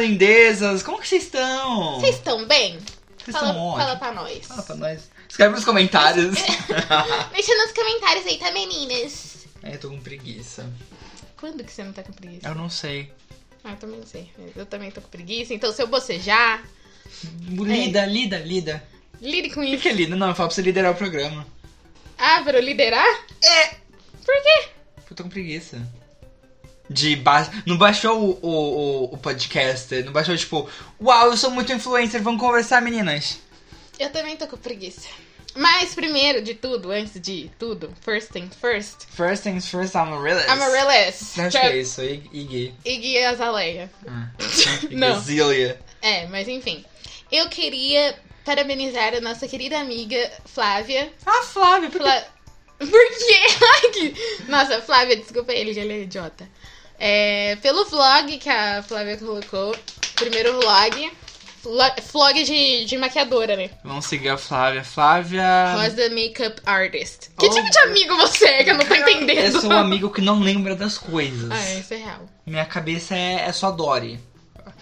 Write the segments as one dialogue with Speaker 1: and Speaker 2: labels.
Speaker 1: lindezas, como que vocês estão?
Speaker 2: Vocês estão bem?
Speaker 1: Hum. Vocês
Speaker 2: fala,
Speaker 1: estão ótimos.
Speaker 2: fala pra nós.
Speaker 1: Fala pra nós. Escreve nos comentários.
Speaker 2: Deixa nos comentários aí, tá, meninas?
Speaker 1: Ai, eu É, tô com preguiça.
Speaker 2: Quando que você não tá com preguiça?
Speaker 1: Eu não sei.
Speaker 2: Ah, eu também não sei. mas Eu também tô com preguiça. Então, se eu bocejar,
Speaker 1: Lida, lida, lida.
Speaker 2: lide com
Speaker 1: O que
Speaker 2: isso.
Speaker 1: que é lida? Não, eu falo pra você liderar o programa.
Speaker 2: Ah, pra eu liderar?
Speaker 1: É. Eu tô com preguiça. De ba... Não baixou o, o, o, o podcast, não baixou tipo, uau, eu sou muito influencer, vamos conversar, meninas.
Speaker 2: Eu também tô com preguiça. Mas primeiro de tudo, antes de tudo, first thing first,
Speaker 1: First things first, Amaryllis.
Speaker 2: Amaryllis,
Speaker 1: Acho que é isso, I- Iggy.
Speaker 2: Iggy Azalea.
Speaker 1: Ah.
Speaker 2: Não.
Speaker 1: Igazília.
Speaker 2: É, mas enfim. Eu queria parabenizar a nossa querida amiga Flávia.
Speaker 1: Ah, Flávia, por que...
Speaker 2: Flá... Por quê? Ai, que- Nossa, Flávia, desculpa ele, ele é idiota. É, pelo vlog que a Flávia colocou, primeiro vlog, vlo- vlog de, de maquiadora, né?
Speaker 1: Vamos seguir a Flávia. Flávia...
Speaker 2: Rosa Makeup Artist. Que
Speaker 1: Ah. Oh.
Speaker 2: tipo de amigo você é que eu não tô entendendo?
Speaker 1: Eu sou um amigo que não lembra das coisas.
Speaker 2: Ah, isso é real.
Speaker 1: Minha cabeça é, é só Dory.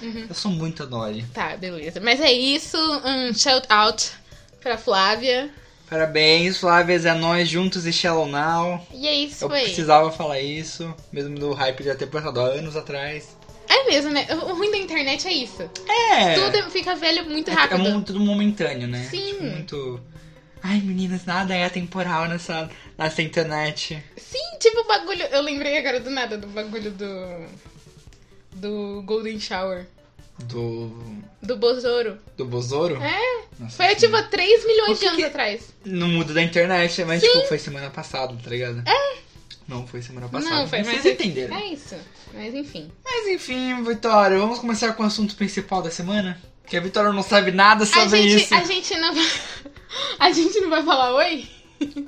Speaker 2: Uhum.
Speaker 1: Eu sou muito a Dory.
Speaker 2: Tá, beleza. Mas é isso. Um shout out pra Flávia.
Speaker 1: Parabéns, Flávia, é nós juntos e Shallow Now.
Speaker 2: E é isso
Speaker 1: Eu
Speaker 2: aí.
Speaker 1: precisava falar isso, mesmo do hype de já ter passado há anos atrás.
Speaker 2: É mesmo, né? O ruim da internet é isso.
Speaker 1: É.
Speaker 2: Tudo fica velho muito
Speaker 1: é, é
Speaker 2: rápido.
Speaker 1: mu- tudo momentâneo, né?
Speaker 2: Sim.
Speaker 1: Tipo, muito. Ai, meninas, nada é atemporal nessa, nessa internet.
Speaker 2: Sim, tipo o bagulho. Eu lembrei agora do nada do bagulho do. Do Golden Shower.
Speaker 1: Do.
Speaker 2: Do Bozoro.
Speaker 1: Do Bozoro?
Speaker 2: É?
Speaker 1: Nossa,
Speaker 2: Foi
Speaker 1: sim.
Speaker 2: tipo há 3 milhões
Speaker 1: O
Speaker 2: de
Speaker 1: que
Speaker 2: anos
Speaker 1: que-
Speaker 2: atrás.
Speaker 1: No mundo da internet, mas
Speaker 2: Sim.
Speaker 1: tipo, foi semana passada, tá ligado? É. Não, foi semana passada.
Speaker 2: Não, foi
Speaker 1: Vocês
Speaker 2: mais.
Speaker 1: entenderam.
Speaker 2: É isso. Mas enfim.
Speaker 1: Mas enfim, Vitória, vamos começar com o assunto principal da semana? Que a Vitória não sabe nada
Speaker 2: A
Speaker 1: sobre
Speaker 2: gente,
Speaker 1: isso.
Speaker 2: a gente não vai. A gente não vai falar oi?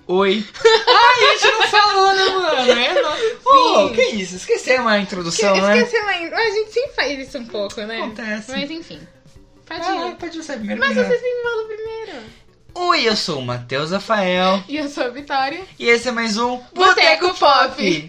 Speaker 1: Oi. Ai, a gente não falou, né, mano? É, não. Pô, que isso? Esquecemos a introdução, né?
Speaker 2: Esqueci, mas a gente sempre faz isso um pouco, né?
Speaker 1: Acontece.
Speaker 2: Mas enfim. Ah, Pode
Speaker 1: Vai lá,
Speaker 2: ir.
Speaker 1: pode você primeiro.
Speaker 2: Mas
Speaker 1: melhor.
Speaker 2: você sempre falou primeiro.
Speaker 1: Oi, eu sou o Matheus Rafael
Speaker 2: E eu sou a Vitória.
Speaker 1: e esse é mais um
Speaker 2: Boteco Pop.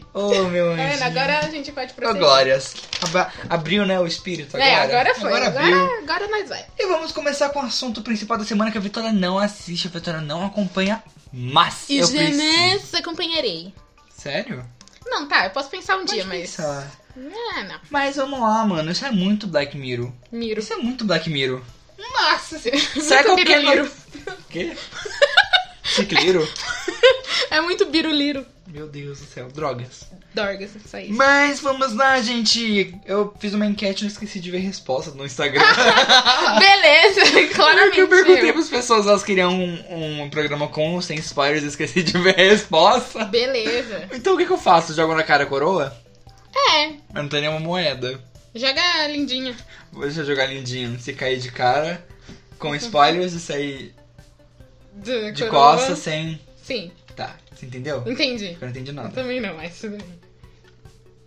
Speaker 1: Pop. Ô, meu
Speaker 2: Tá vendo?
Speaker 1: anjo.
Speaker 2: Agora a gente pode
Speaker 1: Ô,
Speaker 2: prosseguir.
Speaker 1: glórias. Abra- Abriu, né, o espírito agora.
Speaker 2: É, agora foi.
Speaker 1: Agora
Speaker 2: Agora,
Speaker 1: abriu.
Speaker 2: agora nós vai.
Speaker 1: E vamos começar com o assunto principal da semana que a Vitória não assiste, a Vitória não acompanha, mas eu preciso.
Speaker 2: jamais acompanharei.
Speaker 1: Sério?
Speaker 2: Não, tá, eu posso pensar um dia,
Speaker 1: Pode
Speaker 2: mas.
Speaker 1: pensar.
Speaker 2: Ah, não.
Speaker 1: Mas vamos lá, mano. Isso é muito Black Mirror.
Speaker 2: Miro.
Speaker 1: Isso é muito Black Mirror.
Speaker 2: Nossa senhora.
Speaker 1: Será que eu
Speaker 2: muito
Speaker 1: quero-
Speaker 2: biruliro.
Speaker 1: O quê? Cicliro?
Speaker 2: É muito biruliro.
Speaker 1: Meu Deus do céu, drogas.
Speaker 2: Dorgas, só isso.
Speaker 1: Mas vamos lá, gente. Eu fiz uma enquete e não esqueci de ver respostas no Instagram.
Speaker 2: Beleza, claramente.
Speaker 1: Porque Ah. eu perguntei
Speaker 2: eu.
Speaker 1: pras pessoas se elas queriam um, um programa com ou sem spoilers e esqueci de ver a resposta.
Speaker 2: Beleza.
Speaker 1: Então o que, que eu faço? Jogo na cara a coroa?
Speaker 2: É,
Speaker 1: Eu não tenho nenhuma moeda.
Speaker 2: joga a lindinha.
Speaker 1: Deixa eu jogar lindinho. Se cair de cara,
Speaker 2: Uhum.
Speaker 1: com spoilers e sair
Speaker 2: De,
Speaker 1: de
Speaker 2: coroa.
Speaker 1: costas sem.
Speaker 2: Sim,
Speaker 1: Tá, você entendeu?
Speaker 2: entendi.
Speaker 1: Eu não entendi
Speaker 2: Eu
Speaker 1: nada.
Speaker 2: também não, mas tudo bem.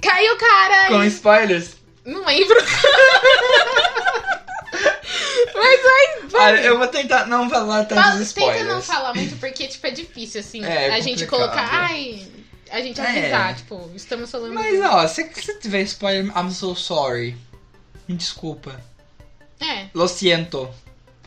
Speaker 2: Caiu, cara!
Speaker 1: Com spoilers?
Speaker 2: Não lembro. mas vai, vai.
Speaker 1: Ah, eu vou tentar não falar tantos
Speaker 2: Fala-
Speaker 1: spoilers.
Speaker 2: Tenta não falar muito, porque, tipo, é difícil, assim,
Speaker 1: É, é
Speaker 2: a gente
Speaker 1: complicado.
Speaker 2: colocar, ai, a gente
Speaker 1: É.
Speaker 2: avisar, tipo, estamos falando...
Speaker 1: Mas ó, se você tiver spoiler, I'm so sorry. Me desculpa.
Speaker 2: É,
Speaker 1: Lo siento.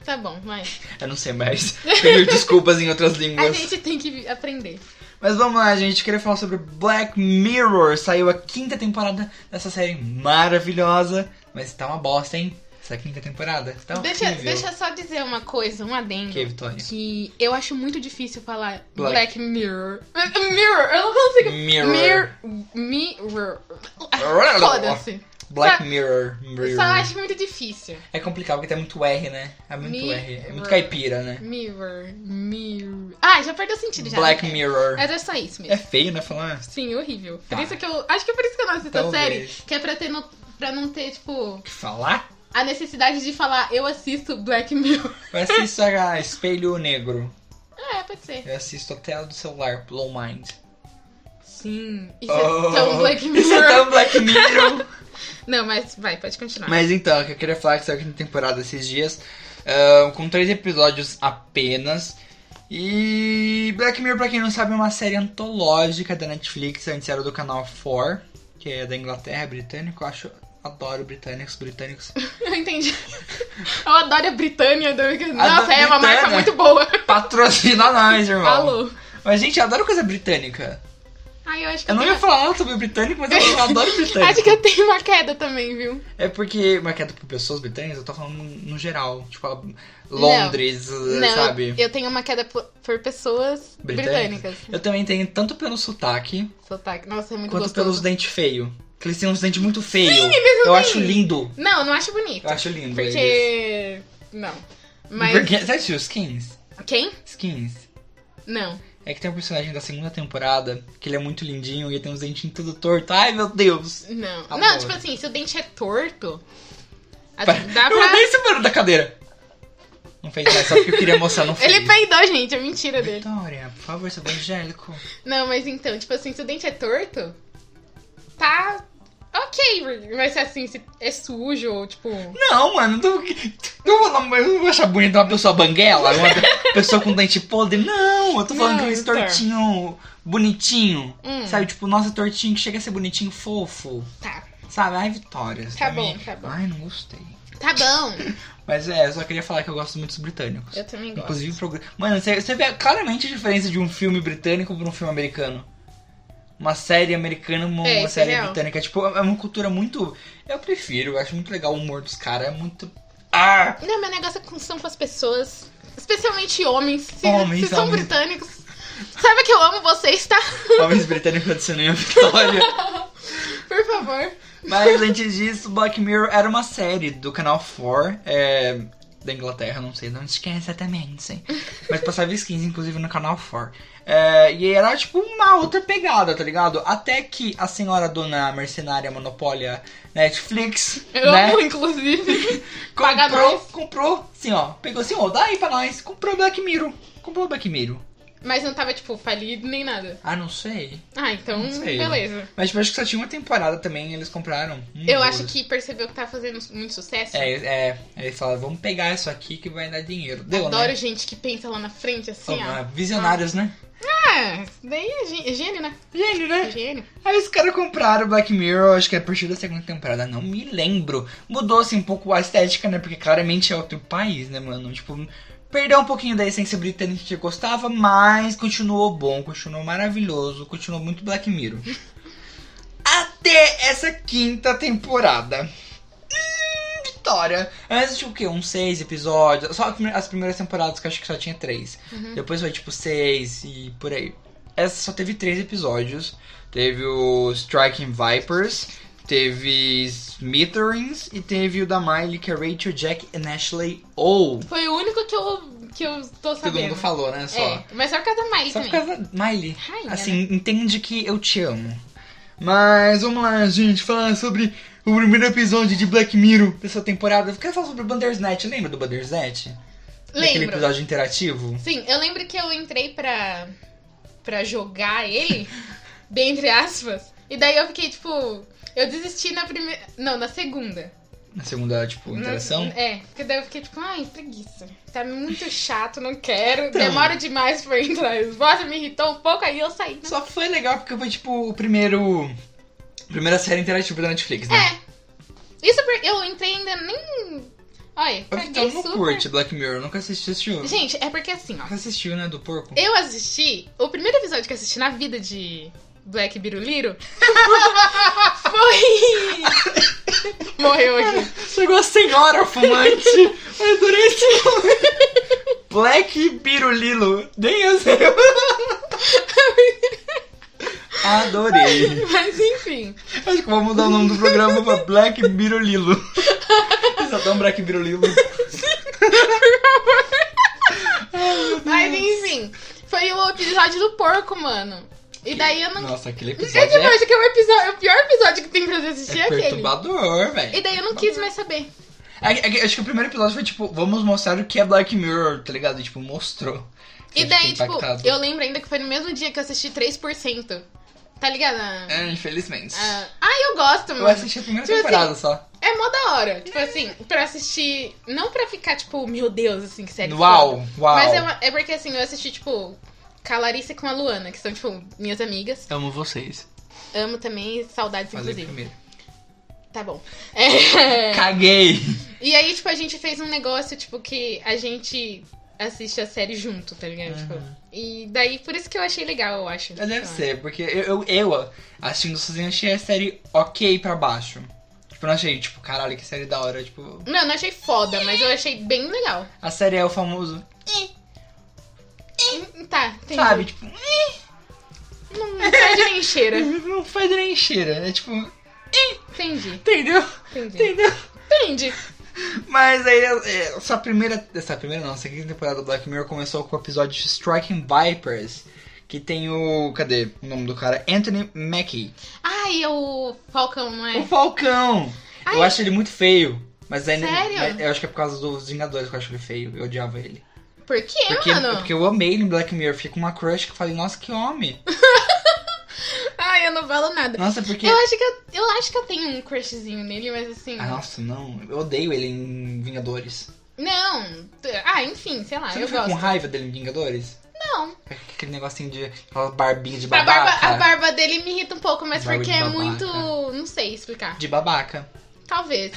Speaker 2: tá bom, vai.
Speaker 1: Eu não sei mais. Pedir desculpas em outras
Speaker 2: A
Speaker 1: línguas.
Speaker 2: gente tem que aprender.
Speaker 1: Mas vamos lá, gente. Eu queria falar sobre Black Mirror. Saiu a quinta temporada dessa série maravilhosa. Mas tá uma bosta, hein? Essa é quinta temporada. Tá
Speaker 2: deixa,
Speaker 1: horrível.
Speaker 2: deixa eu só dizer uma coisa, um adendo.
Speaker 1: Que, Vitória?
Speaker 2: Que eu acho muito difícil falar
Speaker 1: Black.
Speaker 2: Black Mirror. Mirror, eu não consigo.
Speaker 1: Mirror.
Speaker 2: Mir- Mirror. Foda-se.
Speaker 1: Black
Speaker 2: Sa-
Speaker 1: Mirror.
Speaker 2: Eu
Speaker 1: Mirror.
Speaker 2: Só acho muito difícil.
Speaker 1: É complicado porque tem muito R, né? É muito
Speaker 2: Mirror.
Speaker 1: R. É muito caipira, né?
Speaker 2: Mirror. Mirror. Ah, já perdeu o sentido já.
Speaker 1: Black
Speaker 2: né?
Speaker 1: Mirror.
Speaker 2: Mas é só isso mesmo.
Speaker 1: É feio, né? Falar.
Speaker 2: Sim, horrível. Por
Speaker 1: Tá.
Speaker 2: isso que eu. Acho que é por isso que eu não assisto a
Speaker 1: Talvez.
Speaker 2: série. Que é pra ter no, pra não ter, tipo,
Speaker 1: Falar?
Speaker 2: a necessidade de falar, eu assisto Black Mirror.
Speaker 1: Eu assisto a Espelho Negro.
Speaker 2: É, pode ser.
Speaker 1: Eu assisto a tela do celular, Blow Mind.
Speaker 2: Sim. Isso é tão Black Mirror.
Speaker 1: Isso é Oh. tão Black Mirror.
Speaker 2: Não, mas vai, pode continuar.
Speaker 1: Mas então, o que eu queria falar que saiu a quinta temporada esses dias, ah, com três episódios apenas. E Black Mirror, pra quem não sabe, é uma série antológica da Netflix, antes era do canal 4, que é da Inglaterra, é britânico, eu acho. Adoro britânicos, britânicos.
Speaker 2: Eu entendi. Eu adoro a Britânia. do- Nossa, é uma
Speaker 1: Britânia.
Speaker 2: marca muito boa.
Speaker 1: Patrocina nós, irmão.
Speaker 2: Falou.
Speaker 1: Mas, gente, eu adoro coisa britânica.
Speaker 2: Ai, eu acho que
Speaker 1: Eu não
Speaker 2: tenho-
Speaker 1: ia falar nada sobre britânico, mas eu adoro britânico.
Speaker 2: Acho que eu tenho uma queda também, viu?
Speaker 1: É porque, mas que é por pessoas britânicas, eu tô falando no geral. Tipo, a- Londres,
Speaker 2: não,
Speaker 1: sabe?
Speaker 2: eu tenho uma queda por, por pessoas
Speaker 1: Britânicas.
Speaker 2: britânicas.
Speaker 1: Eu também tenho tanto pelo sotaque,
Speaker 2: Sotaque. Nossa, é muito
Speaker 1: quanto pelos
Speaker 2: gostoso.
Speaker 1: dentes feios. Que eles têm uns dentes muito feios.
Speaker 2: eles
Speaker 1: eu
Speaker 2: têm.
Speaker 1: acho lindo.
Speaker 2: Não, não acho bonito.
Speaker 1: Eu acho lindo eles.
Speaker 2: porque. Não. Mas.
Speaker 1: Porque, você assistiu Skins?
Speaker 2: Quem?
Speaker 1: Skins.
Speaker 2: Não.
Speaker 1: É que tem um personagem da segunda temporada que ele é muito lindinho e ele tem uns dentinhos tudo torto. Ai, meu Deus.
Speaker 2: Não.
Speaker 1: Tá
Speaker 2: não,
Speaker 1: bom.
Speaker 2: tipo assim, se o dente é torto.
Speaker 1: Pare-
Speaker 2: Assim, dá
Speaker 1: Eu
Speaker 2: pra.
Speaker 1: odeio esse barulho da cadeira. Não fez mais, só porque eu queria mostrar, não fez.
Speaker 2: Ele peidou, gente, é mentira dele.
Speaker 1: Vitória, por favor, seu evangélico.
Speaker 2: Não, mas então, tipo assim, se o dente é torto, tá ok. Mas se assim, se é sujo, ou tipo.
Speaker 1: Não, mano, não, não, vou, não, eu não vou achar bonita uma pessoa banguela, uma pe- pessoa com dente podre. Não, eu tô falando
Speaker 2: Não,
Speaker 1: que esse
Speaker 2: tá.
Speaker 1: tortinho bonitinho.
Speaker 2: Hum.
Speaker 1: Sabe, tipo, nossa, tortinho que chega a ser bonitinho, fofo.
Speaker 2: Tá.
Speaker 1: Sabe, ai, Vitória. você
Speaker 2: Tá
Speaker 1: me-
Speaker 2: bom, tá bom.
Speaker 1: Ai, não gostei.
Speaker 2: Tá bom.
Speaker 1: Mas é, eu só queria falar que eu gosto muito dos britânicos.
Speaker 2: Eu também gosto.
Speaker 1: Inclusive, progra- mano, você, você vê claramente a diferença de um filme britânico pra um filme americano. Uma série americana uma,
Speaker 2: É,
Speaker 1: uma
Speaker 2: isso é
Speaker 1: série
Speaker 2: real.
Speaker 1: britânica. Tipo, é uma cultura muito. Eu prefiro, eu acho muito legal o humor dos caras. É muito. Ah!
Speaker 2: Não, meu negócio é com- são com as pessoas. Especialmente homens. Se,
Speaker 1: Homens,
Speaker 2: se são
Speaker 1: homens.
Speaker 2: britânicos. Saiba que eu amo vocês, tá?
Speaker 1: Homens britânicos adicionando a vitória.
Speaker 2: Por favor.
Speaker 1: Mas antes disso, Black Mirror era uma série do canal 4, é, da Inglaterra, não sei de onde que é exatamente. Mas passava skins, inclusive, no canal 4. É, e era tipo uma outra pegada, tá ligado? Até que a senhora dona mercenária monopólia Netflix,
Speaker 2: Eu
Speaker 1: né?
Speaker 2: amo, inclusive. Paga
Speaker 1: Comprou,
Speaker 2: nós.
Speaker 1: comprou, assim ó, pegou assim, ó, dá aí pra nós, comprou Black Mirror. Comprou Black Mirror.
Speaker 2: Mas não tava, tipo, falido nem nada.
Speaker 1: Ah, não sei.
Speaker 2: Ah, então,
Speaker 1: Não sei.
Speaker 2: beleza.
Speaker 1: Mas tipo, acho que só tinha uma temporada também, eles compraram. Hum,
Speaker 2: Eu
Speaker 1: duas.
Speaker 2: acho que percebeu que tá fazendo muito sucesso.
Speaker 1: É, é, ele fala, vamos pegar isso aqui que vai dar dinheiro. Deu,
Speaker 2: Adoro
Speaker 1: né?
Speaker 2: gente que pensa lá na frente, assim,
Speaker 1: Ah,
Speaker 2: ó.
Speaker 1: Visionários, né?
Speaker 2: Ah, isso daí é gê- é gênio, né?
Speaker 1: Gênio,
Speaker 2: É
Speaker 1: né?
Speaker 2: gênio.
Speaker 1: Aí os caras compraram Black Mirror, acho que é a partir da segunda temporada, não me lembro. Mudou, assim, um pouco a estética, né? Porque claramente é outro país, né, mano? Tipo, perdeu um pouquinho da essência britânica que eu gostava, mas continuou bom, continuou maravilhoso, continuou muito Black Mirror. Até essa quinta temporada. Hum, Vitória. Antes tinha o quê? Uns seis episódios. Só as primeiras temporadas que eu acho que só tinha três. Depois foi tipo seis e por aí. Essa só teve três episódios. Teve o Striking Vipers, teve Smithereens e teve o da Miley, que é Rachel, Jack e Ashley O.
Speaker 2: Foi o único que eu, que eu tô sabendo.
Speaker 1: Todo mundo falou, né? Só.
Speaker 2: É, mas só por causa da Miley
Speaker 1: Só por
Speaker 2: também.
Speaker 1: causa da Miley.
Speaker 2: Rainha, né?
Speaker 1: Assim, entende que eu te amo. Mas vamos lá, gente, falar sobre o primeiro episódio de Black Mirror dessa temporada. Eu quero falar sobre o Bandersnatch. Lembra do Bandersnatch? Daquele
Speaker 2: Lembro.
Speaker 1: episódio interativo?
Speaker 2: Sim, eu lembro que eu entrei pra, pra jogar ele, bem entre aspas, e daí eu fiquei, tipo, eu desisti na primeira. Não, na segunda.
Speaker 1: Na segunda, tipo,
Speaker 2: Na-
Speaker 1: interação.
Speaker 2: é, porque daí eu fiquei, tipo, ai, preguiça. Tá muito chato, não quero.
Speaker 1: Então.
Speaker 2: Demora demais pra entrar. O boss me irritou um pouco, aí eu saí. né?
Speaker 1: Só foi legal porque foi, tipo, o primeiro... Primeira série interativa da Netflix, né?
Speaker 2: É. Isso porque eu entrei ainda nem. Olha,
Speaker 1: Eu
Speaker 2: caguei
Speaker 1: não
Speaker 2: super.
Speaker 1: curte Black Mirror, nunca assisti, assistiu.
Speaker 2: Gente, é porque assim, ó.
Speaker 1: Nunca assistiu, né, do porco.
Speaker 2: Eu assisti, o primeiro episódio que eu assisti na vida de Black Biruliro foi. Morreu aqui.
Speaker 1: Chegou a senhora fumante. é um Eu adorei esse nome. Black Birulilo. Nem eu sei. Adorei.
Speaker 2: Mas enfim.
Speaker 1: Acho que vou mudar o nome do programa pra Black Birulilo. Só dá um Black Birulilo.
Speaker 2: Mas enfim. Foi o episódio do porco, mano. E daí eu não.
Speaker 1: Nossa, aquele
Speaker 2: É que
Speaker 1: episódio
Speaker 2: eu
Speaker 1: é,
Speaker 2: acho que é o, episódio, o pior episódio que tem pra você assistir é,
Speaker 1: é
Speaker 2: aquele.
Speaker 1: perturbador,
Speaker 2: E
Speaker 1: velho.
Speaker 2: daí eu não quis mais saber.
Speaker 1: É que- é que- Acho que o primeiro episódio foi tipo, vamos mostrar o que é Black Mirror, tá ligado? E, tipo, mostrou.
Speaker 2: E
Speaker 1: Eu
Speaker 2: daí,
Speaker 1: fiquei
Speaker 2: tipo,
Speaker 1: impactado.
Speaker 2: eu lembro ainda que foi no mesmo dia que eu assisti 3%. Tá ligado? Ah,
Speaker 1: É, infelizmente.
Speaker 2: ah, eu gosto,
Speaker 1: Eu
Speaker 2: mano.
Speaker 1: assisti a primeira
Speaker 2: Tipo assim,
Speaker 1: temporada só.
Speaker 2: É mó da hora. Tipo assim, pra assistir. Não pra ficar, tipo, meu Deus, assim, que série.
Speaker 1: Uau,
Speaker 2: foda.
Speaker 1: uau.
Speaker 2: Mas é, uma- é porque assim, eu assisti, tipo, com a Larissa e com a Luana, que são, tipo, minhas amigas.
Speaker 1: Amo vocês.
Speaker 2: Amo também, saudades,
Speaker 1: Falei
Speaker 2: inclusive.
Speaker 1: primeiro.
Speaker 2: Tá bom. É,
Speaker 1: Caguei!
Speaker 2: E aí, tipo, a gente fez um negócio, tipo, que a gente assiste a série junto, tá ligado? Tipo, e daí, por isso que eu achei legal, eu acho. Tipo,
Speaker 1: Deve
Speaker 2: Sei lá.
Speaker 1: ser, porque eu, eu, eu, assistindo sozinho, achei a série ok pra baixo. Tipo, eu não achei, tipo, caralho, que série da hora. Tipo,
Speaker 2: Não, eu não achei foda, mas eu achei bem legal.
Speaker 1: a série é o famoso,
Speaker 2: Hum, Tá, entendi.
Speaker 1: sabe? Tipo,
Speaker 2: Não, não fede nem né? cheira.
Speaker 1: não faz nem cheira. É tipo,
Speaker 2: Entendi,
Speaker 1: entendeu?
Speaker 2: entendi.
Speaker 1: Entendeu?
Speaker 2: Entendi.
Speaker 1: Mas aí, é, essa primeira. Essa primeira não, essa quinta temporada do Black Mirror começou com o episódio Striking Vipers. Que tem o. Cadê o nome do cara? Anthony Mackie.
Speaker 2: Ai, é o Falcão, não
Speaker 1: O
Speaker 2: é?
Speaker 1: Falcão!
Speaker 2: Ai.
Speaker 1: Eu acho ele muito feio. Mas ainda.
Speaker 2: Sério?
Speaker 1: mas Eu acho que é por causa dos Vingadores que eu acho ele feio. Eu odiava ele.
Speaker 2: Por quê,
Speaker 1: Porque,
Speaker 2: mano?
Speaker 1: porque eu amei ele em Black Mirror. Fiquei com uma crush que eu falei, nossa, que homem.
Speaker 2: Ai, eu não falo nada.
Speaker 1: Nossa, é porque.
Speaker 2: Eu acho que eu, eu acho que eu tenho um crushzinho nele, mas assim.
Speaker 1: Ah, nossa, não. Eu odeio ele em Vingadores.
Speaker 2: Não. t- Ah, enfim, sei lá,
Speaker 1: Você não
Speaker 2: eu
Speaker 1: fica
Speaker 2: gosto.
Speaker 1: com raiva dele em Vingadores?
Speaker 2: Não.
Speaker 1: Aquele negocinho de. aquela barbinha de
Speaker 2: A
Speaker 1: babaca.
Speaker 2: barba, a barba dele me irrita um pouco, mas
Speaker 1: Barba
Speaker 2: porque
Speaker 1: de
Speaker 2: é
Speaker 1: babaca.
Speaker 2: muito. Não sei explicar.
Speaker 1: De babaca.
Speaker 2: Talvez.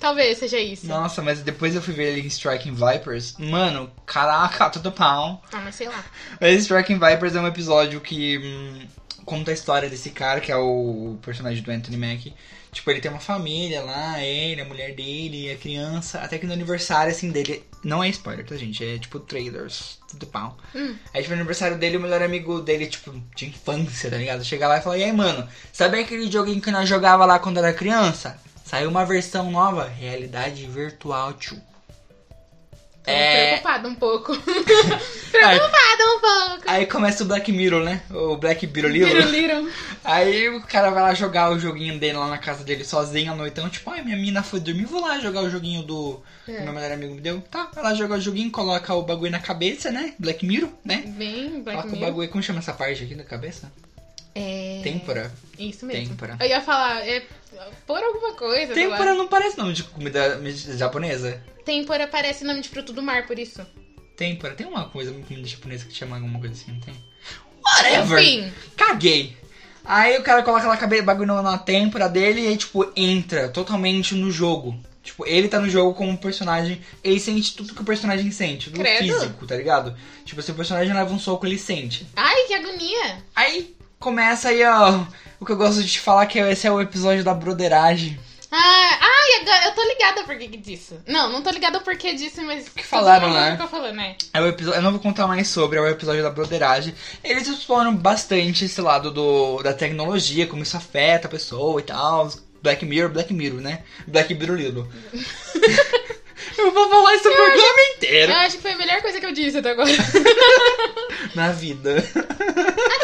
Speaker 2: Talvez seja isso.
Speaker 1: Nossa, mas depois eu fui ver ele em Striking Vipers. Mano, caraca, tudo pau.
Speaker 2: Ah, mas sei lá.
Speaker 1: Mas Striking Vipers é um episódio que hum, conta a história desse cara, que é o personagem do Anthony Mack. Tipo, ele tem uma família lá, ele, a mulher dele, a criança. Até que no aniversário, assim, dele... Não é spoiler, tá, gente? É, tipo, trailers, tudo pau.
Speaker 2: Hum.
Speaker 1: Aí, tipo, no aniversário dele, o melhor amigo dele, tipo, de infância, tá ligado? Chega lá e fala, e aí, mano, sabe aquele joguinho que nós jogava lá quando era criança? Saiu uma versão nova, realidade virtual, tio.
Speaker 2: Tô
Speaker 1: É.
Speaker 2: preocupada um pouco.
Speaker 1: Aí,
Speaker 2: preocupada um pouco.
Speaker 1: aí começa o Black Mirror, né? O Black Birolilo.
Speaker 2: Piruliram.
Speaker 1: Aí o cara vai lá jogar o joguinho dele lá na casa dele sozinho à noitão. Tipo, ai, minha mina foi dormir, vou lá jogar o joguinho do. que
Speaker 2: É.
Speaker 1: meu melhor amigo me deu. Tá, vai lá jogar o joguinho, coloca o bagulho na cabeça, né? Black Mirror, né?
Speaker 2: Bem, Black
Speaker 1: coloca o
Speaker 2: Mirror.
Speaker 1: bagulho. Como chama essa parte aqui da cabeça?
Speaker 2: É.
Speaker 1: Têmpora.
Speaker 2: Isso mesmo.
Speaker 1: Têmpora.
Speaker 2: Eu ia falar, é por alguma coisa. sei lá.
Speaker 1: Têmpora não parece nome de comida japonesa.
Speaker 2: Têmpora parece nome de fruto do mar, por isso.
Speaker 1: Têmpora, tem uma coisa uma comida japonesa que chama alguma coisa assim, não tem? Whatever!
Speaker 2: Enfim.
Speaker 1: Caguei! Aí o cara coloca lá cabe- bagulho na têmpora dele e aí, tipo, entra totalmente no jogo. Tipo, ele tá no jogo como um personagem. Ele sente tudo que o personagem sente, do
Speaker 2: Credo.
Speaker 1: físico, tá ligado? Tipo, se o personagem leva um soco, ele sente.
Speaker 2: Ai, que agonia.
Speaker 1: Aí começa aí, ó. O que eu gosto de te falar que esse é o episódio da broderagem.
Speaker 2: Ah, ai, agora eu tô ligada por que que disso. Não, não tô ligada por que disso, mas.
Speaker 1: que falaram,
Speaker 2: todo mundo
Speaker 1: né?
Speaker 2: Ficou falando, né?
Speaker 1: É o episódio, eu não vou contar mais sobre, é o episódio da broderagem. Eles exploram bastante esse lado do, da tecnologia, como isso afeta a pessoa e tal. Black Mirror, Black Mirror, né? Black Mirror Lilo. eu vou falar isso o programa inteiro
Speaker 2: Eu acho que foi a melhor coisa que eu disse até agora.
Speaker 1: na vida.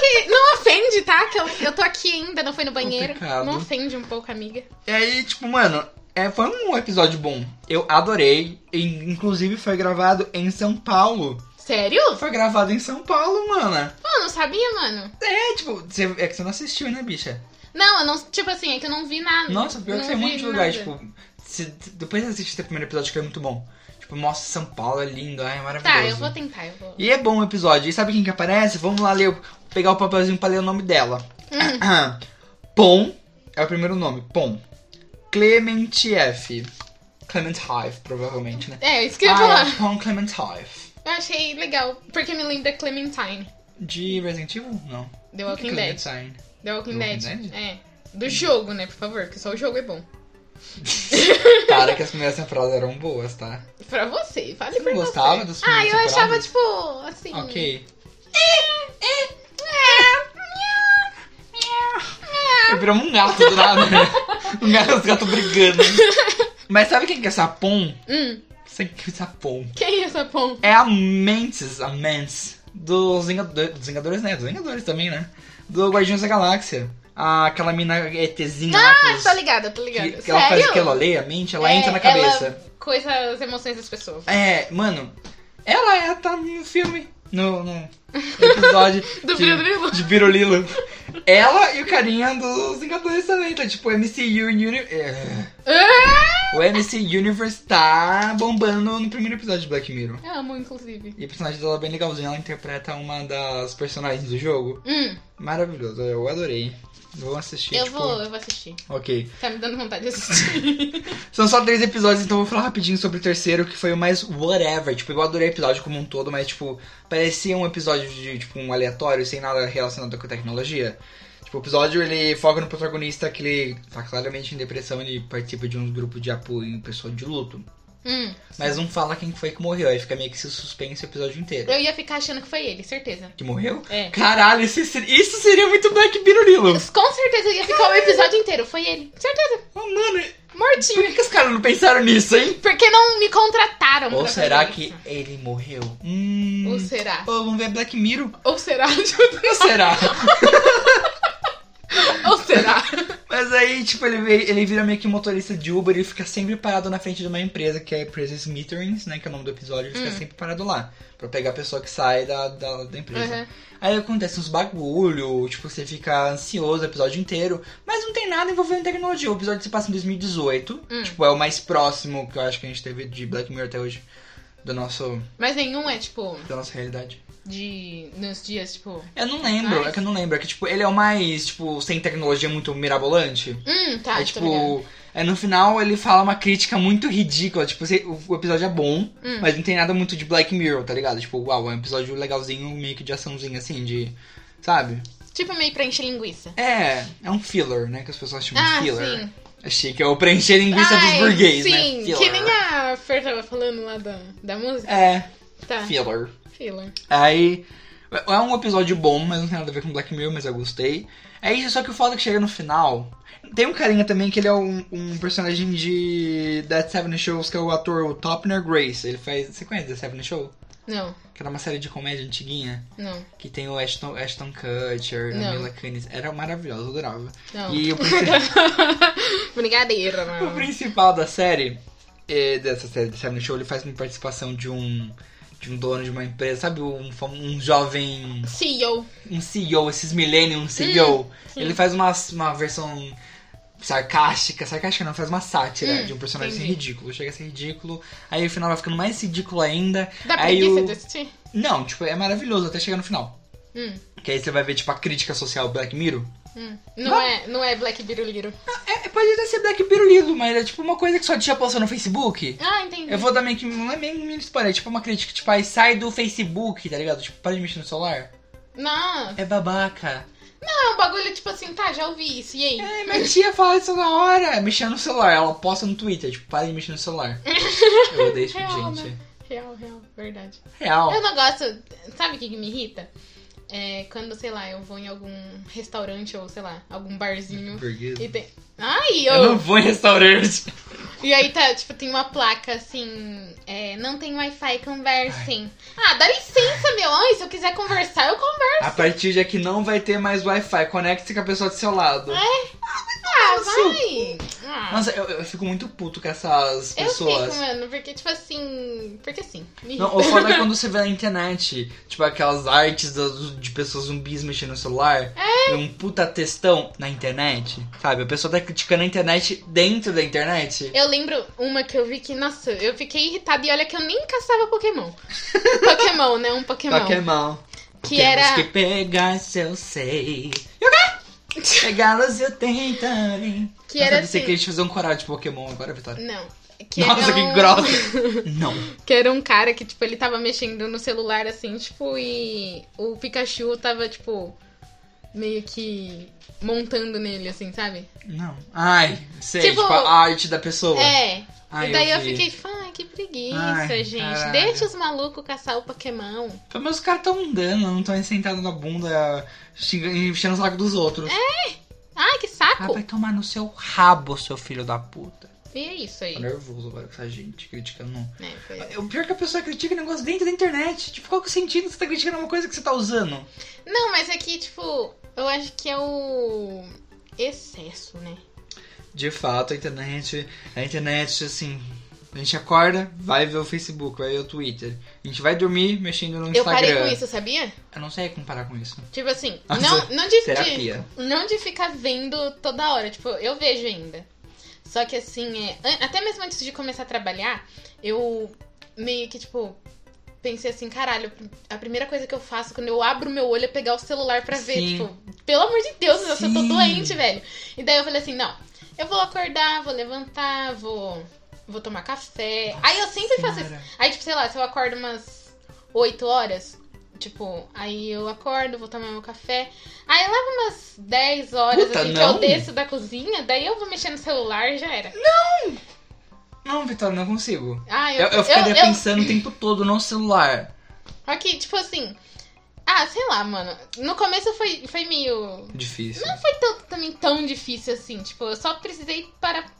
Speaker 2: Que não ofende, tá? Que eu, eu tô aqui ainda, não foi no banheiro.
Speaker 1: Complicado.
Speaker 2: Não ofende um pouco, amiga.
Speaker 1: E aí, tipo, mano, é, foi um episódio bom. Eu adorei. E, inclusive, foi gravado em São Paulo.
Speaker 2: Sério?
Speaker 1: Foi gravado em São Paulo, mano.
Speaker 2: Pô, não sabia, mano.
Speaker 1: É, tipo, você- é que você não assistiu, né, bicha?
Speaker 2: Não, eu não. Tipo assim, é que eu não vi nada.
Speaker 1: Nossa, pior que
Speaker 2: Não
Speaker 1: tem um
Speaker 2: vi
Speaker 1: monte de lugar,
Speaker 2: nada.
Speaker 1: tipo. se- depois assiste o primeiro episódio que é muito bom. Tipo, mostra São Paulo, é lindo, ai, é maravilhoso.
Speaker 2: Tá, eu vou tentar, eu vou.
Speaker 1: E é bom o episódio. E sabe quem que aparece? Vamos lá ler, o- pegar o papelzinho pra ler o nome dela.
Speaker 2: Hum.
Speaker 1: Pom é o primeiro nome, Pom. Clement F. Clement Hive, provavelmente, né?
Speaker 2: É, isso que eu ia
Speaker 1: Ah,
Speaker 2: falar.
Speaker 1: é Pom Clement Hive.
Speaker 2: Eu achei legal, porque me lembra Clementine,
Speaker 1: De Resident Evil? Não.
Speaker 2: The Walking Dead.
Speaker 1: Clementine.
Speaker 2: The Walking
Speaker 1: The Walking
Speaker 2: Dead.
Speaker 1: Dead?
Speaker 2: É. Do jogo, né, por favor, que só o jogo é bom.
Speaker 1: Cara, que as primeiras temporadas eram boas, tá?
Speaker 2: Pra você, fale
Speaker 1: Você
Speaker 2: pra
Speaker 1: não gostava
Speaker 2: você.
Speaker 1: das
Speaker 2: Ah, eu
Speaker 1: primeiras
Speaker 2: achava,
Speaker 1: temporadas?
Speaker 2: tipo, assim...
Speaker 1: Ok.
Speaker 2: É.
Speaker 1: Eu virou um gato do nada. um gato, os gatos brigando. Mas sabe quem que é essa Pom?
Speaker 2: Hum,
Speaker 1: Sabe quem que é essa Pom?
Speaker 2: quem é essa pom?
Speaker 1: É a Mantis, a Mans. Dos Vingadores, dos Vingadores, né? Dos Vingadores também, né? Do Guardiões da Galáxia. Ah, aquela mina ETzinha lá com
Speaker 2: Ah,
Speaker 1: os-
Speaker 2: tô ligada, tô ligada.
Speaker 1: que, que
Speaker 2: Sério?
Speaker 1: ela faz o que ela lê a mente, ela
Speaker 2: É,
Speaker 1: entra na
Speaker 2: ela
Speaker 1: cabeça.
Speaker 2: coisa as emoções das pessoas.
Speaker 1: É, mano, ela, é, ela tá no filme, no, no episódio
Speaker 2: Do
Speaker 1: de,
Speaker 2: Birulilo.
Speaker 1: de Birulilo. Ela e o carinha dos Vingadores também, tá? Tipo, o MCU Uni... é.
Speaker 2: É?
Speaker 1: O MC Universe tá bombando no primeiro episódio de Black Mirror.
Speaker 2: Eu amo, inclusive.
Speaker 1: E o personagem dela é bem legalzinho, ela interpreta uma das personagens do jogo.
Speaker 2: Hum,
Speaker 1: Maravilhoso, eu adorei. Vou assistir,
Speaker 2: eu
Speaker 1: tipo...
Speaker 2: vou, eu vou assistir.
Speaker 1: Ok.
Speaker 2: Tá me dando vontade de assistir.
Speaker 1: São só três episódios, então eu vou falar rapidinho sobre o terceiro, que foi o mais whatever. Tipo, eu adorei o episódio como um todo, mas, tipo, parecia um episódio de, tipo, um aleatório, sem nada relacionado com tecnologia. Tipo, o episódio, ele foca no protagonista que ele tá claramente em depressão, ele participa de um grupo de apoio em pessoa de luto.
Speaker 2: hum,
Speaker 1: Mas não fala quem foi que morreu, aí fica meio que esse suspense o episódio inteiro.
Speaker 2: eu ia ficar achando que foi ele, certeza.
Speaker 1: Que morreu?
Speaker 2: É.
Speaker 1: Caralho, esse ser- isso seria muito Black Birulilo.
Speaker 2: Com certeza eu ia ficar o episódio inteiro, foi ele. Certeza,
Speaker 1: Oh, mano, por
Speaker 2: mortinho.
Speaker 1: que, que os caras não pensaram nisso, hein?
Speaker 2: Porque não me contrataram
Speaker 1: Ou
Speaker 2: pra
Speaker 1: será
Speaker 2: fazer
Speaker 1: que
Speaker 2: isso.
Speaker 1: ele morreu? Hum.
Speaker 2: Ou será?
Speaker 1: Pô, vamos ver Black Mirror.
Speaker 2: Ou será?
Speaker 1: Ou será?
Speaker 2: Ou será?
Speaker 1: Mas aí, tipo, ele, vê- ele vira meio que motorista de Uber e fica sempre parado na frente de uma empresa que é a empresa Smitherings, né? Que é o nome do episódio. Ele
Speaker 2: Uhum.
Speaker 1: fica sempre parado lá. Pra pegar a pessoa que sai da, da, da empresa.
Speaker 2: Uhum.
Speaker 1: Aí acontece uns bagulho, tipo, você fica ansioso o episódio inteiro, mas não tem nada envolvendo tecnologia. O episódio se passa em 2018,
Speaker 2: Hum.
Speaker 1: tipo, é o mais próximo que eu acho que a gente teve de Black Mirror até hoje, do nosso,
Speaker 2: Mas nenhum é, tipo,
Speaker 1: da nossa realidade.
Speaker 2: de. Nos dias, tipo.
Speaker 1: Eu não lembro,
Speaker 2: Mas-
Speaker 1: é que eu não lembro, é que, tipo, ele é o mais, tipo, sem tecnologia muito mirabolante.
Speaker 2: Hum, tá,
Speaker 1: é,
Speaker 2: tô ligada.
Speaker 1: tipo, é no final ele fala uma crítica muito ridícula, tipo, você- o, o episódio é bom,
Speaker 2: Hum.
Speaker 1: mas não tem nada muito de Black Mirror, tá ligado? Tipo, uau, é um episódio legalzinho, meio que de açãozinha, assim, de... Sabe?
Speaker 2: Tipo meio pra encher linguiça.
Speaker 1: É, é um filler, né? Que as pessoas chamam
Speaker 2: Ah,
Speaker 1: de filler.
Speaker 2: sim.
Speaker 1: Achei que é o preencher linguiça dos
Speaker 2: Ai,
Speaker 1: burguês,
Speaker 2: sim.
Speaker 1: né?
Speaker 2: que nem a Fer tava falando lá da, da música.
Speaker 1: É,
Speaker 2: Tá,
Speaker 1: filler.
Speaker 2: filler.
Speaker 1: Aí. É um episódio bom, mas não tem nada a ver com Black Mirror, mas eu gostei. É isso, só que o foda é que chega no final. Tem um carinha também que ele é um, um personagem de That Seven Shows, que é o ator o Topner Grace. Ele faz. Você conhece The Seven Show?
Speaker 2: Não,
Speaker 1: Que era uma série de comédia antiguinha.
Speaker 2: não,
Speaker 1: Que tem o Ashton, Ashton Kutcher,
Speaker 2: Não.
Speaker 1: a Mila Kunis. Era maravilhoso, eu adorava.
Speaker 2: não.
Speaker 1: E o principal.
Speaker 2: Brincadeira,
Speaker 1: O
Speaker 2: mano.
Speaker 1: principal da série, eh, dessa série do Seven Show, ele faz uma participação de um de um dono de uma empresa, sabe? Um, fam- um jovem,
Speaker 2: CEO.
Speaker 1: um CEO, esses millennium CEO. ele faz uma, uma versão sarcástica, sarcástica não, faz uma sátira
Speaker 2: Hum,
Speaker 1: de um personagem
Speaker 2: entendi.
Speaker 1: ridículo. Chega a ser ridículo, aí o final vai ficando mais ridículo ainda.
Speaker 2: Dá
Speaker 1: aí
Speaker 2: preguiça
Speaker 1: o-
Speaker 2: de assistir?
Speaker 1: Não, tipo, é maravilhoso até chegar no final.
Speaker 2: Hum,
Speaker 1: Que aí você vai ver, tipo, a crítica social Black Mirror.
Speaker 2: hum. Não,
Speaker 1: Não.
Speaker 2: É, não é Black Biruliro.
Speaker 1: É, pode até ser Black Mirror lido, mas é tipo uma coisa que sua tia postou no Facebook.
Speaker 2: Ah, entendi.
Speaker 1: Eu vou dar meio que. Não é meio mini spoiler, é tipo uma crítica, tipo, aí sai do Facebook, tá ligado? Tipo, para de mexer no celular.
Speaker 2: Não,
Speaker 1: É babaca.
Speaker 2: não, o bagulho é tipo assim, tá, já ouvi isso, e aí?
Speaker 1: É, minha tia fala isso na hora, mexendo no celular. Ela posta no Twitter, tipo, para de mexer no celular. Eu odeio isso,
Speaker 2: Real,
Speaker 1: gente.
Speaker 2: Real, real, verdade.
Speaker 1: Real.
Speaker 2: Eu não gosto. Sabe o que, que me irrita? É quando, sei lá, eu vou em algum restaurante ou, sei lá, algum barzinho.
Speaker 1: Burguês.
Speaker 2: E tem. Ai,
Speaker 1: Eu
Speaker 2: eu.
Speaker 1: não vou em restaurante.
Speaker 2: E aí tá, tipo, tem uma placa assim. É, não tem Wi-Fi, conversem. Ah, dá licença, meu. Ai, se eu quiser conversar, eu converso.
Speaker 1: A partir de aqui não vai ter mais Wi-Fi. Conecte-se com a pessoa do seu lado.
Speaker 2: É? Ah,
Speaker 1: Nossa.
Speaker 2: vai. Ah,
Speaker 1: Nossa, eu, eu fico muito puto com essas
Speaker 2: eu
Speaker 1: pessoas.
Speaker 2: fico, mano, porque, tipo assim. Porque assim. Me
Speaker 1: Não,
Speaker 2: irrita.
Speaker 1: o foda é quando você vê na internet, tipo, aquelas artes das- de pessoas zumbis mexendo no celular. É. Um puta textão na internet, sabe? A pessoa tá criticando a internet dentro da internet.
Speaker 2: Eu lembro uma que eu vi que, nossa, eu fiquei irritada e olha que eu nem caçava Pokémon. Pokémon, né? Um Pokémon.
Speaker 1: Tá Pokémon.
Speaker 2: Que
Speaker 1: é Temos
Speaker 2: era-
Speaker 1: que pegar se eu sei. Pegá-los eu tentarei.
Speaker 2: Que
Speaker 1: Nossa,
Speaker 2: era
Speaker 1: eu
Speaker 2: assim-
Speaker 1: pensei que a gente fazer um coral de Pokémon agora, Vitória.
Speaker 2: Não.
Speaker 1: Nossa,
Speaker 2: era
Speaker 1: que
Speaker 2: um-
Speaker 1: grossa. Não.
Speaker 2: Que era um cara que, tipo, ele tava mexendo no celular assim, tipo, e o Pikachu tava, tipo, meio que montando nele, assim, sabe?
Speaker 1: Não. Ai, sei.
Speaker 2: Tipo-
Speaker 1: Tipo, a arte da pessoa.
Speaker 2: É.
Speaker 1: Ai,
Speaker 2: e daí eu,
Speaker 1: vi.
Speaker 2: fiquei, tipo, ai, que preguiça,
Speaker 1: Ai,
Speaker 2: gente.
Speaker 1: caralho.
Speaker 2: Deixa os malucos caçar o Pokémon.
Speaker 1: Pelo menos os caras tão andando, não tão sentados na bunda, xinga- enchendo o saco dos outros.
Speaker 2: É, Ai, que
Speaker 1: Ah,
Speaker 2: saco.
Speaker 1: vai tomar no seu rabo, seu filho da puta.
Speaker 2: E é isso aí.
Speaker 1: Tô nervoso agora com essa gente criticando.
Speaker 2: É, foi-
Speaker 1: O pior é que a pessoa critica negócio dentro da internet. Tipo, qual que é o sentido? Você tá criticando uma coisa que você tá usando?
Speaker 2: Não, mas é que, tipo, eu acho que é o excesso, né?
Speaker 1: De fato, a internet. A internet, assim. A gente acorda, vai ver o Facebook, vai ver o Twitter. A gente vai dormir mexendo no
Speaker 2: Eu
Speaker 1: Instagram.
Speaker 2: parei com isso, sabia?
Speaker 1: Eu não sei como parar com isso. é?
Speaker 2: Tipo assim,
Speaker 1: Nossa,
Speaker 2: não, não de, de,
Speaker 1: terapia.
Speaker 2: não de ficar vendo toda hora. Tipo, eu vejo ainda. Só que assim, é, an- até mesmo antes de começar a trabalhar, eu meio que, tipo, pensei assim, caralho, a primeira coisa que eu faço quando eu abro meu olho é pegar o celular pra ver.
Speaker 1: Sim.
Speaker 2: Tipo, pelo amor de Deus, eu só tô
Speaker 1: Sim.
Speaker 2: doente, velho. E daí eu falei assim, não, eu vou acordar, vou levantar, vou, vou tomar café. Aí eu sempre faço isso.
Speaker 1: Cara,
Speaker 2: Aí, tipo, sei lá, se eu acordo umas 8 horas, tipo, aí eu acordo, vou tomar meu café. Aí leva umas 10 horas,
Speaker 1: Puta,
Speaker 2: assim,
Speaker 1: não.
Speaker 2: que eu desço da cozinha, daí eu vou mexer no celular e já era.
Speaker 1: Não, Vitória, não consigo.
Speaker 2: Ah, eu,
Speaker 1: Eu, eu ficaria
Speaker 2: eu-
Speaker 1: pensando o tempo todo no celular.
Speaker 2: Aqui, tipo assim. Ah, sei lá, mano. No começo foi, foi meio.
Speaker 1: Difícil.
Speaker 2: Não foi tão, também tão difícil assim. Tipo, eu só precisei parar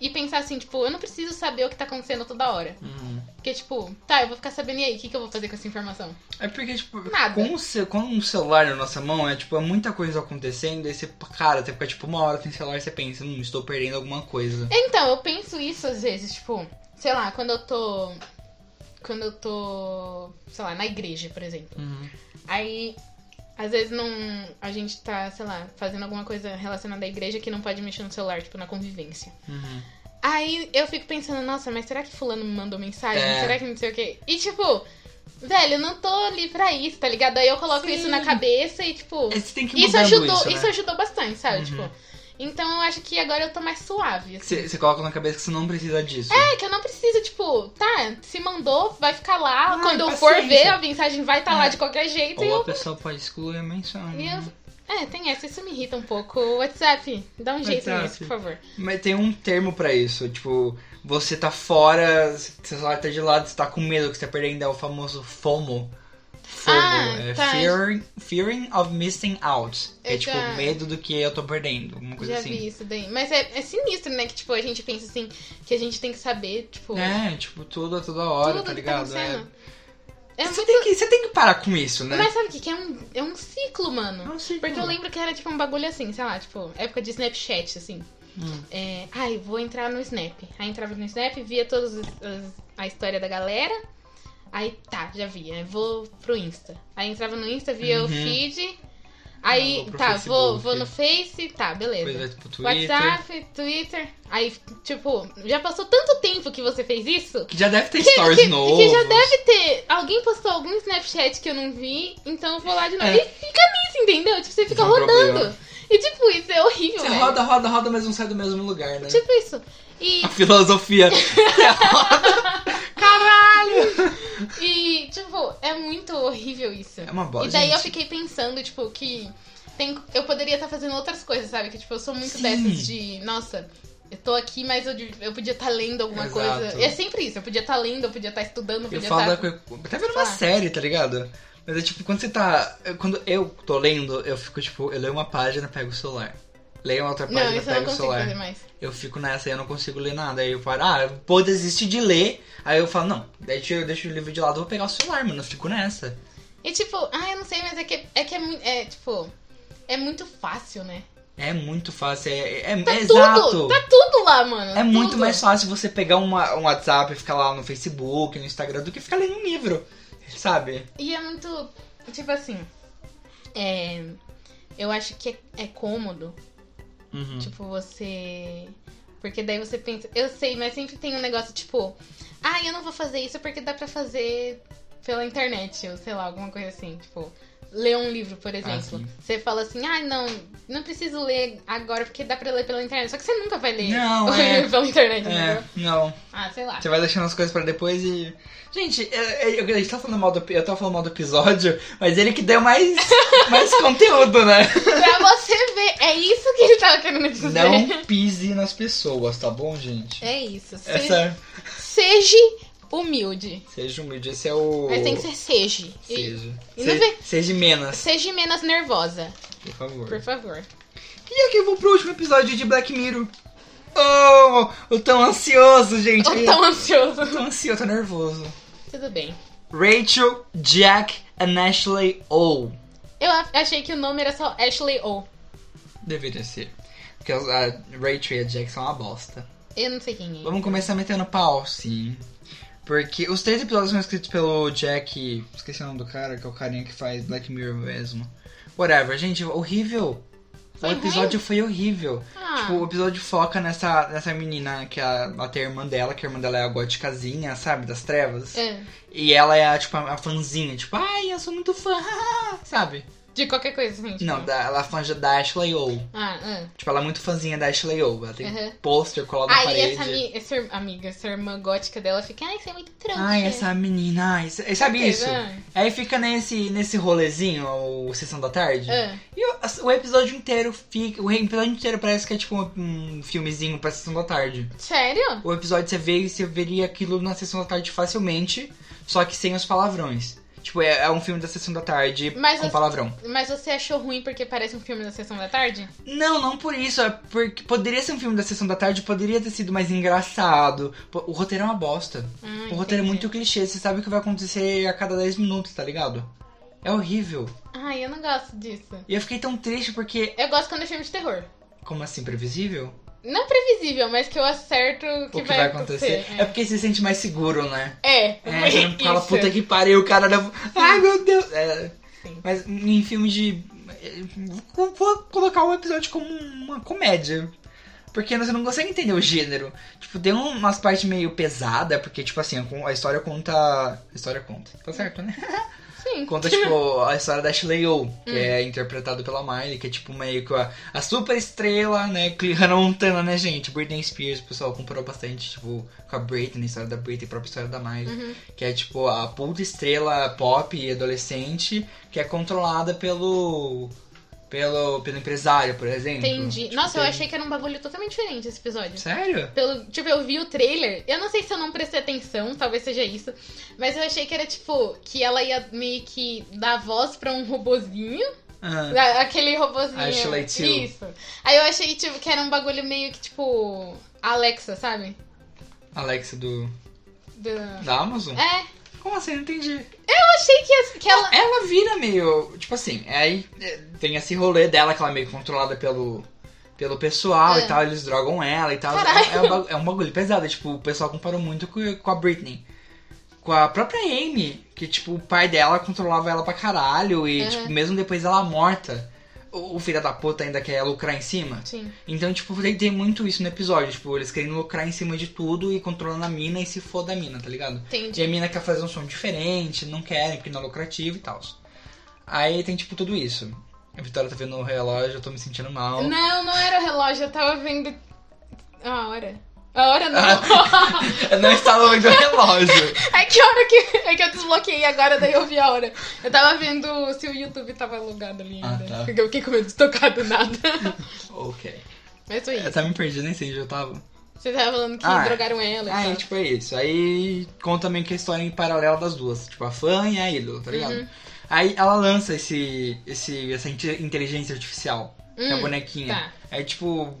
Speaker 2: e pensar assim, tipo, eu não preciso saber o que tá acontecendo toda hora.
Speaker 1: Uhum.
Speaker 2: Porque, tipo, tá, eu vou ficar sabendo e aí, o que, que eu vou fazer com essa informação?
Speaker 1: É porque, tipo,
Speaker 2: Nada.
Speaker 1: com o, ce- com o celular na nossa mão, é tipo, é muita coisa acontecendo, aí você, cara, você fica tipo uma hora sem celular e você pensa, hum, estou perdendo alguma coisa.
Speaker 2: Então, eu penso isso às vezes, tipo, sei lá, quando eu tô. Quando eu tô, sei lá, na igreja, por exemplo.
Speaker 1: Uhum.
Speaker 2: Aí, às vezes não. A gente tá, sei lá, fazendo alguma coisa relacionada à igreja que não pode mexer no celular, tipo, na convivência.
Speaker 1: Uhum.
Speaker 2: Aí eu fico pensando, nossa, mas será que fulano me mandou mensagem?
Speaker 1: É.
Speaker 2: Será que não sei o quê? E tipo, velho, eu não tô ali pra isso, tá ligado? Aí eu coloco
Speaker 1: Sim.
Speaker 2: isso na cabeça e, tipo,
Speaker 1: É, Você tem que
Speaker 2: isso
Speaker 1: mudar
Speaker 2: ajudou,
Speaker 1: isso,
Speaker 2: isso,
Speaker 1: né?
Speaker 2: ajudou bastante, sabe?
Speaker 1: Uhum.
Speaker 2: Tipo. Então eu acho que agora eu tô mais suave, assim.
Speaker 1: Você, você coloca na cabeça que você não precisa disso.
Speaker 2: É que eu não preciso, tipo, tá, se mandou, vai ficar lá.
Speaker 1: Ah,
Speaker 2: Quando eu
Speaker 1: paciência.
Speaker 2: for ver, a mensagem vai estar
Speaker 1: É.
Speaker 2: lá de qualquer jeito. E
Speaker 1: Ou a
Speaker 2: eu,
Speaker 1: pessoa pode excluir a mensagem.
Speaker 2: e
Speaker 1: né?
Speaker 2: eu- É, tem essa, isso me irrita um pouco. WhatsApp, dá um jeito
Speaker 1: WhatsApp.
Speaker 2: nisso, por favor.
Speaker 1: Mas tem um termo pra isso, tipo, você tá fora, seu celular tá de lado, você tá com medo que você tá perdendo, é o famoso FOMO. FOMO,
Speaker 2: Ah,
Speaker 1: é
Speaker 2: tá.
Speaker 1: fearing, fearing of missing out. É
Speaker 2: Eu
Speaker 1: tipo,
Speaker 2: já-
Speaker 1: medo do que eu tô perdendo, alguma coisa
Speaker 2: Já
Speaker 1: assim.
Speaker 2: vi isso daí. Mas é, é sinistro, né? Que, tipo, a gente pensa assim, que a gente tem que saber, tipo,
Speaker 1: É, tipo, tudo a toda hora,
Speaker 2: tudo
Speaker 1: tá
Speaker 2: que tá
Speaker 1: ligado? É.
Speaker 2: acontecendo. É
Speaker 1: você,
Speaker 2: muito...
Speaker 1: tem que, você tem que parar com isso, né?
Speaker 2: Mas sabe o que? que é, um, é um ciclo, mano.
Speaker 1: Não sei.
Speaker 2: Porque eu lembro que era tipo um bagulho assim, sei lá, tipo, época de Snapchat, assim.
Speaker 1: Hum.
Speaker 2: É, ai, vou entrar no Snap. Aí entrava no Snap, via todas as- as- a história da galera. Aí tá, já via. Aí Vou pro Insta. Aí entrava no Insta, via
Speaker 1: Uhum.
Speaker 2: o feed.
Speaker 1: Ah,
Speaker 2: Aí
Speaker 1: vou pro
Speaker 2: tá, vou,
Speaker 1: Facebook.
Speaker 2: vou no Face, tá,
Speaker 1: Depois vai
Speaker 2: beleza.
Speaker 1: pro é, tipo, Twitter.
Speaker 2: WhatsApp, Twitter. Aí, tipo, já passou tanto tempo que você fez isso
Speaker 1: Que já deve ter stories
Speaker 2: que,
Speaker 1: novos.
Speaker 2: que já deve ter. Alguém postou algum Snapchat que eu não vi, então eu vou lá de novo.
Speaker 1: É.
Speaker 2: E fica nisso, entendeu? Tipo, você fica
Speaker 1: é um
Speaker 2: rodando.
Speaker 1: problema.
Speaker 2: E tipo, isso é horrível.
Speaker 1: Você
Speaker 2: velho.
Speaker 1: roda, roda, roda, mas não sai do mesmo lugar, né?
Speaker 2: Tipo isso. E,
Speaker 1: A filosofia.
Speaker 2: e, tipo, é muito horrível isso.
Speaker 1: É uma bosta.
Speaker 2: e daí
Speaker 1: gente.
Speaker 2: eu fiquei pensando, tipo, que tem, eu poderia estar fazendo outras coisas, sabe? Que tipo, eu sou muito
Speaker 1: Sim.
Speaker 2: dessas de, nossa, eu tô aqui, mas eu, de- eu podia estar lendo alguma
Speaker 1: Exato.
Speaker 2: coisa. E é sempre isso, eu podia estar lendo, eu podia estar estudando, eu
Speaker 1: Eu
Speaker 2: podia
Speaker 1: falo
Speaker 2: estar.
Speaker 1: da coisa. Até vendo uma
Speaker 2: Sei lá.
Speaker 1: série, tá ligado? Mas é tipo, quando você tá. Quando eu tô lendo, eu fico tipo, eu leio uma página, pego o celular. Leio uma outra página,
Speaker 2: Não, isso eu
Speaker 1: pego
Speaker 2: não
Speaker 1: o
Speaker 2: consigo
Speaker 1: celular.
Speaker 2: fazer mais.
Speaker 1: Eu fico nessa e eu não consigo ler nada. Aí eu paro, ah, eu vou desistir de ler. Aí eu falo, não, deixa eu deixo o livro de lado, eu vou pegar o celular, mano. Eu fico nessa.
Speaker 2: E tipo, ah, eu não sei, mas é que é, que é, mui- é tipo, é muito fácil, né?
Speaker 1: É muito fácil, é, é, é
Speaker 2: Tá
Speaker 1: exato.
Speaker 2: tudo, tá tudo lá, mano.
Speaker 1: É muito
Speaker 2: tudo.
Speaker 1: mais fácil você pegar uma, um WhatsApp e ficar lá no Facebook, no Instagram, do que ficar lendo um livro, sabe?
Speaker 2: E é muito, tipo assim, é, eu acho que é, é cômodo,
Speaker 1: Uhum.
Speaker 2: tipo, você, porque daí você pensa, eu sei, mas sempre tem um negócio, tipo, ah, eu não vou fazer isso porque dá pra fazer pela internet, ou sei lá, alguma coisa assim, tipo... Ler um livro, por exemplo.
Speaker 1: Ah, sim.
Speaker 2: você fala assim, ah, não, não preciso ler agora porque dá pra ler pela internet. Só que você nunca vai ler
Speaker 1: Não,
Speaker 2: o
Speaker 1: é.
Speaker 2: livro pela internet, entendeu?
Speaker 1: É, Tipo não.
Speaker 2: Ah, sei lá.
Speaker 1: Você vai deixando as coisas pra depois e. Gente, eu, eu, eu, a gente tá falando mal do, eu tava falando mal do episódio, mas ele que deu mais, mais conteúdo, né?
Speaker 2: pra você ver, é isso que ele tava querendo dizer.
Speaker 1: Não pise nas pessoas, tá bom, gente?
Speaker 2: É isso. Se-
Speaker 1: Essa.
Speaker 2: Seja humilde.
Speaker 1: Seja humilde, esse é o.
Speaker 2: Mas tem que ser seja. E-
Speaker 1: Seja.
Speaker 2: e
Speaker 1: Se-
Speaker 2: não vê-
Speaker 1: Seja menos,
Speaker 2: Seja menos nervosa,
Speaker 1: por favor.
Speaker 2: por favor.
Speaker 1: E aqui é eu vou pro último episódio de Black Mirror. Oh, eu tô ansioso, gente.
Speaker 2: Ou tão ansioso.
Speaker 1: Eu tô ansioso, tô nervoso.
Speaker 2: Tudo bem.
Speaker 1: Rachel, Jack and Ashley O.
Speaker 2: Eu a- achei que o nome era só Ashley O.
Speaker 1: Deveria ser. Porque a Rachel e a Jack são uma bosta.
Speaker 2: Eu não sei quem é.
Speaker 1: Vamos começar metendo pau, sim. Porque os três episódios são escritos pelo Jack. Esqueci o nome do cara, que é o carinha que faz Black Mirror mesmo. Whatever, gente, horrível.
Speaker 2: Foi
Speaker 1: o
Speaker 2: ruim?
Speaker 1: episódio foi horrível.
Speaker 2: Ah.
Speaker 1: Tipo, o episódio foca nessa, nessa menina que é a- até a irmã dela, que a irmã dela é a góticazinha, sabe? Das trevas.
Speaker 2: É.
Speaker 1: E ela é, a, tipo, a, a fãzinha. Tipo, ai, eu sou muito fã, sabe?
Speaker 2: De qualquer coisa, assim. tipo.
Speaker 1: Não, da- ela é fã da Ashley O.
Speaker 2: Ah, ah.
Speaker 1: Tipo, ela é muito fãzinha da Ashley O. Ela tem
Speaker 2: Uhum.
Speaker 1: pôster colado na
Speaker 2: Aí
Speaker 1: parede.
Speaker 2: essa, ami- essa ir- amiga, essa irmã gótica dela fica, ai, você é muito trouxa.
Speaker 1: Ai, essa menina, ai, sa- sabe
Speaker 2: Quer
Speaker 1: isso?
Speaker 2: ver?
Speaker 1: Aí fica nesse, nesse rolezinho, ou sessão da tarde.
Speaker 2: Ah,
Speaker 1: E o, as- o episódio inteiro fica. O episódio inteiro parece que é tipo um, um filmezinho pra sessão da tarde.
Speaker 2: sério?
Speaker 1: O episódio você vê e você veria aquilo na sessão da tarde facilmente, só que sem os palavrões. Tipo, é, é um filme da sessão da tarde
Speaker 2: Mas
Speaker 1: com
Speaker 2: as-
Speaker 1: palavrão.
Speaker 2: Mas você achou ruim porque parece um filme da sessão da tarde?
Speaker 1: Não, não por isso. É porque poderia ser um filme da sessão da tarde, poderia ter sido mais engraçado. Pô, O roteiro é uma bosta.
Speaker 2: Ah,
Speaker 1: O roteiro é
Speaker 2: entendi.
Speaker 1: muito clichê, você sabe o que vai acontecer a cada 10 minutos, tá ligado? É horrível.
Speaker 2: Ai, eu não gosto disso.
Speaker 1: E eu fiquei tão triste porque.
Speaker 2: Eu gosto quando é filme de terror.
Speaker 1: Como assim, previsível?
Speaker 2: Não previsível, mas que eu acerto o
Speaker 1: o que vai, acontecer. É.
Speaker 2: É.
Speaker 1: porque você se sente mais seguro, né?
Speaker 2: É,
Speaker 1: É, você não fala,
Speaker 2: isso.
Speaker 1: puta que pariu, o cara. Não... Ai, meu Deus. É,
Speaker 2: Sim.
Speaker 1: mas em filme de. Vou vou colocar o episódio como uma comédia. Porque você não consegue entender o gênero. Tipo, tem umas partes meio pesada, porque, tipo assim, a história conta. A história conta. Tá certo, né?
Speaker 2: Sim.
Speaker 1: Conta, tipo, a história da Ashley O, que
Speaker 2: Hum.
Speaker 1: é interpretado pela Miley, que é, tipo, meio que a, a super estrela, né? que- Hannah Montana, né, gente? Britney Spears, o pessoal comparou bastante, tipo, com a Britney, a história da Britney, a própria história da Miley.
Speaker 2: Uhum.
Speaker 1: Que é, tipo, a puta estrela pop e adolescente, que é controlada pelo... Pelo, pelo empresário, por exemplo.
Speaker 2: Entendi.
Speaker 1: Tipo,
Speaker 2: Nossa, eu
Speaker 1: tem-
Speaker 2: achei que era um bagulho totalmente diferente esse episódio.
Speaker 1: Sério?
Speaker 2: Pelo, tipo, eu vi o trailer. Eu não sei se eu não prestei atenção, talvez seja isso. Mas eu achei que era tipo que ela ia meio que dar voz pra um robozinho.
Speaker 1: Ah,
Speaker 2: a- Aquele robozinho.
Speaker 1: Ashley Till.
Speaker 2: Isso. Aí eu achei tipo, que era um bagulho meio que tipo. Alexa, sabe?
Speaker 1: Alexa do...
Speaker 2: Da-
Speaker 1: Da Amazon?
Speaker 2: É.
Speaker 1: Como assim? Não entendi.
Speaker 2: Eu achei que, as- que ela.
Speaker 1: Ela vira meio. Tipo assim, aí é, tem esse rolê dela que ela é meio controlada pelo. Pelo pessoal
Speaker 2: É.
Speaker 1: e tal, eles drogam ela e tal. É,
Speaker 2: Caralho.
Speaker 1: é um bagu- é um bagulho pesado. Tipo, o pessoal comparou muito com, com a Britney. Com a própria Amy, que, tipo, o pai dela controlava ela pra caralho. E,
Speaker 2: Uhum.
Speaker 1: tipo, mesmo depois ela morta, o, o filho da puta ainda quer lucrar em cima.
Speaker 2: Sim.
Speaker 1: Então, tipo, tem, tem muito isso no episódio. Tipo, eles querem lucrar em cima de tudo e controlando a mina e se foda a mina, tá ligado? E
Speaker 2: Entendi.
Speaker 1: a mina quer fazer um som diferente, não quer, porque não é lucrativo e tal. Aí tem, tipo, tudo isso. A Vitória tá vendo o relógio, eu tô me sentindo mal.
Speaker 2: Não, não era o relógio, eu tava vendo. A hora. A hora não.
Speaker 1: Eu não estava vendo o relógio.
Speaker 2: É que a hora que, é que eu desbloqueei agora, daí eu vi a hora. Eu tava vendo se o YouTube tava alugado ali
Speaker 1: Ah,
Speaker 2: ainda.
Speaker 1: tá.
Speaker 2: Porque eu fiquei com medo de tocar do nada.
Speaker 1: ok.
Speaker 2: Mas foi
Speaker 1: Eu
Speaker 2: isso.
Speaker 1: até me perdi, nem sei onde eu tava.
Speaker 2: Você tava falando que
Speaker 1: Ah, é.
Speaker 2: drogaram ela e
Speaker 1: Ah, é,
Speaker 2: tal.
Speaker 1: tipo, é isso. Aí conta meio que a história em paralelo das duas. Tipo, a fã e a ídolo, tá ligado?
Speaker 2: Uhum.
Speaker 1: Aí ela lança esse, esse, essa inte- inteligência artificial. que é a
Speaker 2: Hum,
Speaker 1: bonequinha.
Speaker 2: tá.
Speaker 1: É tipo.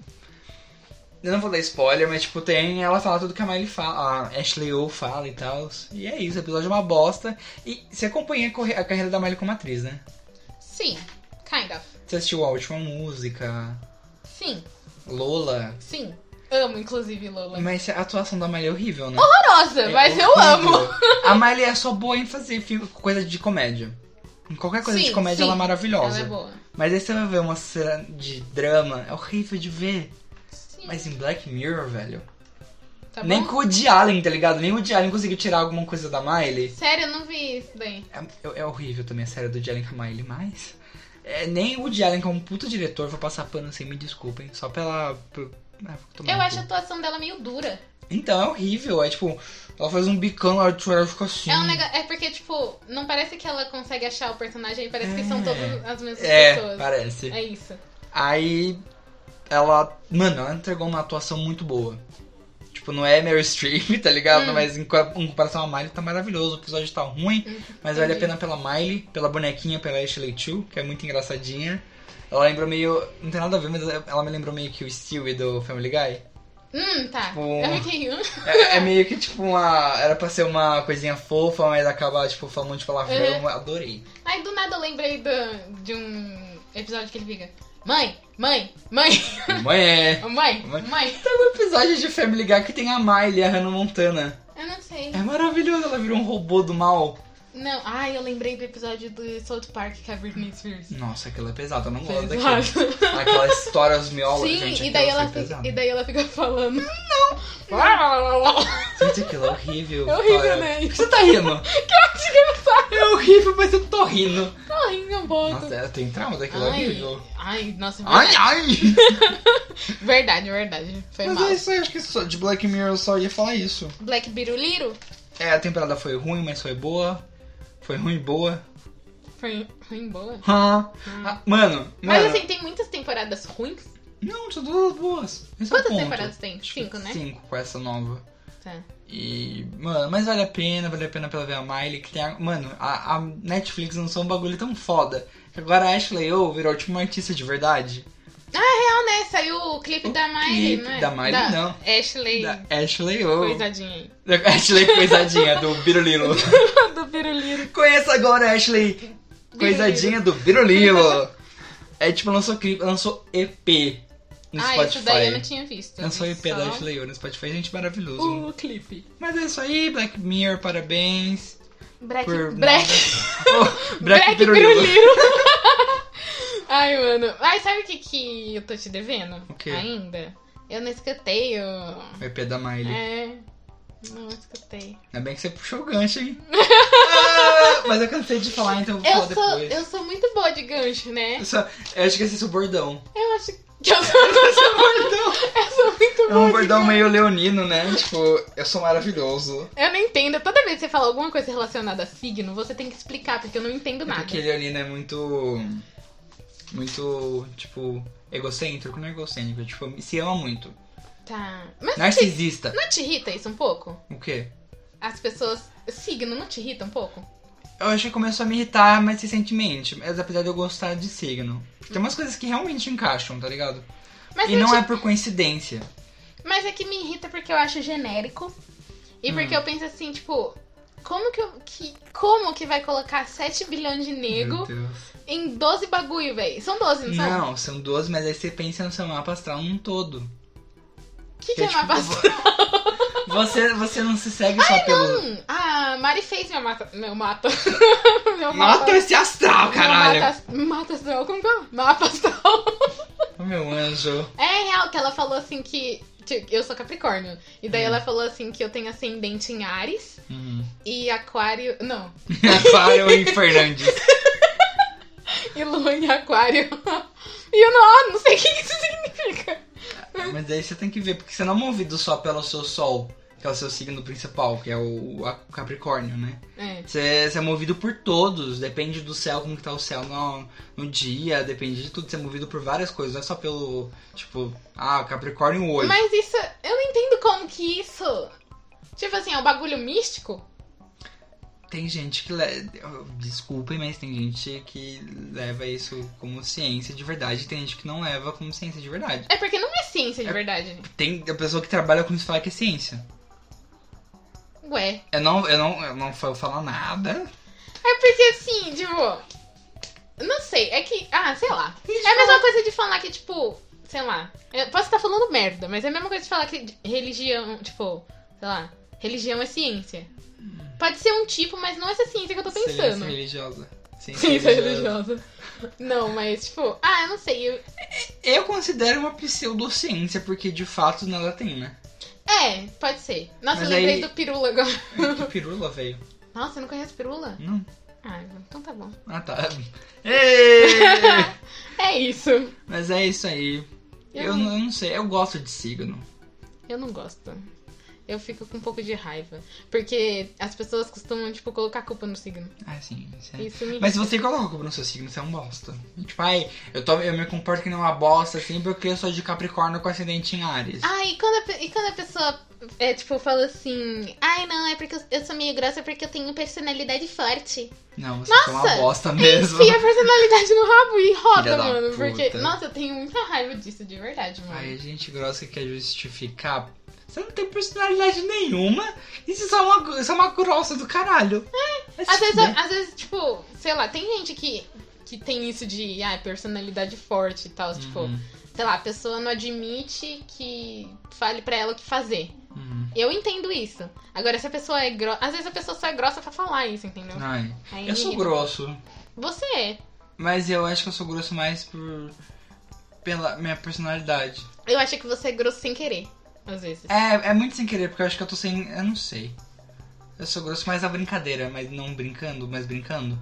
Speaker 1: Eu não vou dar spoiler, mas tipo, tem. Ela fala tudo que a Miley fala. A Ashley O fala e tal. E é isso, o episódio é uma bosta. E você acompanha a corre- a carreira da Miley como atriz, né?
Speaker 2: Sim, kind of.
Speaker 1: Você assistiu a última música,
Speaker 2: Sim,
Speaker 1: Lola.
Speaker 2: sim. Amo, inclusive, Lola.
Speaker 1: Mas a atuação da Miley é horrível, né?
Speaker 2: Horrorosa,
Speaker 1: Hum. É
Speaker 2: mas eu
Speaker 1: horrível.
Speaker 2: amo.
Speaker 1: A Miley é só boa em fazer filme- coisa de comédia. Em qualquer coisa de
Speaker 2: Sim,
Speaker 1: comédia
Speaker 2: sim.
Speaker 1: ela é maravilhosa.
Speaker 2: Ela é boa.
Speaker 1: Mas aí você vai ver uma cena de drama, é horrível de ver.
Speaker 2: Sim,
Speaker 1: Mas em Black Mirror, velho.
Speaker 2: tá
Speaker 1: Nem
Speaker 2: bom?
Speaker 1: com o de Allen, tá ligado? Nem o de Allen conseguiu tirar alguma coisa da Miley.
Speaker 2: Sério, eu não vi isso daí.
Speaker 1: É, é- é horrível também a série do de Allen com a Miley, mas. é, nem o de Allen, como puto diretor, vou passar pano assim, me desculpem. Só pela. por- ah, vou tomar
Speaker 2: Eu
Speaker 1: no
Speaker 2: acho a
Speaker 1: cu.
Speaker 2: atuação dela meio dura.
Speaker 1: Então, é horrível. É tipo, ela faz um bicão na hora de chorar, ela fica assim.
Speaker 2: É um negócio. É porque, tipo, não parece que ela consegue achar o personagem, parece que
Speaker 1: É.
Speaker 2: são todas as mesmas
Speaker 1: É,
Speaker 2: pessoas.
Speaker 1: parece.
Speaker 2: É isso.
Speaker 1: Aí. Ela. Mano, ela entregou uma atuação muito boa. Tipo, não é Meryl Streep, tá ligado? Mas em, co- em comparação a Miley tá maravilhoso. O episódio tá ruim, mas vale a
Speaker 2: entendi.
Speaker 1: pena pela Miley, pela bonequinha, pela Ashley Chu, que é muito engraçadinha. Ela lembrou meio. Não tem nada a ver, mas ela me lembrou meio que o Stewie do Family Guy.
Speaker 2: Hum, tá.
Speaker 1: Bom.
Speaker 2: Eu fiquei. hum.
Speaker 1: É, é meio que tipo uma. Era pra ser uma coisinha fofa, mas acaba, tipo, falando de palavrão.
Speaker 2: Uhum.
Speaker 1: Adorei.
Speaker 2: Aí do nada eu lembrei do- de um episódio que ele fica. Mãe, mãe, mãe,
Speaker 1: Mãe é.
Speaker 2: mãe,
Speaker 1: Mãe.
Speaker 2: mãe.
Speaker 1: Tem um episódio de Family Guy que tem a Miley, a Hannah Montana.
Speaker 2: Eu não sei.
Speaker 1: É maravilhoso, ela virou um robô do mal.
Speaker 2: Não, ai, eu lembrei do episódio do South Park que a Britney Spears
Speaker 1: Nossa, aquilo é pesado, eu não gosto
Speaker 2: fez.
Speaker 1: daquilo. Aquela história os miolos,
Speaker 2: Sim,
Speaker 1: gente. é
Speaker 2: e, daí
Speaker 1: aquilo
Speaker 2: ela
Speaker 1: foi
Speaker 2: fica,
Speaker 1: pesado.
Speaker 2: e daí ela fica falando. Não!
Speaker 1: Gente, aquilo é horrível.
Speaker 2: É horrível,
Speaker 1: Olha,
Speaker 2: né?
Speaker 1: por que Você tá rindo? É horrível, mas eu tô rindo.
Speaker 2: Tá rindo um pouco.
Speaker 1: Nossa, eu tenho trauma daquilo, é
Speaker 2: ai,
Speaker 1: horrível.
Speaker 2: ai, nossa,
Speaker 1: Ai,
Speaker 2: verdade,
Speaker 1: ai!
Speaker 2: verdade, verdade. Foi
Speaker 1: Mas
Speaker 2: mal.
Speaker 1: é isso aí, acho que só- de Black Mirror eu só ia falar isso.
Speaker 2: Black Biruliro?
Speaker 1: É, a temporada foi ruim, mas foi boa. Foi ruim e boa.
Speaker 2: Foi, foi em boa.
Speaker 1: Hã? Ah, mano, mano.
Speaker 2: Hum. Mas assim, tem muitas temporadas ruins.
Speaker 1: Não, são todas boas. Esse é o
Speaker 2: Quantas
Speaker 1: ponto.
Speaker 2: temporadas tem?
Speaker 1: Acho que
Speaker 2: Cinco, né?
Speaker 1: Cinco com essa nova.
Speaker 2: Tá.
Speaker 1: E, mano, mas vale a pena, vale a pena pela ver a Miley, que tem a, Mano, a, a Netflix lançou um bagulho tão foda que agora a Ashley O virou tipo uma artista de verdade.
Speaker 2: Não, né? Saiu o clipe
Speaker 1: O
Speaker 2: da Miley,
Speaker 1: clipe
Speaker 2: não é?
Speaker 1: da Miley, não.
Speaker 2: Ashley.
Speaker 1: Da Ashley O.
Speaker 2: Coisadinha aí.
Speaker 1: Da Ashley Coisadinha, do Birulilo.
Speaker 2: Do Biruliro.
Speaker 1: Conheça agora a Ashley Coisadinha do Birulilo. É tipo, lançou clipe, lançou EP no
Speaker 2: ah,
Speaker 1: Spotify.
Speaker 2: isso daí eu não tinha visto. né?
Speaker 1: Lançou EP da
Speaker 2: Só Uh.
Speaker 1: Ashley O no Spotify, gente, maravilhoso.
Speaker 2: O clipe.
Speaker 1: Mas é isso aí, Black Mirror, parabéns.
Speaker 2: Breck.
Speaker 1: Por
Speaker 2: Breck.
Speaker 1: Oh,
Speaker 2: Breck
Speaker 1: Birulilo.
Speaker 2: Biruliro. Ai, mano. Ai, sabe o que, que eu tô te devendo?
Speaker 1: O quê?
Speaker 2: Ainda? Eu não escutei o.
Speaker 1: O EP da Miley.
Speaker 2: É. Não escutei.
Speaker 1: Ainda bem que você puxou o gancho, hein? Ah, mas eu cansei de falar, então eu vou falar
Speaker 2: Eu sou,
Speaker 1: depois.
Speaker 2: eu sou muito boa de gancho, né?
Speaker 1: Eu, só, eu acho que esse é o bordão.
Speaker 2: Eu acho que eu sou,
Speaker 1: Esse é o bordão.
Speaker 2: eu sou muito
Speaker 1: É
Speaker 2: boa.
Speaker 1: um
Speaker 2: de
Speaker 1: bordão
Speaker 2: gancho.
Speaker 1: meio leonino, né? Tipo, eu sou maravilhoso.
Speaker 2: Eu não entendo. Toda vez que você fala alguma coisa relacionada a signo, você tem que explicar, porque eu não entendo
Speaker 1: É
Speaker 2: nada.
Speaker 1: porque leonino é muito... Muito, tipo, egocêntrico. Não é egocêntrico, é, tipo, se ama muito.
Speaker 2: Tá. Mas te-
Speaker 1: Narcisista.
Speaker 2: não te irrita isso um pouco?
Speaker 1: O quê?
Speaker 2: As pessoas. Signo não te irrita um pouco?
Speaker 1: Eu acho que começou a me irritar mais recentemente, mas apesar de eu gostar de signo. Tem umas coisas que realmente encaixam, tá ligado?
Speaker 2: Mas
Speaker 1: e não
Speaker 2: te-
Speaker 1: é por coincidência.
Speaker 2: Mas é que me irrita porque eu acho genérico. E
Speaker 1: Hum.
Speaker 2: porque eu penso assim, tipo, como que, eu- que como que vai colocar 7 bilhões de
Speaker 1: Meu
Speaker 2: nego
Speaker 1: Deus.
Speaker 2: em 12 bagulho, velho? São 12, não são?
Speaker 1: Não, são duas, mas aí você pensa no seu mapa astral num todo.
Speaker 2: O que, que é,
Speaker 1: tipo,
Speaker 2: mapa astral?
Speaker 1: Você, você não se segue só pelo.
Speaker 2: Hum, Ah, Mari fez meu mata. Meu mata. meu
Speaker 1: Mata esse astral,
Speaker 2: meu
Speaker 1: caralho!
Speaker 2: Mata, mata astral, como que é? Mapa astral.
Speaker 1: Ô, Meu anjo.
Speaker 2: É real que ela falou assim que. tipo, Eu sou Capricórnio. E daí ela falou assim que eu tenho ascendente em Ares
Speaker 1: Hum.
Speaker 2: e Aquário. Não.
Speaker 1: Aquário e Fernandes.
Speaker 2: E Lua em Aquário. E eu não, não sei o que isso significa.
Speaker 1: Mas aí você tem que ver, porque você não é movido só pelo seu sol, que é o seu signo principal, que é o a- o Capricórnio, né?
Speaker 2: É.
Speaker 1: Você, você é movido por todos, depende do céu, como que tá o céu no, no dia, depende de tudo. Você é movido por várias coisas, não é só pelo, tipo, ah, Capricórnio hoje.
Speaker 2: Mas isso. Eu não entendo como que isso. Tipo assim, é um bagulho místico?
Speaker 1: Tem gente que. Le... Desculpem, mas tem gente que leva isso como ciência de verdade, e tem gente que não leva como ciência de verdade.
Speaker 2: É porque não é ciência de verdade.
Speaker 1: Tem a pessoa que trabalha com isso e fala que é ciência.
Speaker 2: Ué.
Speaker 1: Eu não, eu não, eu não vou falar nada.
Speaker 2: É porque assim, tipo. Não sei, é que. Ah, sei lá. É a mesma coisa de falar que, tipo, sei lá. Eu posso estar falando merda, mas é a mesma coisa de falar que religião, tipo, sei lá, religião é ciência. Pode ser um tipo, mas não essa ciência que eu tô
Speaker 1: Hum. Ciência
Speaker 2: pensando.
Speaker 1: é religiosa. Ciência
Speaker 2: Ciência religiosa. Não, mas, tipo, ah, eu não sei. eu-
Speaker 1: Eu considero uma pseudociência, porque de fato nada tem, né?
Speaker 2: É, pode ser. Nossa,
Speaker 1: Mas
Speaker 2: eu lembrei
Speaker 1: aí-
Speaker 2: do pirula agora.
Speaker 1: Que pirula, velho.
Speaker 2: Nossa, eu não conheço pirula?
Speaker 1: Não.
Speaker 2: Ah, então tá bom.
Speaker 1: Ah, tá. Ê!
Speaker 2: É isso.
Speaker 1: Mas é isso aí. Eu,
Speaker 2: Eu-
Speaker 1: não- eu não sei, eu gosto de signo.
Speaker 2: Eu não gosto. Eu fico com um pouco de raiva. Porque as pessoas costumam, tipo, colocar culpa no signo.
Speaker 1: Ah, sim. isso é-
Speaker 2: Isso me.
Speaker 1: Mas se você coloca a culpa no seu signo, você é um bosta. Tipo, ai, eu, tô, eu me comporto que não é uma bosta assim porque eu sou de Capricórnio com ascendente em Ares.
Speaker 2: Ah, e quando, a, pe- e quando a pessoa, é, tipo, fala assim... Ai, não, é porque eu, eu sou meio grossa porque eu tenho personalidade forte.
Speaker 1: Não, você é uma
Speaker 2: nossa!
Speaker 1: bosta mesmo.
Speaker 2: Enfia a personalidade no rabo e roda,
Speaker 1: Filha da
Speaker 2: mano. Porque,
Speaker 1: puta.
Speaker 2: nossa, eu tenho muita raiva disso, de verdade, mano.
Speaker 1: Ai, gente grossa que quer justificar. Você não tem personalidade nenhuma e você só é uma, você é uma grossa do caralho. É.
Speaker 2: Às vezes, às vezes, tipo, sei lá, tem gente que, que tem isso de ah, personalidade forte e tal. Tipo,
Speaker 1: Uhum.
Speaker 2: sei lá, a pessoa não admite que fale pra ela o que fazer.
Speaker 1: Uhum.
Speaker 2: Eu entendo isso. Agora, se a pessoa é grossa. Às vezes a pessoa só é grossa pra falar isso, entendeu?
Speaker 1: Ai,
Speaker 2: Aí
Speaker 1: eu sou
Speaker 2: irrita.
Speaker 1: grosso,
Speaker 2: Você é.
Speaker 1: mas eu acho que eu sou grosso mais por pela minha personalidade.
Speaker 2: Eu acho que você é grosso sem querer, às vezes.
Speaker 1: É, é muito sem querer, porque eu acho que eu tô sem, eu não sei. Eu sou grosso mais na brincadeira, mas não brincando, mas brincando.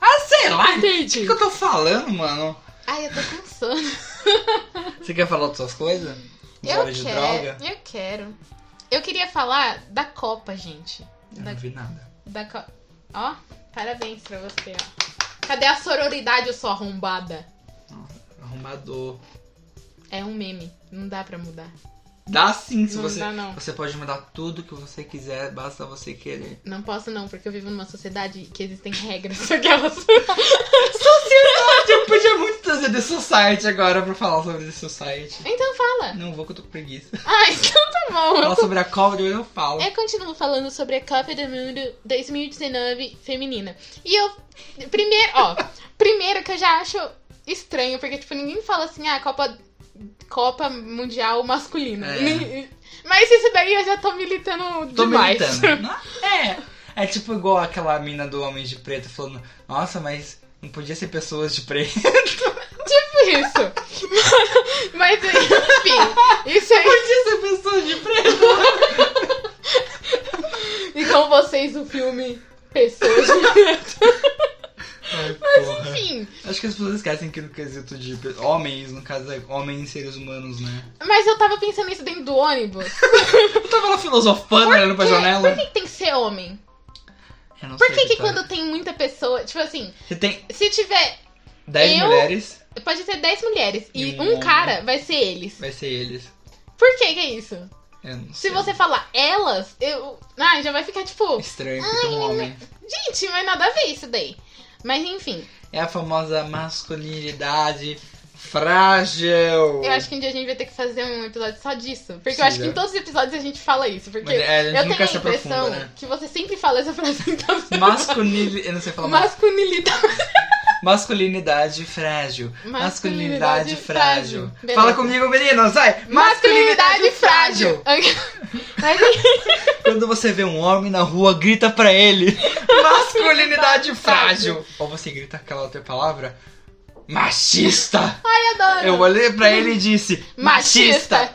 Speaker 1: Ah, sei lá. O que,
Speaker 2: Entendi.
Speaker 1: que eu tô falando, mano?
Speaker 2: Ai, eu tô com sono.
Speaker 1: Você quer falar das suas coisas? Das
Speaker 2: Eu
Speaker 1: horas de droga?
Speaker 2: quero. Eu quero. Eu queria falar da Copa, gente.
Speaker 1: Eu
Speaker 2: Da,
Speaker 1: não vi nada.
Speaker 2: da Copa. Ó, parabéns pra você, ó. Cadê a sororidade, eu sou arrombada?
Speaker 1: Arrumador.
Speaker 2: É um meme. Não dá pra mudar.
Speaker 1: Dá sim, se
Speaker 2: não
Speaker 1: você.
Speaker 2: dá, não.
Speaker 1: Você pode mudar tudo que você quiser, basta você querer.
Speaker 2: Não posso, não, porque eu vivo numa sociedade que existem regras. Aquelas.
Speaker 1: Eu podia muito trazer The Society agora pra falar sobre The Society.
Speaker 2: Então fala.
Speaker 1: Não vou que eu tô com preguiça.
Speaker 2: Ah, então tá bom.
Speaker 1: Falar sobre a cobra eu não falo.
Speaker 2: Eu continuo É, falando sobre a Copa do Mundo 2019 feminina. E eu. Primeiro, ó. primeiro que eu já acho estranho, porque, tipo, ninguém fala assim, ah, Copa. Copa Mundial masculina.
Speaker 1: É.
Speaker 2: Nem- Mas isso daí eu já tô militando
Speaker 1: Tô
Speaker 2: demais.
Speaker 1: militando. Não- É. É tipo igual aquela mina do Homem de Preto falando, nossa, mas não podia ser pessoas de preto.
Speaker 2: Tipo isso. Mas, enfim, isso aí.
Speaker 1: Podia ser pessoas de preto.
Speaker 2: E com vocês o filme Pessoas de
Speaker 1: Ai, porra.
Speaker 2: Enfim.
Speaker 1: Acho que as pessoas esquecem que no quesito de pe- homens, no caso é homens seres humanos, né?
Speaker 2: Mas eu tava pensando nisso dentro do ônibus.
Speaker 1: Eu tava lá filosofando, olhando pra janela.
Speaker 2: Por que que tem que ser homem?
Speaker 1: Eu não
Speaker 2: Por
Speaker 1: sei, tá.
Speaker 2: que, que
Speaker 1: Vitória.
Speaker 2: quando tem muita pessoa. Tipo assim,
Speaker 1: Você tem
Speaker 2: se tiver.
Speaker 1: 10
Speaker 2: Eu-
Speaker 1: mulheres,
Speaker 2: Pode ter 10 mulheres e,
Speaker 1: E um
Speaker 2: um
Speaker 1: homem.
Speaker 2: cara vai ser eles.
Speaker 1: vai ser eles.
Speaker 2: Por que que é isso?
Speaker 1: Eu não
Speaker 2: Se
Speaker 1: sei.
Speaker 2: você falar elas, eu. Ai, já vai ficar tipo.
Speaker 1: Estranho, porque um homem.
Speaker 2: Gente, mas nada a ver isso daí. Mas enfim,
Speaker 1: É a famosa masculinidade frágil.
Speaker 2: eu acho que um dia a gente vai ter que fazer um episódio só disso. Porque eu
Speaker 1: Precisa.
Speaker 2: acho que em todos os episódios a gente fala isso. Porque
Speaker 1: é. Mas, é, a gente
Speaker 2: eu
Speaker 1: nunca
Speaker 2: tenho
Speaker 1: se
Speaker 2: a impressão
Speaker 1: aprofunda, né?
Speaker 2: que você sempre fala essa frase em todos os
Speaker 1: Masculinidade. Eu não sei falar mas...
Speaker 2: Masculinidade.
Speaker 1: Masculinidade frágil. Masculinidade
Speaker 2: Masculinidade frágil.
Speaker 1: frágil.
Speaker 2: Beleza.
Speaker 1: Fala comigo, meninos, vai!
Speaker 2: Masculinidade frágil. Mas
Speaker 1: Quando você vê um homem na rua, grita pra ele. Masculinidade frágil. Ou você grita aquela outra palavra. Machista!
Speaker 2: eu adoro.
Speaker 1: Eu olhei pra ele e disse:
Speaker 2: Ah, Machista!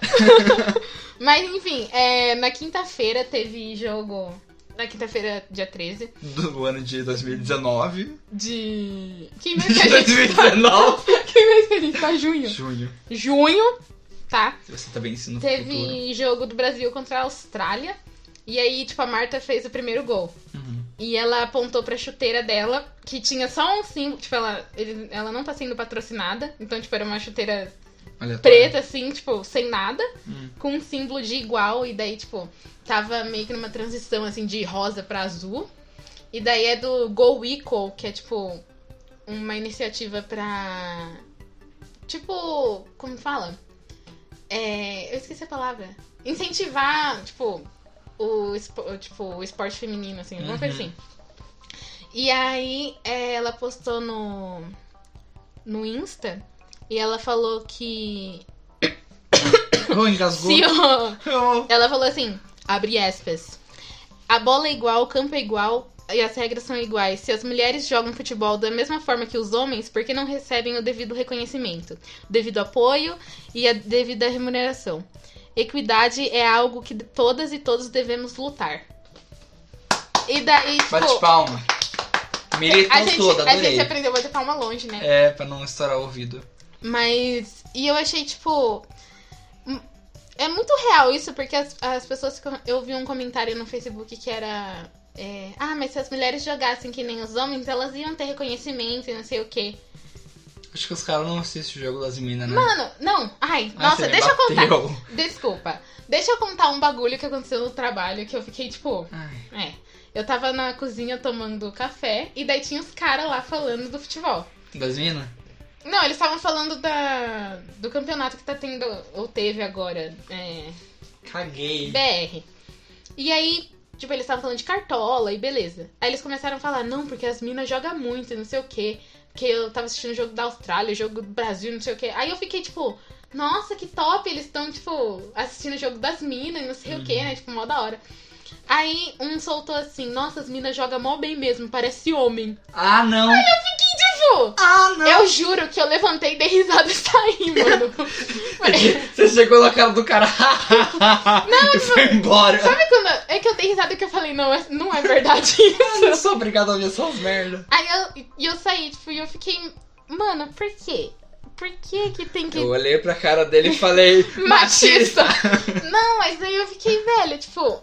Speaker 2: Mas enfim, é, na quinta-feira teve jogo. Na quinta-feira, dia 13,
Speaker 1: Do ano de 2019.
Speaker 2: de. Que mês que
Speaker 1: De
Speaker 2: a gente.
Speaker 1: 2019.
Speaker 2: Que mês que a gente tá? Junho.
Speaker 1: Junho.
Speaker 2: Junho, tá?
Speaker 1: Se você tá bem no futuro.
Speaker 2: Teve jogo do Brasil contra a Austrália. E aí, tipo, a Marta fez o primeiro gol.
Speaker 1: Uhum.
Speaker 2: E ela apontou pra chuteira dela, que tinha só um símbolo. Tipo, ela, ele- ela não tá sendo patrocinada. Então, tipo, era uma chuteira
Speaker 1: Olha, tá.
Speaker 2: preta, assim, tipo, sem nada.
Speaker 1: Hum.
Speaker 2: com um símbolo de igual e daí tipo tava meio que numa transição assim de rosa pra azul e daí é do Go Equal que é tipo uma iniciativa pra tipo como fala é, eu esqueci a palavra incentivar tipo o espo- tipo o esporte feminino assim alguma coisa
Speaker 1: Uhum.
Speaker 2: assim e aí é, ela postou no no Insta e ela falou que
Speaker 1: Oh, engasgou.
Speaker 2: se o,
Speaker 1: Oh.
Speaker 2: ela falou assim, abre aspas. A bola é igual, o campo é igual e as regras são iguais. Se as mulheres jogam futebol da mesma forma que os homens, por que não recebem o devido reconhecimento, o devido apoio e a devida remuneração? Equidade é algo que todas e todos devemos lutar. E daí,
Speaker 1: Bate
Speaker 2: tipo,
Speaker 1: palma. Militou
Speaker 2: a é gente,
Speaker 1: toda,
Speaker 2: a
Speaker 1: adorei.
Speaker 2: gente aprendeu a bater palma longe, né?
Speaker 1: É, pra não estourar o ouvido.
Speaker 2: Mas. E eu achei, tipo. m- É muito real isso, porque as, as pessoas ficam. Eu vi um comentário no Facebook que era. é, ah, mas se as mulheres jogassem que nem os homens, elas iam ter reconhecimento e não sei o quê.
Speaker 1: Acho que os caras não assistem o jogo das minas, né?
Speaker 2: Mano, não, ai,
Speaker 1: Ah,
Speaker 2: nossa,
Speaker 1: você me
Speaker 2: deixa eu contar.
Speaker 1: bateu.
Speaker 2: Desculpa. Deixa eu contar um bagulho que aconteceu no trabalho que eu fiquei, tipo.
Speaker 1: Ai,
Speaker 2: É. Eu tava na cozinha tomando café e daí tinha os caras lá falando do futebol.
Speaker 1: das minas?
Speaker 2: Não, eles estavam falando da, do campeonato que tá tendo, ou teve agora, é,
Speaker 1: Caguei.
Speaker 2: BR. E aí, tipo, eles estavam falando de cartola e beleza. Aí eles começaram a falar, não, porque as minas jogam muito e não sei o quê. que eu tava assistindo o jogo da Austrália, jogo do Brasil, não sei o quê. Aí eu fiquei tipo, nossa, que top, eles estão, tipo, assistindo o jogo das minas, não sei o quê, né? Tipo, mó da hora. Aí um soltou assim, nossa, as minas jogam mó bem mesmo, parece homem.
Speaker 1: Ah, não!
Speaker 2: Tipo,
Speaker 1: Ah, não!
Speaker 2: eu juro que eu levantei e dei risada e saí, mano. Falei,
Speaker 1: Você chegou na cara do cara não, e foi embora.
Speaker 2: Sabe quando. É que eu dei risada que eu falei, não, é- não é verdade
Speaker 1: Eu
Speaker 2: isso.
Speaker 1: não sou obrigado a ouvir essas merda.
Speaker 2: Aí eu, e eu saí, tipo, e eu fiquei. Mano, por quê? Por que que tem que.
Speaker 1: Eu olhei pra cara dele e falei...
Speaker 2: Machista! Não, mas aí eu fiquei velha, tipo.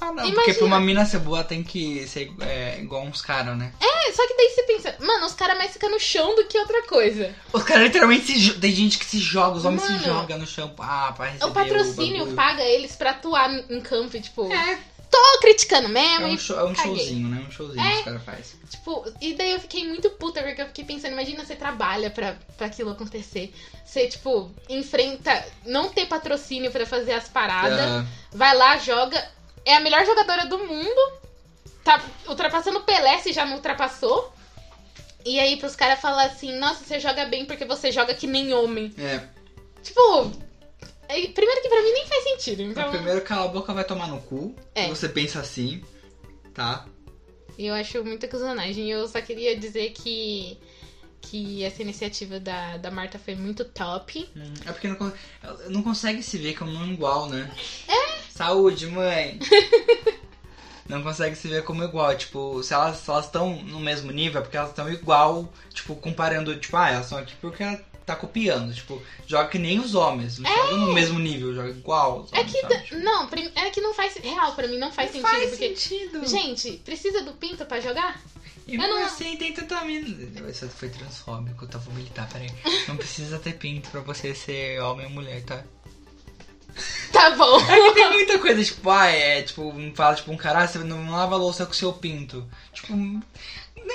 Speaker 1: Ah, não, porque
Speaker 2: Imagina.
Speaker 1: pra uma mina ser boa tem que ser é, igual uns caras, né?
Speaker 2: É, só que daí você pensa, mano, os caras mais ficam no chão do que outra coisa.
Speaker 1: Os caras literalmente se jo- Tem gente que se joga, os homens
Speaker 2: Mano.
Speaker 1: se jogam no chão ah, pra receber
Speaker 2: O patrocínio
Speaker 1: bagulho.
Speaker 2: paga eles pra atuar em campo, e, tipo.
Speaker 1: É,
Speaker 2: Tô criticando mesmo,
Speaker 1: é um,
Speaker 2: e,
Speaker 1: show- é um
Speaker 2: caguei.
Speaker 1: showzinho, né? Um showzinho
Speaker 2: É,
Speaker 1: que os caras fazem.
Speaker 2: tipo. E daí eu fiquei muito puta, porque eu fiquei pensando, imagina você trabalha pra, pra aquilo acontecer. Você, tipo, enfrenta não ter patrocínio pra fazer as paradas. Vai lá, joga. É a melhor jogadora do mundo. Tá ultrapassando o Pelé, se já não ultrapassou. E aí pros caras falar assim, nossa, você joga bem porque você joga que nem homem.
Speaker 1: É, é.
Speaker 2: Tipo, é- primeiro que pra mim nem faz sentido. Então,
Speaker 1: Então, primeiro cala a boca vai tomar no cu.
Speaker 2: É.
Speaker 1: Você pensa assim, tá?
Speaker 2: eu acho muita cuzonagem. Eu só queria dizer que, que essa iniciativa da, da Marta foi muito top.
Speaker 1: Hum, É porque não, con- não consegue se ver como um igual, né? É. Saúde, mãe. não consegue se ver como igual. Tipo, se elas se estão no mesmo nível, é porque elas estão igual, tipo, comparando, tipo, ah, elas estão aqui porque ela tá copiando. Tipo, joga que nem os homens. Não joga no mesmo nível, joga igual. os
Speaker 2: É
Speaker 1: homens,
Speaker 2: que,
Speaker 1: sabe?
Speaker 2: da-
Speaker 1: Tipo,
Speaker 2: não, prim- é que não faz, real, pra mim não faz
Speaker 1: não
Speaker 2: sentido. porque,
Speaker 1: sentido.
Speaker 2: gente, precisa do pinto pra jogar?
Speaker 1: E
Speaker 2: Eu
Speaker 1: não...
Speaker 2: não-
Speaker 1: assim tem tanta mina. Isso foi transfóbico, eu vou militar, peraí. Não precisa ter pinto pra você ser homem ou mulher, tá?
Speaker 2: Tá bom.
Speaker 1: É que tem muita coisa, tipo, ah, é, tipo, fala, tipo, um cara, ah, você não lava a louça com o seu pinto. Tipo, não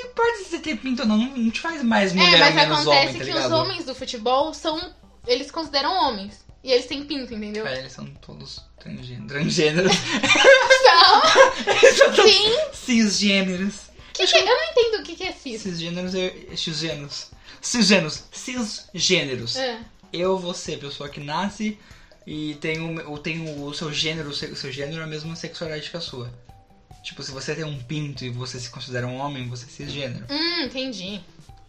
Speaker 1: importa se você tem pinto ou não, não te faz mais mulher
Speaker 2: É, mas
Speaker 1: menos
Speaker 2: acontece
Speaker 1: homem, tá
Speaker 2: que
Speaker 1: ligado?
Speaker 2: os homens do futebol são. Eles consideram homens. E eles têm pinto, entendeu?
Speaker 1: É, eles são todos transgêneros. Transgêneros.
Speaker 2: São.
Speaker 1: eles são todos
Speaker 2: Sim.
Speaker 1: cisgêneros.
Speaker 2: Que que- Eu não entendo o que, que é cis.
Speaker 1: Cisgêneros é, e cisgêneros. Cisgêneros. Cisgêneros.
Speaker 2: Ah,
Speaker 1: Eu, você, pessoa que nasce e tem o, ou tem o, o seu gênero, o seu, o seu gênero é a mesma sexualidade que a sua. Tipo, se você tem um pinto e você se considera um homem, você é cisgênero.
Speaker 2: Hum, entendi.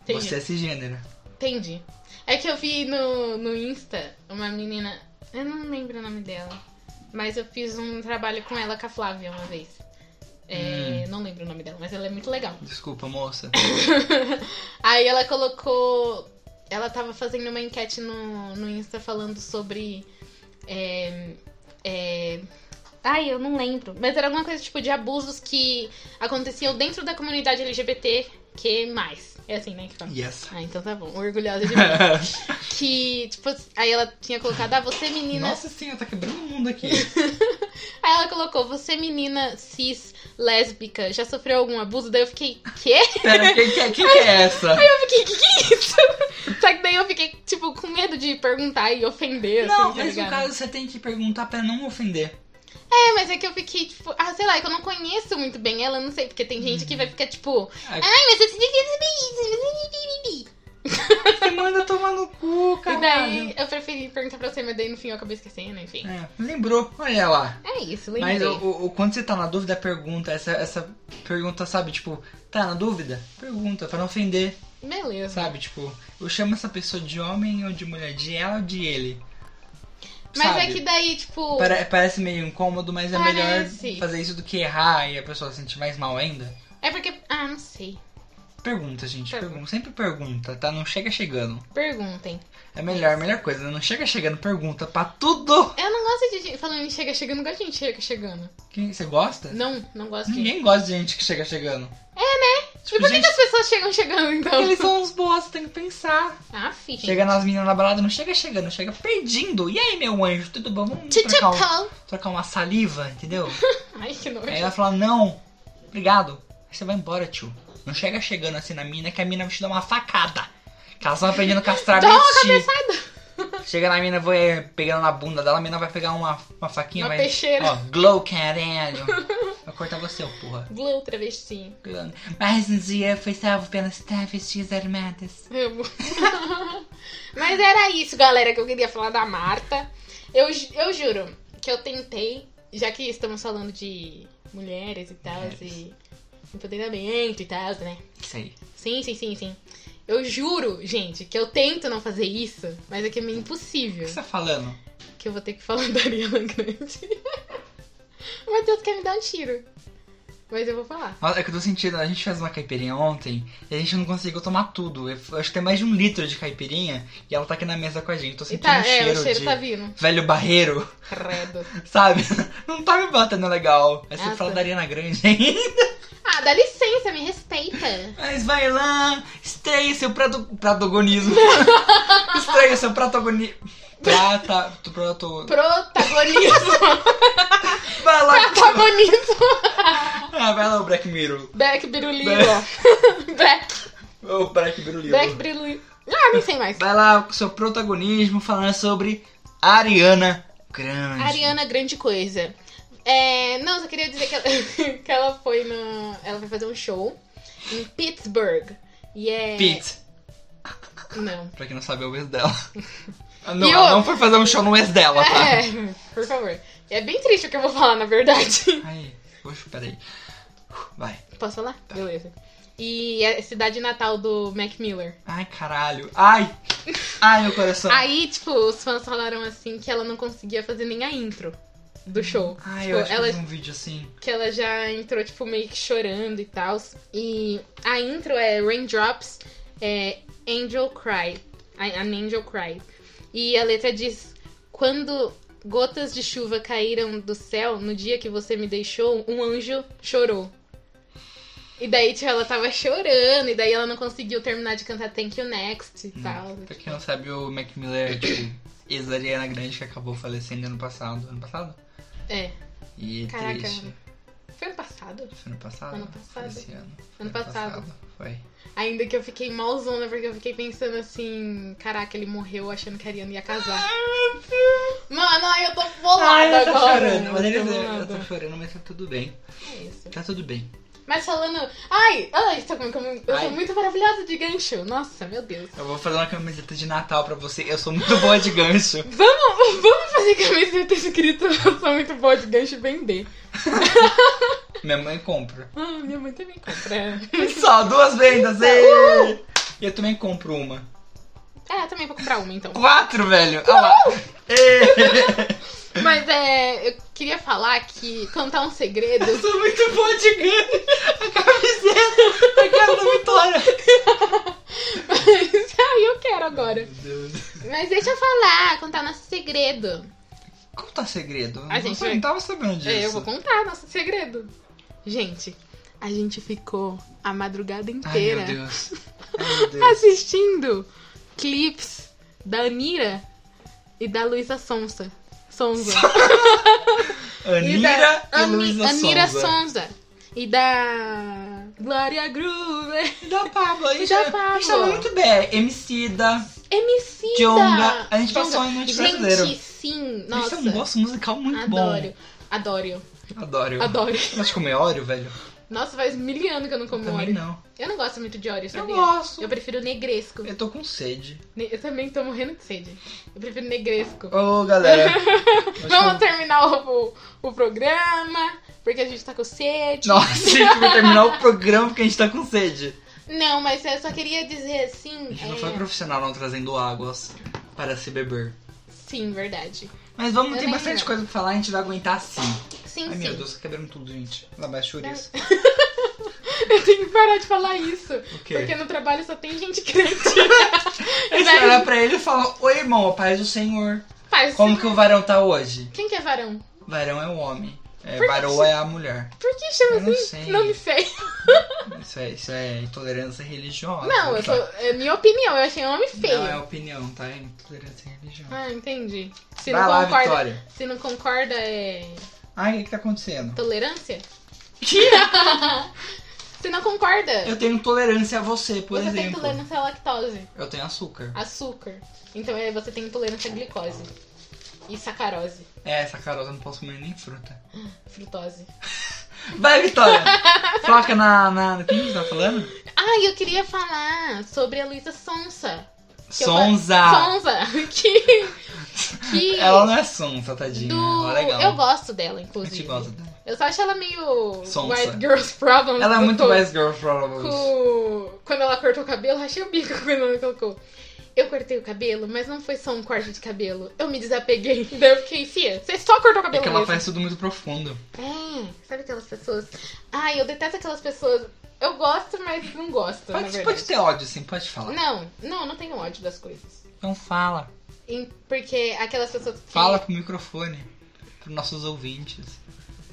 Speaker 2: Entendi.
Speaker 1: Você é cisgênero.
Speaker 2: Entendi. É que eu vi no, no Insta uma menina. Eu não lembro o nome dela. Mas eu fiz um trabalho com ela, com a Flávia, uma vez.
Speaker 1: Hum.
Speaker 2: É, Não lembro o nome dela, mas ela é muito legal.
Speaker 1: Desculpa, moça.
Speaker 2: Aí ela colocou. Ela tava fazendo uma enquete no, no Insta falando sobre. É, é, ai, eu não lembro. Mas era alguma coisa tipo de abusos que aconteciam dentro da comunidade LGBT que mais. É assim, né? Que fala.
Speaker 1: Yes.
Speaker 2: Ah, então tá bom. Orgulhosa de mim. que, tipo, aí ela tinha colocado, ah, você menina.
Speaker 1: Nossa senhora, tá quebrando o mundo aqui.
Speaker 2: Aí ela colocou, você menina cis, lésbica, já sofreu algum abuso? Daí eu fiquei, quê?
Speaker 1: Pera, quem que, é- quem que é essa?
Speaker 2: Eu fiquei, que que é isso? Só que daí eu fiquei, tipo, com medo de perguntar e ofender,
Speaker 1: Não,
Speaker 2: assim, tá
Speaker 1: mas no
Speaker 2: ligado?
Speaker 1: caso você tem que perguntar pra não ofender.
Speaker 2: É, mas é que eu fiquei, tipo, ah, sei lá, é que eu não conheço muito bem ela, eu não sei, porque tem gente que vai ficar, tipo,
Speaker 1: Ai,
Speaker 2: ai, mas você isso,
Speaker 1: Você manda tomar no cu,
Speaker 2: E
Speaker 1: caralho.
Speaker 2: daí eu preferi perguntar pra você, mas daí no fim eu acabei esquecendo, enfim.
Speaker 1: É, lembrou, olha lá.
Speaker 2: É isso,
Speaker 1: Mas
Speaker 2: lembrei.
Speaker 1: o, o- o- quando você tá na dúvida, pergunta. Essa, essa pergunta, sabe, tipo, tá na dúvida? Pergunta, pra não ofender,
Speaker 2: Beleza.
Speaker 1: sabe? Tipo, eu chamo essa pessoa de homem ou de mulher, de ela ou de ele.
Speaker 2: Mas
Speaker 1: sabe?
Speaker 2: é que daí, tipo,
Speaker 1: Pare- parece meio incômodo, mas é
Speaker 2: Parece.
Speaker 1: melhor fazer isso do que errar e a pessoa se sentir mais mal ainda.
Speaker 2: é porque, ah, não sei,
Speaker 1: Pergunta, gente,
Speaker 2: Pergunta.
Speaker 1: pergunta. Sempre pergunta, tá? Não chega chegando.
Speaker 2: perguntem.
Speaker 1: É melhor, a melhor coisa. né? Não chega chegando, pergunta pra tudo.
Speaker 2: Eu não gosto de gente, falando em chega chegando, eu gosto de gente chega chegando.
Speaker 1: Quem você gosta?
Speaker 2: Não, não gosto de...
Speaker 1: Ninguém gosta de gente que chega chegando. É, né?
Speaker 2: E por
Speaker 1: Tipo,
Speaker 2: que, que
Speaker 1: gente,
Speaker 2: as pessoas chegam chegando, então?
Speaker 1: eles são uns boas, tem que pensar.
Speaker 2: Ah, ficha.
Speaker 1: Chega nas meninas na balada, não chega chegando, chega pedindo. E aí, meu anjo, tudo bom? Vamos trocar, um-
Speaker 2: Tchau.
Speaker 1: trocar uma saliva, entendeu?
Speaker 2: Ai, que nojo.
Speaker 1: Aí ela fala, não, obrigado. Aí você vai embora, tio. Não chega chegando assim na mina que a mina vai te dar uma facada. Que elas estão aprendendo com as
Speaker 2: Dá uma
Speaker 1: travestis.
Speaker 2: cabeçada.
Speaker 1: Chega na mina, vai pegando na bunda dela, a mina vai pegar uma, uma faquinha,
Speaker 2: Uma
Speaker 1: vai.
Speaker 2: peixeira.
Speaker 1: Ó, glow, caralho. Vai cortar você, ô porra.
Speaker 2: Blue travesti.
Speaker 1: Mas um dia foi salvo pelas travestis armadas.
Speaker 2: Amo. Mas era isso, galera, que eu queria falar da Marta. Eu, ju- eu juro que eu tentei, já que estamos falando de mulheres e tal, e empoderamento e tal, né?
Speaker 1: Isso aí.
Speaker 2: Sim, sim, sim, sim. Eu juro, gente, que eu tento não fazer isso, mas é que é meio
Speaker 1: O
Speaker 2: impossível.
Speaker 1: que você tá falando?
Speaker 2: Que eu vou ter que falar da Ariana Grande. o Matheus quer me dar um tiro. Mas eu vou falar.
Speaker 1: Nossa, É que eu tô sentindo, a gente fez uma caipirinha ontem e a gente não conseguiu tomar tudo. Eu acho que tem mais de um litro de caipirinha e ela tá aqui na mesa com a gente. Tô
Speaker 2: E
Speaker 1: sentindo
Speaker 2: tá,
Speaker 1: um
Speaker 2: é,
Speaker 1: cheiro,
Speaker 2: o cheiro
Speaker 1: de
Speaker 2: tá vindo.
Speaker 1: velho barreiro,
Speaker 2: Credo.
Speaker 1: sabe? Não tá me batendo legal. Aí você
Speaker 2: Nossa.
Speaker 1: fala da Ariana Grande aí.
Speaker 2: Ah, dá licença, me respeita.
Speaker 1: Mas vai lá, estreia seu prato, protagonismo. estreia seu protagonismo. Prata, tu- proto-
Speaker 2: Protagonismo.
Speaker 1: Vai lá,
Speaker 2: Protagonismo.
Speaker 1: ah, vai lá o Black Mirror.
Speaker 2: Black Birulilo. Black.
Speaker 1: O Black Mirror livro.
Speaker 2: Black Birulilo. Ah, nem sei mais.
Speaker 1: Vai lá com seu protagonismo falando sobre Ariana Grande.
Speaker 2: Ariana, grande coisa. É, não, só queria dizer que ela, que ela foi na. Ela vai fazer um show em Pittsburgh. E é.
Speaker 1: Pete,
Speaker 2: Não.
Speaker 1: pra quem não sabe, é o ex dela. Ah, Não,
Speaker 2: E
Speaker 1: ela
Speaker 2: eu-
Speaker 1: não foi fazer um show no ex dela, tá?
Speaker 2: É, por favor. É bem triste o que eu vou falar, na verdade.
Speaker 1: Ai, poxa, peraí. Vai.
Speaker 2: Posso falar? Beleza. E é a cidade natal do Mac Miller.
Speaker 1: Ai, caralho. Ai. Ai, meu coração.
Speaker 2: Aí, tipo, os fãs falaram assim que ela não conseguia fazer nem a intro do show.
Speaker 1: Ai,
Speaker 2: tipo,
Speaker 1: eu acho que
Speaker 2: ela
Speaker 1: eu vi um vídeo assim.
Speaker 2: que ela já entrou, tipo, meio que chorando e tal. E a intro é Raindrops, é Angel Cry. a- An Angel Cry. E a letra diz: Quando gotas de chuva caíram do céu, no dia que você me deixou, um anjo chorou. E daí, tipo, ela tava chorando, e daí ela não conseguiu terminar de cantar Thank You Next e tal.
Speaker 1: Hum. Pra quem não sabe, o Mac Miller é tipo ex da Ariana Grande que acabou falecendo ano passado. Ano passado?
Speaker 2: É.
Speaker 1: E é
Speaker 2: Caraca.
Speaker 1: triste.
Speaker 2: Foi ano passado?
Speaker 1: Foi ano passado?
Speaker 2: Ano passado.
Speaker 1: Foi esse ano. Foi
Speaker 2: Ano passado.
Speaker 1: Foi.
Speaker 2: Ainda que eu fiquei malzona, porque eu fiquei pensando assim: caraca, ele morreu achando que a Ariana ia casar. Mano, ai, eu tô bolada
Speaker 1: Ai, eu tô
Speaker 2: agora.
Speaker 1: chorando. Mas
Speaker 2: eu
Speaker 1: ele,
Speaker 2: tô
Speaker 1: eu
Speaker 2: bolada.
Speaker 1: tô chorando, mas tá tudo bem.
Speaker 2: É isso.
Speaker 1: Tá tudo bem.
Speaker 2: Mas falando. Ai, ai, tá como, como, eu
Speaker 1: Ai.
Speaker 2: sou muito maravilhosa de gancho. Nossa, meu Deus.
Speaker 1: Eu vou fazer uma camiseta de Natal pra você. Eu sou muito boa de gancho.
Speaker 2: Vamos, vamos fazer camiseta escrito Eu sou muito boa de gancho e vender.
Speaker 1: Minha mãe compra.
Speaker 2: Ah, minha mãe também compra.
Speaker 1: Só duas vendas, ê! E eu também compro uma.
Speaker 2: É, eu também vou comprar uma então.
Speaker 1: Quatro, velho! Ah lá. Ê!
Speaker 2: Mas é. Eu queria falar que contar um segredo.
Speaker 1: Eu sou muito boa de gancho! A camiseta! A cara da Vitória!
Speaker 2: Mas aí eu quero agora.
Speaker 1: Meu Deus.
Speaker 2: Mas deixa eu falar, contar nosso segredo.
Speaker 1: Conta tá segredo.
Speaker 2: A gente
Speaker 1: eu
Speaker 2: vai-
Speaker 1: não tava sabendo disso.
Speaker 2: É, eu vou contar nosso segredo. Gente, a gente ficou a madrugada
Speaker 1: Ai, meu
Speaker 2: inteira
Speaker 1: Deus. Ai, meu Deus.
Speaker 2: assistindo clips da Anira e da Luísa Sonza. Sonza.
Speaker 1: Anira e,
Speaker 2: Ani-
Speaker 1: Luísa
Speaker 2: Anira
Speaker 1: Sonza.
Speaker 2: Sonza. E da Glória Groover.
Speaker 1: Da Pablo. A gente
Speaker 2: Da
Speaker 1: tá- A gente
Speaker 2: Pablo.
Speaker 1: tava muito bem. MC da...
Speaker 2: MC.
Speaker 1: Djonga. A gente passou a noite
Speaker 2: Gente,
Speaker 1: brasileira.
Speaker 2: sim.
Speaker 1: A gente
Speaker 2: Nossa.
Speaker 1: tem um gosto musical muito
Speaker 2: Adoro. Adoro.
Speaker 1: bom. Adoro.
Speaker 2: Adoro.
Speaker 1: Mas comer óleo, velho?
Speaker 2: Nossa, faz mil anos que eu não como
Speaker 1: Também
Speaker 2: Oreo.
Speaker 1: não.
Speaker 2: Eu não gosto muito de Oreo,
Speaker 1: Eu
Speaker 2: sabia?
Speaker 1: gosto.
Speaker 2: Eu prefiro negresco.
Speaker 1: Eu tô com sede.
Speaker 2: Ne- Eu também tô morrendo de sede. Eu prefiro negresco.
Speaker 1: Ô, galera. acho
Speaker 2: Vamos
Speaker 1: que-
Speaker 2: terminar o, o, o programa, porque a gente tá com sede.
Speaker 1: Nossa, a gente vai terminar o programa porque a gente tá com sede.
Speaker 2: Não, mas eu só queria dizer assim.
Speaker 1: A gente não
Speaker 2: é,
Speaker 1: foi profissional não trazendo águas para se beber.
Speaker 2: Sim, verdade.
Speaker 1: Mas vamos,
Speaker 2: Eu
Speaker 1: tem
Speaker 2: nem
Speaker 1: bastante
Speaker 2: lembro.
Speaker 1: coisa pra falar, a gente vai aguentar sim.
Speaker 2: Sim,
Speaker 1: Ai,
Speaker 2: sim.
Speaker 1: meu Deus, tá quebrando tudo, gente. Lá vai chouriço.
Speaker 2: Eu tenho que parar de falar isso.
Speaker 1: O quê?
Speaker 2: Porque no trabalho só tem gente crente.
Speaker 1: Aí você olha pra ele e fala, Oi, irmão, a paz do Senhor.
Speaker 2: Faz
Speaker 1: Como que o varão tá hoje?
Speaker 2: Quem que é varão?
Speaker 1: Varão é o homem. É,
Speaker 2: Por que
Speaker 1: varoa
Speaker 2: você-
Speaker 1: é a mulher.
Speaker 2: Por que chama
Speaker 1: Eu não
Speaker 2: assim?
Speaker 1: sei.
Speaker 2: Nome feio.
Speaker 1: Isso é, isso é intolerância religiosa.
Speaker 2: Não, eu sou, é minha opinião, eu achei homem feio.
Speaker 1: Não é opinião, tá? É intolerância religiosa.
Speaker 2: Ah, entendi. Se
Speaker 1: Vai
Speaker 2: não
Speaker 1: lá,
Speaker 2: concorda,
Speaker 1: Vitória.
Speaker 2: se não concorda é
Speaker 1: Ai, o que, que tá acontecendo?
Speaker 2: tolerância?
Speaker 1: Que?
Speaker 2: se não concorda,
Speaker 1: Eu tenho tolerância a você, por
Speaker 2: você tem
Speaker 1: exemplo.
Speaker 2: intolerância à lactose,
Speaker 1: Eu tenho açúcar.
Speaker 2: açúcar. Então é, você tem intolerância à glicose e sacarose,
Speaker 1: É, essa carota eu não posso comer nem fruta.
Speaker 2: frutose.
Speaker 1: Vai, Vitória! Foca na. na quem você tá falando?
Speaker 2: Ah, eu queria falar sobre a Luísa Sonsa. que eu fa-
Speaker 1: Sonza!
Speaker 2: Sonsa. Que. que
Speaker 1: Ah. Ela não é sonsa, tadinha.
Speaker 2: do...
Speaker 1: Ela é legal.
Speaker 2: Eu gosto dela,
Speaker 1: A gente
Speaker 2: inclusive.
Speaker 1: gosta dela.
Speaker 2: Eu só acho ela meio.
Speaker 1: Sonsa.
Speaker 2: White Girls Problems.
Speaker 1: Ela é
Speaker 2: do
Speaker 1: muito
Speaker 2: Cole.
Speaker 1: mais girl problems.
Speaker 2: Com- Quando ela cortou o cabelo, achei o bico quando ela colocou. Eu cortei o cabelo, mas não foi só um corte de cabelo. Eu me desapeguei. Daí eu fiquei, Fia, você só cortou o
Speaker 1: É
Speaker 2: cabelo
Speaker 1: que ela
Speaker 2: mesmo."
Speaker 1: faz tudo muito profundo.
Speaker 2: É, sabe aquelas pessoas... Ai, eu detesto aquelas pessoas... Eu gosto, mas não gosto, na
Speaker 1: Pode,
Speaker 2: verdade.
Speaker 1: pode ter ódio, sim, pode falar.
Speaker 2: Não, não, não tenho ódio das coisas.
Speaker 1: Então fala.
Speaker 2: Em- Porque aquelas pessoas que...
Speaker 1: Fala pro microfone. Pros nossos ouvintes.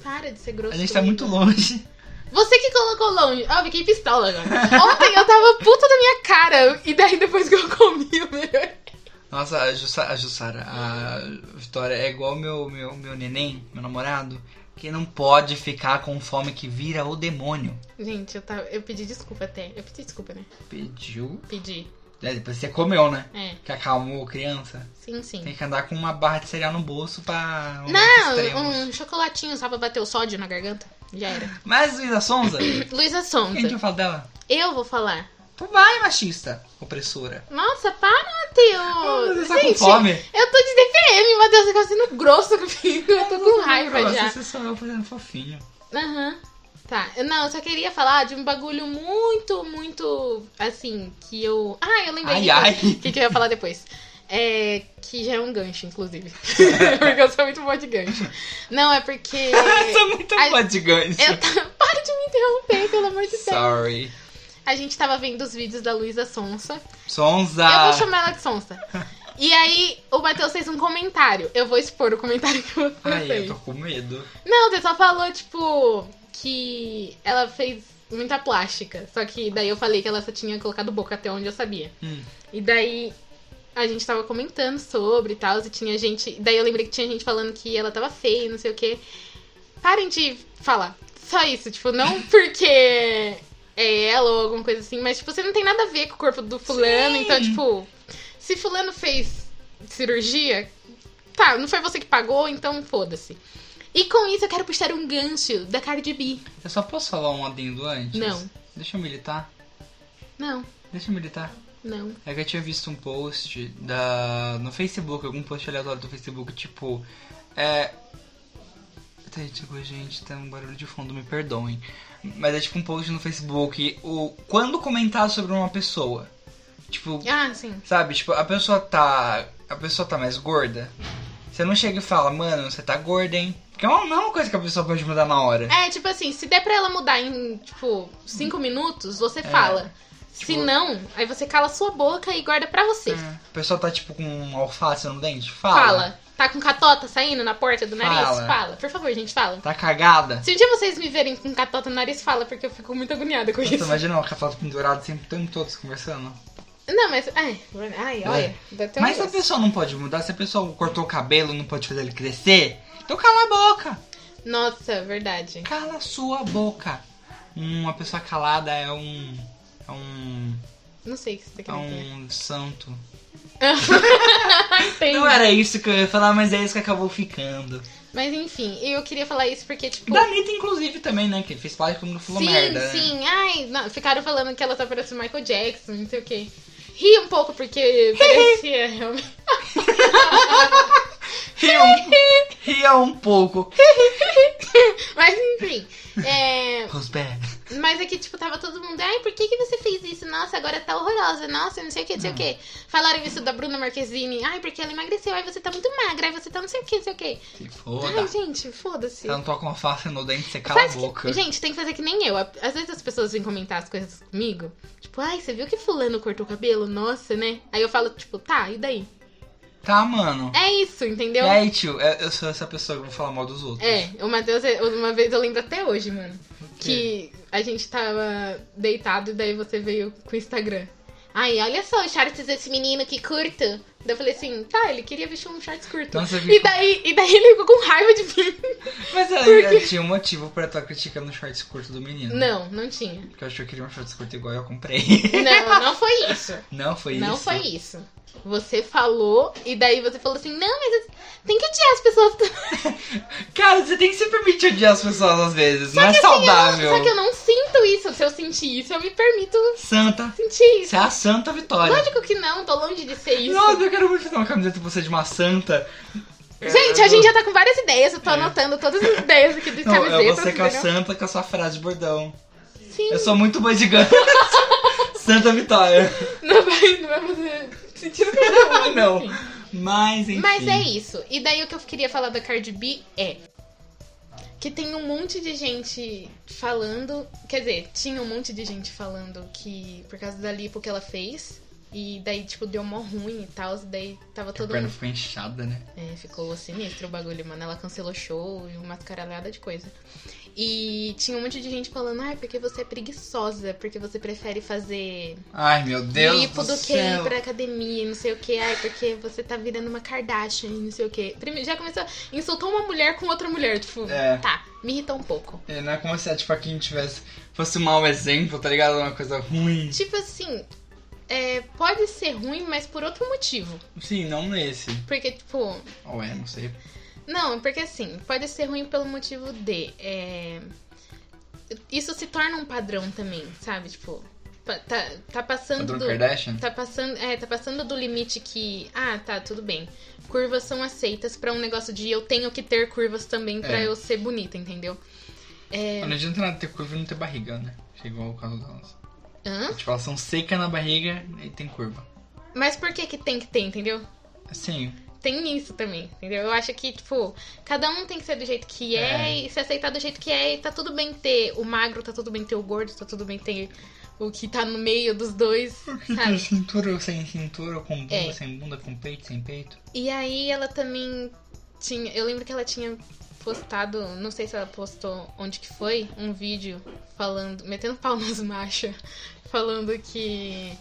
Speaker 2: Para de ser grosso
Speaker 1: A gente tá
Speaker 2: comigo.
Speaker 1: muito longe.
Speaker 2: Você que colocou longe. Ah, eu fiquei pistola agora. Ontem eu tava puta da minha cara. E daí depois que eu comi, eu melhorei.
Speaker 1: Nossa, a Jussa- a Jussara, a, Vitória é igual meu, meu, meu neném, meu namorado, que não pode ficar com fome que vira o demônio.
Speaker 2: Gente, eu, tava, eu pedi desculpa até. Eu pedi desculpa, né?
Speaker 1: Pediu.
Speaker 2: Pedi.
Speaker 1: É, depois você comeu, né?
Speaker 2: É,
Speaker 1: Que acalmou a criança.
Speaker 2: sim, sim.
Speaker 1: Tem que andar com uma barra de cereal no bolso pra. um momentos
Speaker 2: Não,
Speaker 1: extremos.
Speaker 2: um chocolatinho só pra bater o sódio na garganta. Já era.
Speaker 1: Mas Luísa Sonza, quem
Speaker 2: Luísa
Speaker 1: a gente
Speaker 2: Sonza.
Speaker 1: vai falar dela?
Speaker 2: Eu vou falar.
Speaker 1: Tu vai, machista, opressora.
Speaker 2: Nossa, para,
Speaker 1: Ah,
Speaker 2: Matheus.
Speaker 1: Você tá com
Speaker 2: Gente,
Speaker 1: fome?
Speaker 2: eu tô de DPM, Matheus. Você tá sendo grosso comigo. Eu tô
Speaker 1: tá
Speaker 2: com raiva
Speaker 1: Nossa,
Speaker 2: já.
Speaker 1: Você só eu fazendo fofinho.
Speaker 2: Aham. Tá. Eu- Não, eu só queria falar de um bagulho muito, muito. Assim, que eu. Ah, eu lembrei.
Speaker 1: Ai,
Speaker 2: que-
Speaker 1: ai.
Speaker 2: que, que eu ia falar depois. É. Que já é um gancho, inclusive. porque eu sou muito boa de gancho. Não, é porque.
Speaker 1: Sou muito
Speaker 2: Ai,
Speaker 1: boa de gancho.
Speaker 2: eu tava- Para de me interromper, pelo amor de Deus.
Speaker 1: Sorry.
Speaker 2: A gente tava vendo os vídeos da Luísa Sonsa.
Speaker 1: Sonza.
Speaker 2: Eu vou chamar ela de Sonsa. E aí, o Matheus fez um comentário. Eu vou expor o comentário que eu
Speaker 1: Ai, eu
Speaker 2: fez.
Speaker 1: tô com medo.
Speaker 2: Não, você só falou, tipo, que ela fez muita plástica. Só que daí eu falei que ela só tinha colocado boca até onde eu sabia.
Speaker 1: Hum.
Speaker 2: E daí a gente tava comentando sobre e tal, e tinha gente. Daí eu lembrei que tinha gente falando que ela tava feia, e não sei o quê. Parem de falar. Só isso, tipo, não porque é ela ou alguma coisa assim, mas tipo, você não tem nada a ver com o corpo do fulano,
Speaker 1: Sim.
Speaker 2: então, tipo, se fulano fez cirurgia, tá, não foi você que pagou, então foda-se. E com isso eu quero puxar um gancho da Cardi B.
Speaker 1: Eu só posso falar um adendo antes?
Speaker 2: Não.
Speaker 1: Deixa eu militar.
Speaker 2: Não,
Speaker 1: Deixa eu militar.
Speaker 2: não.
Speaker 1: É que eu tinha visto um post da no Facebook, algum post aleatório do Facebook, tipo. É. Tá, tipo, gente, tá um barulho de fundo, me perdoem. Mas é tipo um post no Facebook, o quando comentar sobre uma pessoa. Tipo,
Speaker 2: Ah, sim.
Speaker 1: Sabe, tipo, a pessoa tá. A pessoa tá mais gorda. Você não chega e fala, mano, você tá gorda, hein? Porque é uma, não é uma coisa que a pessoa pode mudar na hora.
Speaker 2: É, tipo assim, se der pra ela mudar em, tipo, cinco minutos, você fala. Se
Speaker 1: Tipo-
Speaker 2: não, aí você cala sua boca e guarda pra você.
Speaker 1: A pessoa tá, tipo, com um alface no dente? Fala.
Speaker 2: Fala. Tá com catota saindo na porta do nariz?
Speaker 1: Fala.
Speaker 2: Fala. Por favor, gente, fala.
Speaker 1: Tá cagada?
Speaker 2: Se um dia vocês me verem com catota no nariz, fala, porque eu fico muito agoniada com
Speaker 1: Nossa,
Speaker 2: isso.
Speaker 1: imagina uma cafota pendurada sempre o tempo todo se conversando.
Speaker 2: Não, mas. Ai, ai olha. Dá até um
Speaker 1: Mas se a
Speaker 2: gosto.
Speaker 1: pessoa não pode mudar, se a pessoa cortou o cabelo, não pode fazer ele crescer, então cala a boca.
Speaker 2: Nossa, verdade.
Speaker 1: Cala a sua boca. Uma pessoa calada é um. É um.
Speaker 2: Não sei o que você tá
Speaker 1: É
Speaker 2: querendo dizer.
Speaker 1: um santo.
Speaker 2: Entendi.
Speaker 1: Não era isso que eu ia falar, mas é isso que acabou ficando.
Speaker 2: Mas enfim, eu queria falar isso porque, tipo.
Speaker 1: Da Anitta, inclusive, também, né? Que fez parte como não falou
Speaker 2: Sim,
Speaker 1: merda, né?
Speaker 2: sim. Ai, não, ficaram falando que ela tá parecendo Michael Jackson, não sei o quê. Ri um pouco porque parecia realmente.
Speaker 1: Ria um, ria um pouco.
Speaker 2: Mas enfim. É...
Speaker 1: Rosberg.
Speaker 2: Mas é que, tipo, tava todo mundo. Ai, por que, que você fez isso? Nossa, agora tá horrorosa. Nossa, não sei o que, não sei o que. Falaram isso da Bruna Marquezine. Ai, porque ela emagreceu. Ai, você tá muito magra. Ai, você tá não sei o que, não sei o que.
Speaker 1: Se
Speaker 2: Ai,
Speaker 1: foda.
Speaker 2: gente, foda-se.
Speaker 1: Se eu não tô com a face no dente, você Então, cala a
Speaker 2: Faz que-
Speaker 1: boca.
Speaker 2: Gente, tem que fazer que nem eu. Às vezes as pessoas vêm comentar as coisas comigo. Tipo, ai, você viu que fulano cortou o cabelo? Nossa, né? Aí eu falo, tipo, tá, e daí?
Speaker 1: Tá, mano.
Speaker 2: É isso, entendeu?
Speaker 1: E aí, tio, eu, eu sou essa pessoa que vou falar mal dos outros.
Speaker 2: É, o Matheus, é- uma vez eu lembro até hoje, mano, que a gente tava deitado e daí você veio com o Instagram. Ai, olha só o shorts desse menino que curto. Daí eu falei assim, tá, ele queria vestir um shorts curto.
Speaker 1: Então você
Speaker 2: E
Speaker 1: ficou...
Speaker 2: daí, e daí ele ficou com raiva de mim.
Speaker 1: Mas aí eu tinha um motivo pra estar criticando o shorts curto do menino.
Speaker 2: Não, não tinha.
Speaker 1: Porque eu achei que eu queria um shorts curto igual eu comprei.
Speaker 2: Não, não foi isso.
Speaker 1: Não foi
Speaker 2: não
Speaker 1: isso.
Speaker 2: foi isso. Você falou, e daí você falou assim, não, mas eu- tem que odiar as pessoas também.
Speaker 1: Cara, você tem que se permitir odiar as pessoas às vezes. não é
Speaker 2: Assim, eu
Speaker 1: saudável.
Speaker 2: não- só que eu não sinto isso. Se eu sentir isso, eu me permito
Speaker 1: Santa.
Speaker 2: sentir isso.
Speaker 1: Você é a santa vitória.
Speaker 2: Lógico que não, tô longe de ser isso.
Speaker 1: Nossa, eu quero muito fazer uma camiseta pra você de uma santa.
Speaker 2: Gente,
Speaker 1: é, Eu-
Speaker 2: a gente já tá com várias ideias, eu tô
Speaker 1: É.
Speaker 2: anotando todas as ideias aqui de
Speaker 1: Não, é
Speaker 2: camisetas.
Speaker 1: você É com a
Speaker 2: entendeu?
Speaker 1: santa com a sua frase de bordão.
Speaker 2: Sim,
Speaker 1: Eu sou muito boi de ganso. Santa Vitória.
Speaker 2: não vai, não vai fazer sentido nenhum. mas
Speaker 1: Não.
Speaker 2: enfim.
Speaker 1: Mas enfim.
Speaker 2: Mas é isso. E daí o que eu queria falar da Cardi B é que tem um monte de gente falando, quer dizer, tinha um monte de gente falando que por causa da lipo que ela fez e daí tipo deu mó ruim e tal, e daí tava
Speaker 1: A
Speaker 2: todo
Speaker 1: perna
Speaker 2: mundo
Speaker 1: ficou inchada, né?
Speaker 2: é, ficou sinistro o bagulho, mano. Ela cancelou show e uma caralhada de coisa. E tinha um monte de gente falando, ai, porque você é preguiçosa, porque você prefere fazer
Speaker 1: Ai, meu Deus
Speaker 2: lipo
Speaker 1: do
Speaker 2: do, que
Speaker 1: céu.
Speaker 2: ir pra academia, e não sei o que, ai, porque você tá virando uma Kardashian, e não sei o que. Primeiro, já começou, insultou uma mulher com outra mulher, tipo,
Speaker 1: É.
Speaker 2: tá, me irritou um pouco.
Speaker 1: É, não é como se tipo, quem tivesse. Fosse um mau exemplo, tá ligado? Uma coisa ruim.
Speaker 2: Tipo assim, é, pode ser ruim, mas por outro motivo.
Speaker 1: Sim, não nesse.
Speaker 2: Porque, tipo,
Speaker 1: Ou é, não sei.
Speaker 2: Não, porque assim, pode ser ruim pelo motivo de. é, Isso se torna um padrão também, sabe? Tipo, pa- tá, tá passando
Speaker 1: Padrão
Speaker 2: do.
Speaker 1: Kardashian?
Speaker 2: Tá passando, é, tá passando do limite que. Ah, tá, tudo bem. Curvas são aceitas pra um negócio de eu tenho que ter curvas também pra
Speaker 1: É.
Speaker 2: eu ser bonita, entendeu? É.
Speaker 1: Não adianta nada ter curva e não ter barriga, né? Que é igual o caso delas.
Speaker 2: Hã?
Speaker 1: Tipo, elas são secas na barriga e tem curva. Assim,
Speaker 2: Mas por que que tem que ter, entendeu?
Speaker 1: Sim,
Speaker 2: Tem isso também, entendeu? Eu acho que, tipo, cada um tem que ser do jeito que é,
Speaker 1: É.
Speaker 2: e se aceitar do jeito que é, e tá tudo bem ter o magro, tá tudo bem ter o gordo, tá tudo bem ter o que tá no meio dos dois,
Speaker 1: Tem
Speaker 2: sabe?
Speaker 1: cintura sem cintura, com bunda
Speaker 2: Ah. É.
Speaker 1: sem bunda, com peito sem peito.
Speaker 2: E aí ela também tinha. Eu lembro que ela tinha postado, não sei se ela postou onde que foi, um vídeo falando, metendo pau nas marchas, falando que.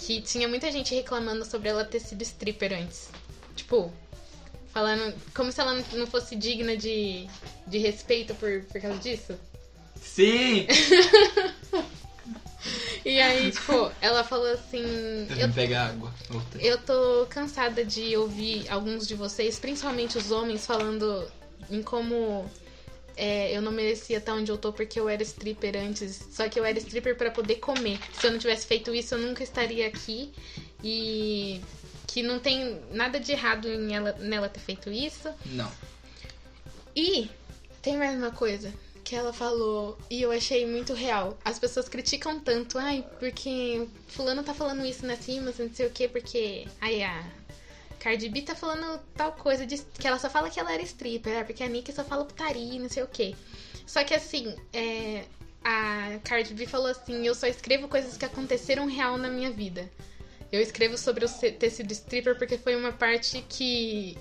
Speaker 2: que tinha muita gente reclamando sobre ela ter sido stripper antes. Tipo, falando. como se ela não fosse digna de, de respeito por, por causa disso.
Speaker 1: Sim!
Speaker 2: E aí, tipo, ela falou assim.
Speaker 1: Teve
Speaker 2: Eu
Speaker 1: que pegar água. Voltei.
Speaker 2: Eu tô cansada de ouvir alguns de vocês, principalmente os homens, falando em como é, eu não merecia estar onde eu tô porque eu era stripper antes. Só que eu era stripper pra poder comer. Se eu não tivesse feito isso, eu nunca estaria aqui. E que não tem nada de errado em ela, nela ter feito isso.
Speaker 1: Não.
Speaker 2: E tem mais uma coisa que ela falou e eu achei muito real. As pessoas criticam tanto, ai, porque fulano tá falando isso nas rimas, não sei o quê, porque ai a Cardi B tá falando tal coisa de- que ela só fala que ela era stripper, ah, porque a Nicki só fala putaria, e não sei o quê. Só que assim, é, a Cardi B falou assim, eu só escrevo coisas que aconteceram real na minha vida. Eu escrevo sobre eu ser- ter sido stripper porque foi uma parte que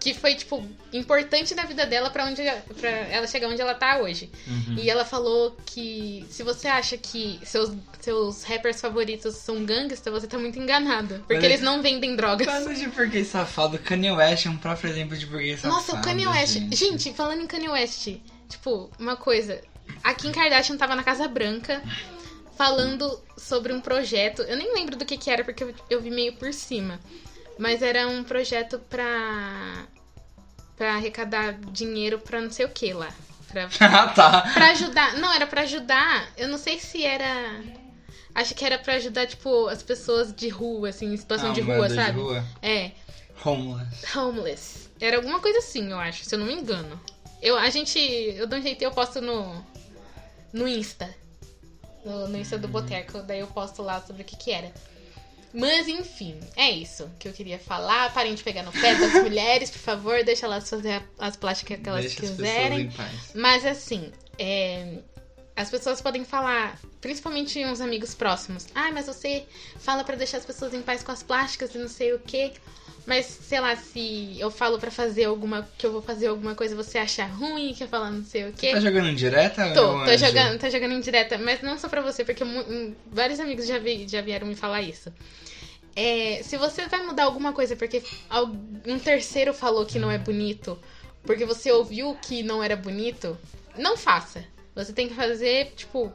Speaker 2: que foi tipo importante na vida dela pra onde para ela chegar onde ela tá hoje.
Speaker 1: Hum. Uhum.
Speaker 2: E ela falou que se você acha que seus seus rappers favoritos são gangsta, você tá muito enganado, porque
Speaker 1: Mas é-
Speaker 2: eles não vendem drogas.
Speaker 1: Falando de burguês safado, Kanye West é um próprio exemplo de burguês safado.
Speaker 2: Nossa, o Kanye West.
Speaker 1: Gente,
Speaker 2: Gente. falando em Kanye West, tipo, uma coisa. A Kim Kardashian tava na Casa Branca falando sobre um projeto. Eu nem lembro do que que era, porque eu, eu vi meio por cima. Mas era um projeto pra. pra arrecadar dinheiro pra não sei o que lá. Pra,
Speaker 1: ah, tá.
Speaker 2: pra ajudar. Não, era pra ajudar. Eu não sei se era. Acho que era pra ajudar, tipo, as pessoas de rua, assim, em situação
Speaker 1: Ah,
Speaker 2: de
Speaker 1: uma
Speaker 2: rua,
Speaker 1: das
Speaker 2: sabe?
Speaker 1: De rua.
Speaker 2: É.
Speaker 1: Homeless.
Speaker 2: Homeless. Era alguma coisa assim, eu acho, se eu não me engano. Eu, a gente. Eu dou um jeito e eu posto no. No Insta. No, no Insta do Boteco. Daí eu posto lá sobre o que que era. Mas enfim, é isso que eu queria falar. Parem de pegar no pé das mulheres, por favor. Deixa elas fazer a- as plásticas que elas
Speaker 1: Deixa as
Speaker 2: quiserem.
Speaker 1: pessoas em paz.
Speaker 2: Mas assim, é, as pessoas podem falar, principalmente uns amigos próximos. Ai, mas você fala pra deixar as pessoas em paz com as plásticas e não sei o quê. Mas, sei lá, se eu falo pra fazer alguma. que eu vou fazer alguma coisa e você acha ruim, que eu falar não sei o quê.
Speaker 1: Tá jogando direta?
Speaker 2: Tô, tô jogando, tô jogando indireta, mas não só pra você, porque mu- hum, vários amigos já, vi- já vieram me falar isso. É, se você vai mudar alguma coisa porque al- um terceiro falou que não é bonito, porque você ouviu que não era bonito, não faça. Você tem que fazer, tipo,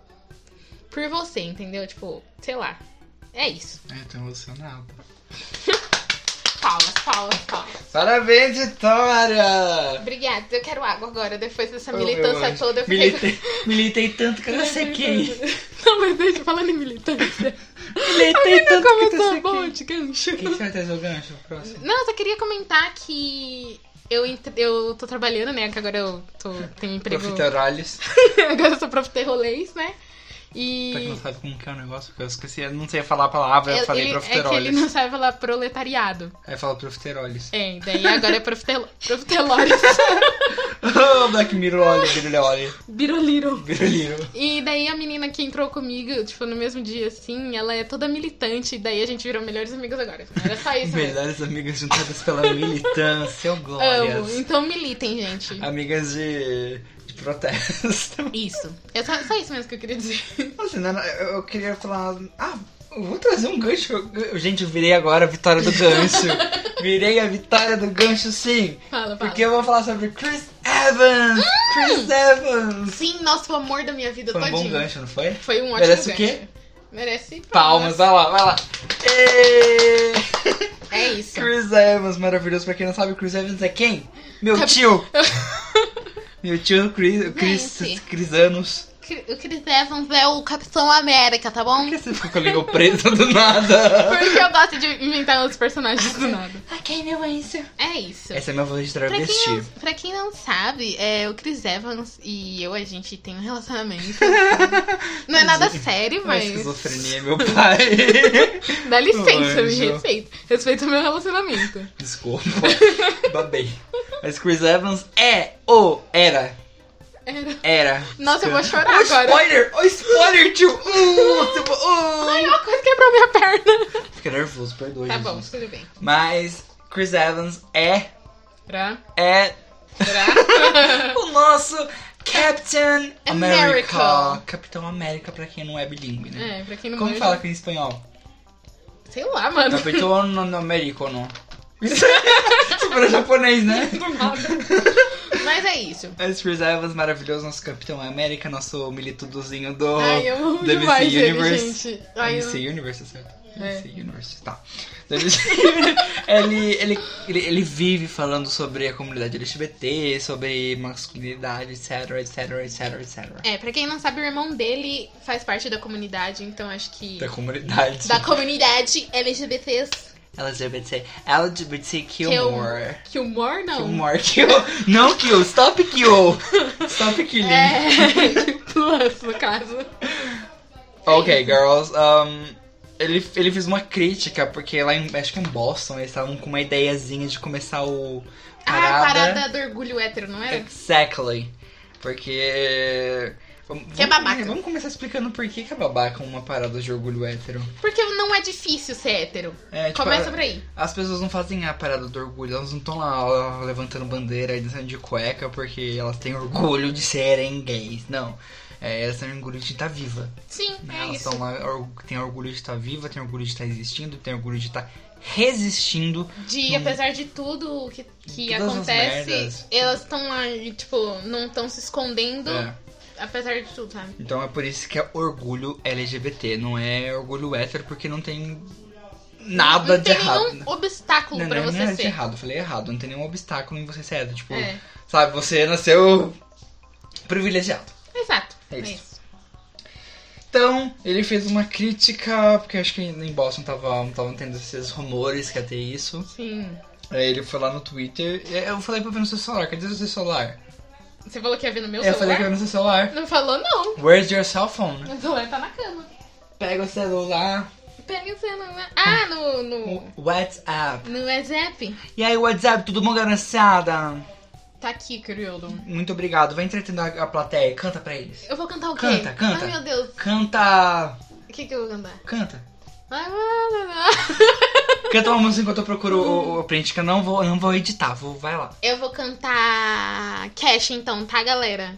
Speaker 2: por você, entendeu? Tipo, sei lá. É isso.
Speaker 1: Ai, eu tô emocionado.
Speaker 2: Palmas, palmas, palmas.
Speaker 1: Parabéns, Vitória!
Speaker 2: Obrigada. Eu quero água agora, depois dessa
Speaker 1: Ô, meu
Speaker 2: militância
Speaker 1: anjo.
Speaker 2: toda. Eu fiquei...
Speaker 1: militei, militei tanto que eu não sequei.
Speaker 2: Não, mas deixa eu falar em militância.
Speaker 1: Militei tanto
Speaker 2: Como
Speaker 1: que
Speaker 2: eu
Speaker 1: eu
Speaker 2: tô
Speaker 1: sequei.
Speaker 2: boa de gancho.
Speaker 1: Quem que você vai trazer o gancho? O próximo?
Speaker 2: Não, eu só queria comentar que eu, entre- eu tô trabalhando, né? Que agora eu tô, tenho um emprego.
Speaker 1: Profiterolhos.
Speaker 2: agora eu sou profiterolês, né?
Speaker 1: Pra quem
Speaker 2: E.
Speaker 1: não sabe como que é o negócio, porque eu esqueci, eu Tá não sei falar a palavra, eu
Speaker 2: é-
Speaker 1: falei
Speaker 2: ele, é que ele
Speaker 1: profiteroles.
Speaker 2: não sabe falar proletariado.
Speaker 1: Aí fala profiteroles.
Speaker 2: É, daí agora é profitelo- profitelores.
Speaker 1: Oh, Black Mirror, olha, birulha, olha.
Speaker 2: Biroliro.
Speaker 1: Biruliro.
Speaker 2: E daí a menina que entrou comigo, tipo, no mesmo dia, assim, ela é toda militante, e daí a gente virou melhores amigos agora. Era só isso mesmo.
Speaker 1: Melhores amigas juntadas pela militância, eu
Speaker 2: Amo.
Speaker 1: glórias.
Speaker 2: Então militem, gente.
Speaker 1: Amigas de, de protesto.
Speaker 2: Isso. É só, só isso mesmo que eu queria dizer.
Speaker 1: Nossa, não, não, eu eu queria falar. Ah, eu vou trazer um gancho. Eu- Gente, eu virei agora a vitória do gancho. virei a vitória do gancho, sim.
Speaker 2: Fala, fala. Ah!
Speaker 1: Porque eu vou falar sobre Chris Evans. Chris Evans.
Speaker 2: Sim, nossa, o amor da minha vida
Speaker 1: Foi um
Speaker 2: todinho.
Speaker 1: bom gancho, não foi?
Speaker 2: Foi um ótimo
Speaker 1: Merece
Speaker 2: gancho.
Speaker 1: o quê?
Speaker 2: Merece
Speaker 1: Palmas, vai lá, vai lá. Ê!
Speaker 2: É isso.
Speaker 1: Chris Evans, maravilhoso. Pra quem não sabe, Chris Evans é quem? Meu tio. Meu tio Chris, Chris,
Speaker 2: Gente.
Speaker 1: Chris Anos.
Speaker 2: O Chris Evans é o Capitão América, tá bom?
Speaker 1: Por que você ficou com a língua preta do nada?
Speaker 2: Porque eu gosto de inventar os personagens do nada.
Speaker 1: Aqui, meu anjo.
Speaker 2: É isso.
Speaker 1: Essa é minha voz de
Speaker 2: Pra
Speaker 1: travesti.
Speaker 2: quem, não, pra quem não sabe, é, o Chris Evans e eu, a gente tem um relacionamento. assim. Não é nada sério,
Speaker 1: Mas
Speaker 2: mas.
Speaker 1: esquizofrenia, é meu pai.
Speaker 2: Dá licença, me
Speaker 1: Anjo.
Speaker 2: respeita. Respeita o meu relacionamento.
Speaker 1: Desculpa. Babei. Mas Chris Evans é ou era?
Speaker 2: Era-
Speaker 1: Era.
Speaker 2: Nossa, eu vou
Speaker 1: Desculpa.
Speaker 2: chorar
Speaker 1: Ô,
Speaker 2: agora.
Speaker 1: spoiler! Ô, spoiler, tio! Uh, você- uh.
Speaker 2: Ai, uma coisa quebrou minha perna.
Speaker 1: Fiquei nervoso, perdoe.
Speaker 2: Tá
Speaker 1: Jesus.
Speaker 2: bom, tudo bem.
Speaker 1: Mas Chris Evans é.
Speaker 2: Pra.
Speaker 1: É
Speaker 2: Pra.
Speaker 1: o nosso Captain America.
Speaker 2: America.
Speaker 1: Capitão América, pra quem não é bilíngue, né?
Speaker 2: É, pra quem não
Speaker 1: Como
Speaker 2: manja-
Speaker 1: fala aqui em espanhol?
Speaker 2: Sei lá, mano.
Speaker 1: Capitão Américo, não. Isso é japonês, né?
Speaker 2: Mas é isso.
Speaker 1: Esse Chris Evans maravilhoso, nosso Capitão América, nosso militudozinho do,
Speaker 2: Ai, eu amo
Speaker 1: do MC
Speaker 2: demais ele,
Speaker 1: Oh, Universe.
Speaker 2: gente. Ai, eu-
Speaker 1: MC Universe, tá certo?
Speaker 2: É.
Speaker 1: MC Universe, tá. Do MC ele, ele, ele, ele vive falando sobre a comunidade LGBT, sobre masculinidade, etc, etc, etc, etc.
Speaker 2: É, pra quem não sabe, o irmão dele faz parte da comunidade, então acho que.
Speaker 1: Da comunidade
Speaker 2: Da comunidade LGBTs.
Speaker 1: LGBT, LGBTQ+.
Speaker 2: Que eu- Que humor não.
Speaker 1: Kilmore, kill. Não kill, stop kill. Stop killing.
Speaker 2: É. Plus, no caso.
Speaker 1: Ok, girls. Um, ele, ele fez uma crítica, porque lá em, acho que em Boston eles estavam com uma ideiazinha de começar o.
Speaker 2: Ah, a parada do orgulho hétero, não é?
Speaker 1: É.
Speaker 2: era?
Speaker 1: Exactly. Porque. Vamos,
Speaker 2: Que é babaca.
Speaker 1: Vamos começar explicando por que, que é babaca uma parada de orgulho hétero.
Speaker 2: Porque não é difícil ser hétero.
Speaker 1: É, tipo,
Speaker 2: Começa por aí.
Speaker 1: As pessoas não fazem a parada do orgulho, elas não estão lá ó, levantando bandeira e dançando de cueca porque elas têm orgulho de serem gays. Não. É, elas têm orgulho de estar viva.
Speaker 2: Sim,
Speaker 1: né?
Speaker 2: é
Speaker 1: elas
Speaker 2: isso.
Speaker 1: estão lá, or- têm orgulho de estar viva, têm orgulho de estar existindo, têm orgulho de estar resistindo.
Speaker 2: De, apesar de tudo que, que
Speaker 1: Todas as
Speaker 2: acontece,
Speaker 1: merdas.
Speaker 2: elas estão lá e, tipo, não estão se escondendo,
Speaker 1: É.
Speaker 2: apesar de tudo, sabe?
Speaker 1: Então é por isso que é orgulho LGBT, não é orgulho hétero porque não tem nada
Speaker 2: não
Speaker 1: de
Speaker 2: tem
Speaker 1: errado. né?
Speaker 2: nenhum obstáculo
Speaker 1: Não,
Speaker 2: pra
Speaker 1: não, não
Speaker 2: você
Speaker 1: é de
Speaker 2: ser.
Speaker 1: errado, eu falei errado, não tem nenhum obstáculo em você ser hétero. Tipo,
Speaker 2: É,
Speaker 1: sabe, você nasceu privilegiado.
Speaker 2: exato.
Speaker 1: É
Speaker 2: É
Speaker 1: isso.
Speaker 2: isso.
Speaker 1: Então, ele fez uma crítica, porque acho que em Boston tava, estavam tendo esses rumores que ia ter isso.
Speaker 2: Sim.
Speaker 1: Aí ele foi lá no Twitter, e eu falei pra ver no seu celular, cadê o seu celular?
Speaker 2: Você falou que ia ver no meu
Speaker 1: eu falei
Speaker 2: celular?
Speaker 1: que eu ver no seu celular.
Speaker 2: Não falou, não.
Speaker 1: Where's your cell phone?
Speaker 2: Meu celular tá na cama.
Speaker 1: Pega o celular.
Speaker 2: Pega o celular. Ah, no. no...
Speaker 1: WhatsApp.
Speaker 2: No WhatsApp?
Speaker 1: E aí, WhatsApp, tudo bom, garanciada?
Speaker 2: Tá aqui, querido.
Speaker 1: Muito obrigado, vai entretendo a, a plateia, canta pra eles.
Speaker 2: Eu vou cantar o quê?
Speaker 1: Canta, canta.
Speaker 2: Ai, meu Deus.
Speaker 1: Canta.
Speaker 2: O que, que eu vou cantar?
Speaker 1: Canta.
Speaker 2: Ai, blá, blá, blá.
Speaker 1: Canta uma música enquanto eu procuro o, o- o print, que eu não vou, não vou editar, vou, vai lá.
Speaker 2: Eu vou cantar Cash então, tá, galera?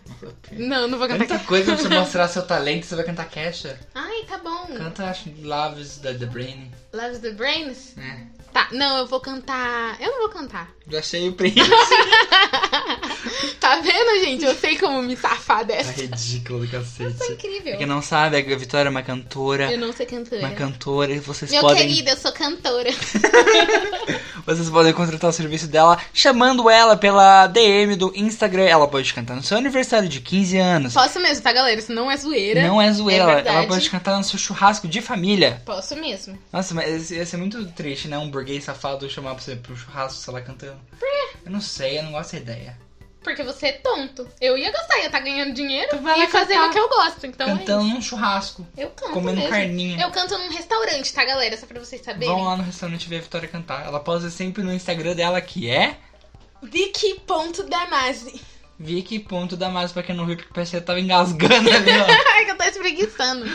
Speaker 2: Não, não vou cantar
Speaker 1: Tanta
Speaker 2: Cash.
Speaker 1: coisa pra você mostrar seu talento, você vai cantar Kesha.
Speaker 2: Ai, tá bom.
Speaker 1: Canta acho, Loves da The Brain,
Speaker 2: Loves the Brains?
Speaker 1: né?
Speaker 2: Tá, não, eu vou cantar. Eu não vou cantar.
Speaker 1: Já sei o príncipe.
Speaker 2: Tá vendo, gente? Eu sei como me safar
Speaker 1: Tá
Speaker 2: dessa.
Speaker 1: ridículo do
Speaker 2: Isso é
Speaker 1: cacete. Pra
Speaker 2: incrível.
Speaker 1: quem não sabe, a Vitória é uma cantora.
Speaker 2: Eu não sei é cantora.
Speaker 1: Uma cantora, e vocês
Speaker 2: Meu
Speaker 1: podem.
Speaker 2: querido, eu sou cantora.
Speaker 1: Vocês podem contratar o serviço dela chamando ela pela DM do Instagram. Ela pode cantar no seu aniversário de 15 anos.
Speaker 2: Posso mesmo, tá, galera? Isso não é zoeira.
Speaker 1: Não é zoeira, ela- ela
Speaker 2: verdade.
Speaker 1: pode cantar no seu churrasco de família.
Speaker 2: Posso mesmo.
Speaker 1: Nossa, mas ia ser muito triste, né? Um burguês safado chamar pra você pro churrasco, sei lá, cantando. Eu não sei, eu não gosto da ideia.
Speaker 2: Porque você é tonto. Eu ia gostar, ia estar ganhando dinheiro
Speaker 1: Então vai
Speaker 2: e
Speaker 1: lá
Speaker 2: ia fazer
Speaker 1: cantar.
Speaker 2: o que eu gosto. Então é
Speaker 1: Cantando num churrasco,
Speaker 2: isso. Eu canto
Speaker 1: comendo
Speaker 2: mesmo.
Speaker 1: carninha.
Speaker 2: Eu canto num restaurante, tá, galera? Só pra vocês saberem.
Speaker 1: Vão lá no restaurante ver a Vitória cantar. Ela posta sempre no Instagram dela, que é
Speaker 2: Vicky Ponto Damasi.
Speaker 1: Vicky.damas, pra quem não viu, porque parece que eu tava engasgando ali, ó.
Speaker 2: Ai, que eu tô espreguiçando.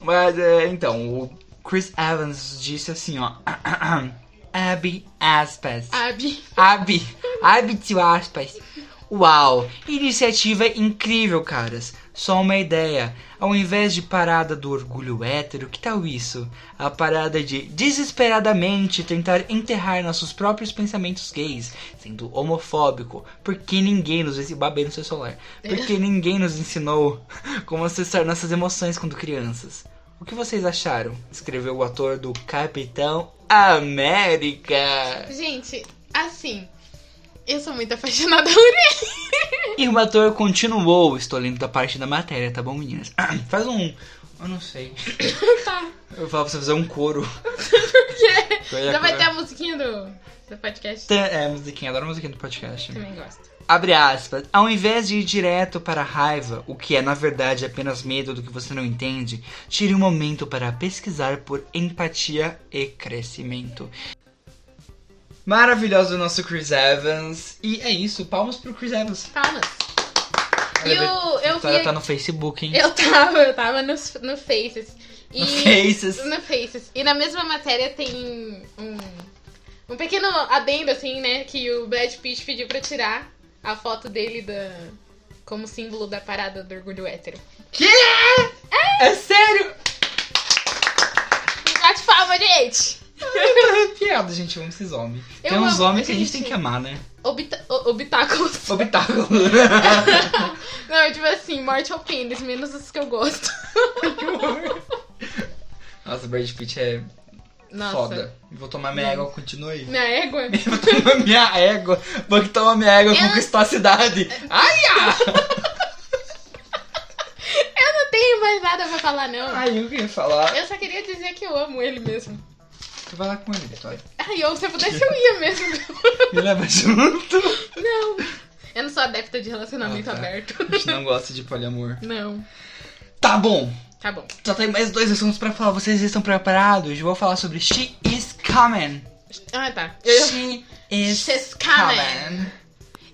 Speaker 1: Mas, é, então, o Chris Evans disse assim, ó. Abby aspas.
Speaker 2: Abi.
Speaker 1: Ab, hábito aspas. Uau, iniciativa incrível, caras. Só uma ideia. Ao invés de parada do orgulho hétero, que tal isso? A parada de desesperadamente tentar enterrar nossos próprios pensamentos gays, sendo homofóbico, porque ninguém nos ensinou. Babei no seu celular. Porque ninguém nos ensinou como acessar nossas emoções quando crianças. O que vocês acharam? Escreveu o ator do Capitão América.
Speaker 2: Gente, assim. Eu sou muito apaixonada por ele.
Speaker 1: E o ator continuou, estou lendo da parte da matéria, tá bom, meninas? Faz um. Eu não sei.
Speaker 2: Tá.
Speaker 1: Eu falo pra você fazer um coro. Por quê?
Speaker 2: Já vai ter a musiquinha do, do podcast.
Speaker 1: É, musiquinha, adoro a musiquinha do podcast.
Speaker 2: Também gosto.
Speaker 1: Abre aspas. Ao invés de ir direto para a raiva, o que é na verdade apenas medo do que você não entende, tire um momento para pesquisar por empatia e crescimento. Maravilhoso o nosso Chris Evans. E é isso, palmas pro Chris Evans.
Speaker 2: Palmas. Tá, E
Speaker 1: Olha,
Speaker 2: o, eu vi.
Speaker 1: Vitória tá no Facebook, hein?
Speaker 2: Eu tava, eu tava no, no Faces. E,
Speaker 1: No Faces.
Speaker 2: No Faces. E na mesma matéria tem um, um pequeno adendo, assim, né? Que o Brad Pitt pediu pra tirar a foto dele da, como símbolo da parada do orgulho hétero.
Speaker 1: Que? É sério?
Speaker 2: Um bate palma, gente!
Speaker 1: Eu tô arrepiado, É gente. Eu amo esses homens.
Speaker 2: Eu
Speaker 1: tem uns
Speaker 2: amo,
Speaker 1: homens que a gente
Speaker 2: gente.
Speaker 1: tem que amar, né?
Speaker 2: Obita o- obstáculos.
Speaker 1: Obstáculo.
Speaker 2: Não, tipo assim, morte ao pênis, menos os que eu gosto.
Speaker 1: Nossa, o Brad Pitt é
Speaker 2: Nossa.
Speaker 1: foda. Vou tomar minha égua, continua aí.
Speaker 2: Minha égua.
Speaker 1: Vou tomar minha égua. Vou que tomar minha égua,
Speaker 2: Eu-
Speaker 1: conquistar a cidade. Ai, ah!
Speaker 2: Eu não tenho mais nada pra falar, não.
Speaker 1: Ai, eu queria falar.
Speaker 2: Eu só queria dizer que eu amo ele mesmo.
Speaker 1: Tu vai lá com ele, Vitória.
Speaker 2: Ai, eu, se eu pudesse, eu ia mesmo.
Speaker 1: Me leva junto.
Speaker 2: Não. Eu não sou adepta de relacionamento
Speaker 1: Ah, tá.
Speaker 2: aberto.
Speaker 1: A gente não gosta de poliamor.
Speaker 2: Não.
Speaker 1: Tá bom.
Speaker 2: Tá bom.
Speaker 1: Só tem mais dois assuntos pra falar. Vocês estão preparados? Eu vou falar sobre She Is Coming.
Speaker 2: Ah, tá. Eu- eu-
Speaker 1: She is
Speaker 2: She's coming.
Speaker 1: coming.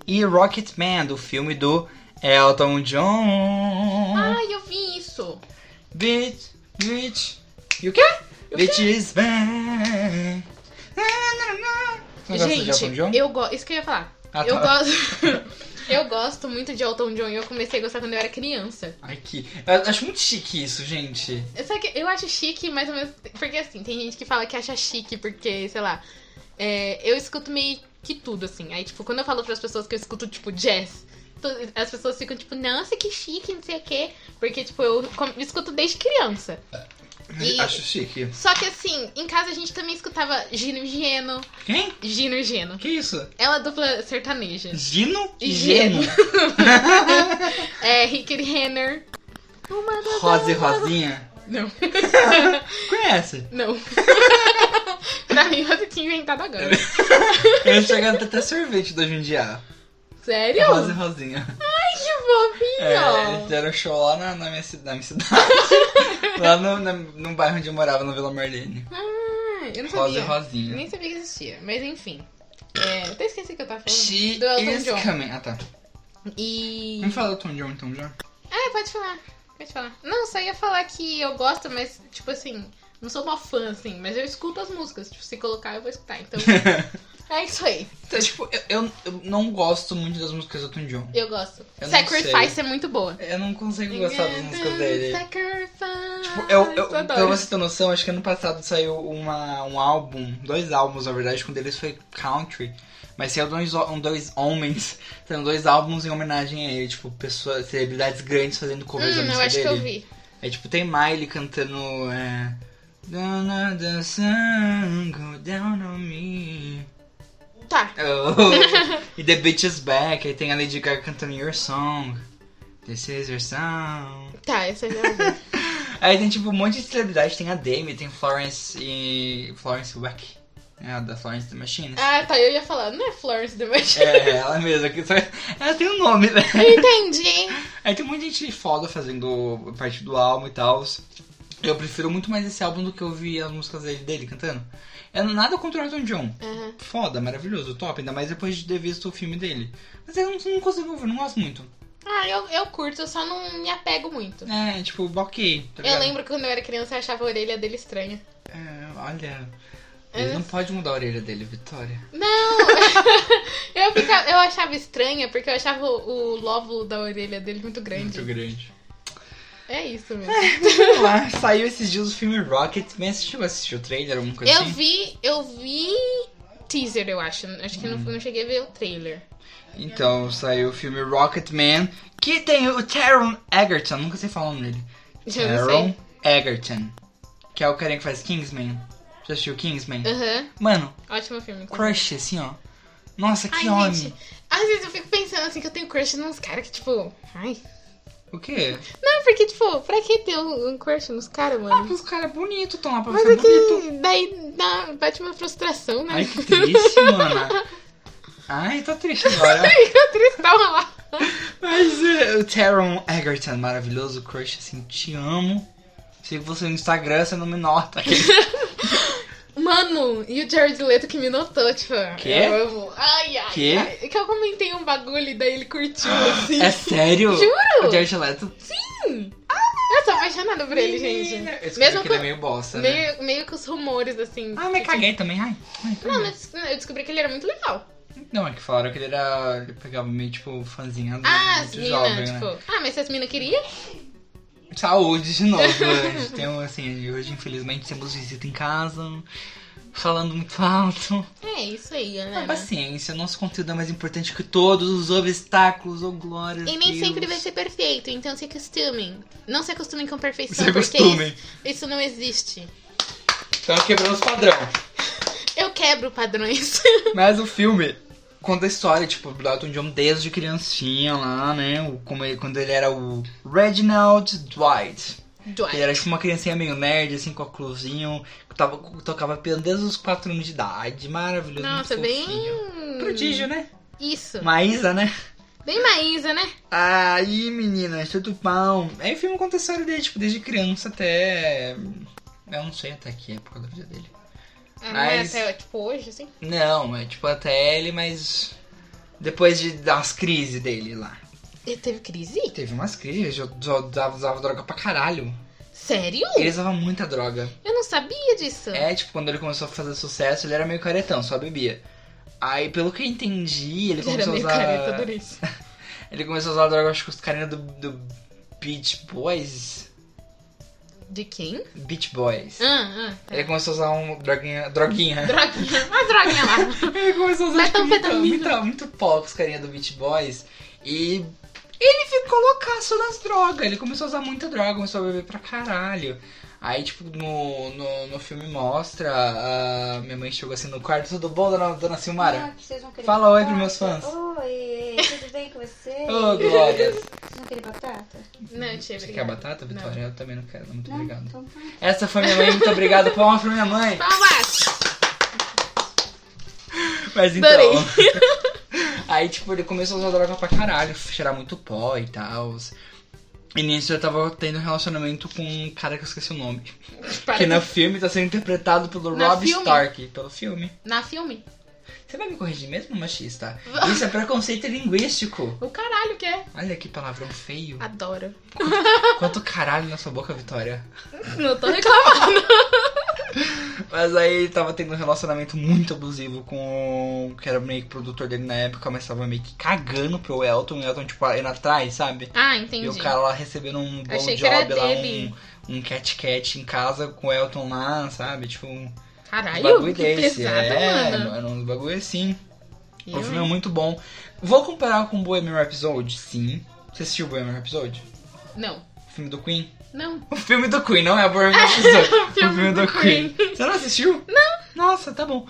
Speaker 1: E Rocketman, do filme do Elton John.
Speaker 2: Ai, eu vi isso.
Speaker 1: Bitch, bitch. E o quê? Bitch is back. Na, na, na. Você não gosta de Elton
Speaker 2: Gente,
Speaker 1: John?
Speaker 2: eu gosto. Isso que eu ia falar.
Speaker 1: Ah,
Speaker 2: eu
Speaker 1: tá.
Speaker 2: gosto. eu gosto muito de Elton John e eu comecei a gostar quando eu era criança.
Speaker 1: Ai, que... Eu acho muito chique isso, gente.
Speaker 2: Só que eu acho chique, mais ou menos. Porque assim, tem gente que fala que acha chique, porque, sei lá. é, eu escuto meio que tudo, assim. Aí, tipo, quando eu falo pras pessoas que eu escuto, tipo, jazz. to- As pessoas ficam tipo, nossa, que chique, não sei o quê. Porque, tipo, eu com- escuto desde criança. E-
Speaker 1: Acho chique.
Speaker 2: Só que assim, em casa a gente também escutava Gino e Geno.
Speaker 1: Quem?
Speaker 2: Gino e Geno.
Speaker 1: Que isso?
Speaker 2: Ela é dupla sertaneja.
Speaker 1: Gino? e
Speaker 2: Geno.
Speaker 1: Geno.
Speaker 2: É, Rick e Renner. Uma das
Speaker 1: Rosa e Rosinha.
Speaker 2: Não,
Speaker 1: Conhece?
Speaker 2: não. pra mim, você tinha inventado agora.
Speaker 1: É. Eles chegaram até sorvete do Jundiá.
Speaker 2: Sério?
Speaker 1: É Rosa e Rosinha.
Speaker 2: Que fofinho!
Speaker 1: É, eles deram show lá na, na minha, ci- na minha cidade. lá no, na- no bairro onde eu morava, no Vila Marlene.
Speaker 2: Ah, eu não
Speaker 1: Rosa e
Speaker 2: sabia.
Speaker 1: Rosinha.
Speaker 2: Nem sabia que existia, mas enfim. É, eu até esqueci o que eu tava falando.
Speaker 1: She
Speaker 2: Do Elton
Speaker 1: is
Speaker 2: John.
Speaker 1: coming. Ah, tá.
Speaker 2: E.
Speaker 1: Vamos falar do Tom John então já?
Speaker 2: Ah, pode falar. Pode falar. Não, só ia falar que eu gosto, mas, tipo assim, não sou uma fã, assim, mas eu escuto as músicas. Tipo, se colocar, eu vou escutar. Então. É isso aí.
Speaker 1: Então, tipo, eu, eu, eu não gosto muito das músicas do Elton John.
Speaker 2: Eu gosto.
Speaker 1: Eu não
Speaker 2: Sacrifice é muito boa.
Speaker 1: Eu não consigo gostar das músicas dele.
Speaker 2: Sacrifice.
Speaker 1: Tipo, eu, eu,
Speaker 2: adoro.
Speaker 1: pra você ter noção, acho que ano passado saiu uma, um álbum, dois álbuns na verdade, um deles foi Country, mas saiu dois, um, dois homens, saiu dois álbuns em homenagem a ele, tipo, pessoas, celebridades grandes fazendo covers da
Speaker 2: Hum, eu
Speaker 1: música
Speaker 2: acho
Speaker 1: dele.
Speaker 2: que eu vi.
Speaker 1: É tipo, tem Miley cantando. É... Don't let the sun go down on me.
Speaker 2: Tá.
Speaker 1: Oh. e The Bitch is Back. Aí tem a Lady Gaga cantando Your Song. This is your song.
Speaker 2: Tá, essa eu já vi.
Speaker 1: Aí tem tipo um monte de celebridade. Tem a Demi, tem Florence e. Florence Weck. É a da Florence the Machine.
Speaker 2: ah, tá. Eu ia falar, não é Florence The Machine.
Speaker 1: É, ela mesma. que só- Ela tem um nome, né?
Speaker 2: Entendi.
Speaker 1: Aí tem muita gente foda fazendo parte do álbum e tal. Eu prefiro muito mais esse álbum do que ouvir as músicas dele, dele cantando. É nada contra o Elton John.
Speaker 2: Aham.
Speaker 1: Foda, maravilhoso, top. Ainda mais depois de ter visto o filme dele. Mas eu não, não consigo ouvir, não gosto muito.
Speaker 2: Ah, eu, eu curto, eu só não me apego muito.
Speaker 1: É, tipo, ok. Tá
Speaker 2: Eu
Speaker 1: ligado?
Speaker 2: lembro que quando eu era criança eu achava a orelha dele estranha.
Speaker 1: É, olha.
Speaker 2: Eu
Speaker 1: Ele
Speaker 2: não-
Speaker 1: não pode mudar a orelha dele, Vitória.
Speaker 2: Não! eu, ficava, eu achava estranha porque eu achava o, o lóbulo da orelha dele muito grande.
Speaker 1: Muito grande.
Speaker 2: É isso mesmo.
Speaker 1: Vamos lá, saiu esses dias o filme Rocket. Bem, assistiu, assistiu o trailer, alguma coisa
Speaker 2: Eu
Speaker 1: assim?
Speaker 2: vi, eu vi teaser, eu acho. Acho que não,
Speaker 1: Hum.
Speaker 2: não cheguei a ver o trailer.
Speaker 1: Então, saiu o filme Rocketman, que tem o Taron Egerton, nunca sei falar o nome dele.
Speaker 2: Já não
Speaker 1: Taron
Speaker 2: sei.
Speaker 1: Egerton, que é o carinha que faz Kingsman. Já assistiu Kingsman?
Speaker 2: Aham.
Speaker 1: Mano,
Speaker 2: Ótimo filme. inclusive.
Speaker 1: crush, assim, ó. Nossa, que
Speaker 2: Ai,
Speaker 1: homem.
Speaker 2: gente, às vezes eu fico pensando assim que eu tenho crush nos caras que, tipo. Ai.
Speaker 1: O quê?
Speaker 2: Não, porque, tipo, pra que ter um, um crush nos caras,
Speaker 1: Ah,
Speaker 2: mano?
Speaker 1: mas os caras é bonito, estão lá pra
Speaker 2: Mas
Speaker 1: ficar
Speaker 2: é que
Speaker 1: bonito.
Speaker 2: daí dá, bate uma frustração, né?
Speaker 1: Ai, que triste, mano. Ai, tô triste agora.
Speaker 2: Fica tristão lá.
Speaker 1: Mas é, o Taron Egerton, maravilhoso crush, assim, te amo. Sigo você no Instagram, você não me nota.
Speaker 2: Mano, e o Jared Leto que me notou, tipo,
Speaker 1: Quê?
Speaker 2: eu amo. Ai, ai,
Speaker 1: Quê?
Speaker 2: ai. Que eu comentei um bagulho e daí ele curtiu, assim.
Speaker 1: É sério?
Speaker 2: Juro?
Speaker 1: O Jared Leto
Speaker 2: Sim! Eu sou apaixonada por ele, gente.
Speaker 1: Menina, Eu descobri
Speaker 2: Mesmo
Speaker 1: que
Speaker 2: com,
Speaker 1: ele é meio bosta, né?
Speaker 2: meio, meio com os rumores, assim.
Speaker 1: Ah, mas
Speaker 2: que-
Speaker 1: caguei também, ai. ai tá
Speaker 2: Não, né?
Speaker 1: bom.
Speaker 2: mas eu descobri que ele era muito legal.
Speaker 1: Não, é que falaram que ele era. Ele pegava meio, tipo, fãzinha do
Speaker 2: Ah,
Speaker 1: muito
Speaker 2: as minas,
Speaker 1: jovem,
Speaker 2: tipo.
Speaker 1: né?
Speaker 2: Ah, mas se as minas queriam?
Speaker 1: Saúde de novo. né? A gente tem um, assim, hoje, infelizmente, temos visita em casa. Falando muito alto.
Speaker 2: É isso aí,
Speaker 1: Ah, Mas
Speaker 2: galera.
Speaker 1: paciência, nosso conteúdo é mais importante que todos os obstáculos ou glórias.
Speaker 2: E nem
Speaker 1: Deus.
Speaker 2: sempre vai ser perfeito, então se acostumem. Não se acostumem com perfeição,
Speaker 1: Se
Speaker 2: porque
Speaker 1: acostumem.
Speaker 2: isso, isso não existe.
Speaker 1: Então quebrando os padrão.
Speaker 2: Eu quebro padrões.
Speaker 1: Mas o filme conta a história, tipo, do Elton John desde criancinha lá, né? O- como ele- quando ele era o Reginald Dwight.
Speaker 2: Dwight.
Speaker 1: Ele era tipo uma criancinha meio nerd, assim, com a cruzinho, que tava, tocava piano desde os 4 anos de idade. Maravilhoso,
Speaker 2: Nossa,
Speaker 1: muito
Speaker 2: bem.
Speaker 1: fofinho. Prodígio, né?
Speaker 2: Isso.
Speaker 1: Maísa, né?
Speaker 2: Bem Maísa, né?
Speaker 1: Aí, menina, tudo bom? Aí o filme conta a história dele, tipo, desde criança até... Eu não sei até que época da vida dele.
Speaker 2: Ah, não é
Speaker 1: Mas-
Speaker 2: até, tipo, hoje, assim?
Speaker 1: Não, é tipo até ele, mas... Depois de, das crises dele lá.
Speaker 2: Ele teve crise?
Speaker 1: Teve umas crises, eu só usava, usava droga pra caralho.
Speaker 2: Sério?
Speaker 1: Ele usava muita droga.
Speaker 2: Eu não sabia disso.
Speaker 1: É, tipo, quando ele começou a fazer sucesso, ele era meio caretão, só bebia. Aí, pelo que eu entendi, ele
Speaker 2: Era
Speaker 1: começou a
Speaker 2: meio
Speaker 1: usar.
Speaker 2: careta, adorei isso.
Speaker 1: ele começou a usar droga, acho que os carinha do, do Beach Boys.
Speaker 2: De quem?
Speaker 1: Beach Boys.
Speaker 2: Ah, ah.
Speaker 1: Ele começou a usar um droguinha. droguinha.
Speaker 2: Droguinha. Uma droguinha lá.
Speaker 1: ele começou a usar tipo, muito,
Speaker 2: Metanfetamina.
Speaker 1: muito, muito pouco os carinha do Beach Boys. E ele ficou loucaço nas drogas. Ele começou a usar muita droga, começou a beber pra caralho. Aí, tipo, no, no, no filme mostra, a minha mãe chegou assim no quarto, tudo bom, dona, dona Silmara?
Speaker 3: Ah, que vocês vão querer
Speaker 1: Fala oi pros
Speaker 3: batata?
Speaker 1: meus fãs.
Speaker 3: Oi, tudo bem com vocês?
Speaker 1: Ô, Glória.
Speaker 3: Vocês vão querer batata?
Speaker 2: Não, tia,
Speaker 1: Você quer
Speaker 2: obrigada.
Speaker 1: batata, Vitória? Eu também não quero. Muito
Speaker 3: Não?
Speaker 1: obrigado.
Speaker 3: Então tá.
Speaker 1: Essa foi minha mãe. Muito obrigado. Palmas pra minha mãe.
Speaker 2: Palmas!
Speaker 1: Mas então...
Speaker 2: Adorei.
Speaker 1: Aí, tipo, ele começou a usar droga pra caralho. Cheirar muito pó e tal. E nisso eu tava tendo um relacionamento com um cara que eu esqueci o nome.
Speaker 2: Para-
Speaker 1: Que no filme tá sendo interpretado pelo
Speaker 2: No
Speaker 1: Rob
Speaker 2: filme?
Speaker 1: Stark. Pelo filme.
Speaker 2: Na filme?
Speaker 1: Você vai me corrigir mesmo, machista? Isso é preconceito linguístico.
Speaker 2: O caralho que é.
Speaker 1: Olha que palavrão feio.
Speaker 2: Adoro.
Speaker 1: Quanto caralho na sua boca, Vitória.
Speaker 2: Não tô reclamando.
Speaker 1: Mas aí ele tava tendo um relacionamento muito abusivo com o que era meio que produtor dele na época, mas tava meio que cagando pro Elton, e o Elton, tipo, indo atrás, sabe?
Speaker 2: Ah,
Speaker 1: E o
Speaker 2: entendi.
Speaker 1: cara lá recebendo um bom
Speaker 2: Achei que era
Speaker 1: job lá,
Speaker 2: dele.
Speaker 1: um, um cat cat em casa com o Elton lá, sabe? Tipo, um
Speaker 2: Caralho,
Speaker 1: bagulho
Speaker 2: que
Speaker 1: desse.
Speaker 2: pesado,
Speaker 1: é,
Speaker 2: mano.
Speaker 1: uns bagulho assim.
Speaker 2: Eu,
Speaker 1: O filme é
Speaker 2: hein?
Speaker 1: muito bom. Vou comparar com Bohemian Rhapsody? Sim. Você assistiu Bohemian Rhapsody?
Speaker 2: Não,
Speaker 1: O filme do Queen?
Speaker 2: não.
Speaker 1: O filme do Queen, não é a Bohemian Rhapsody. o filme, do, Queen. Você não assistiu? Não. Nossa, tá bom.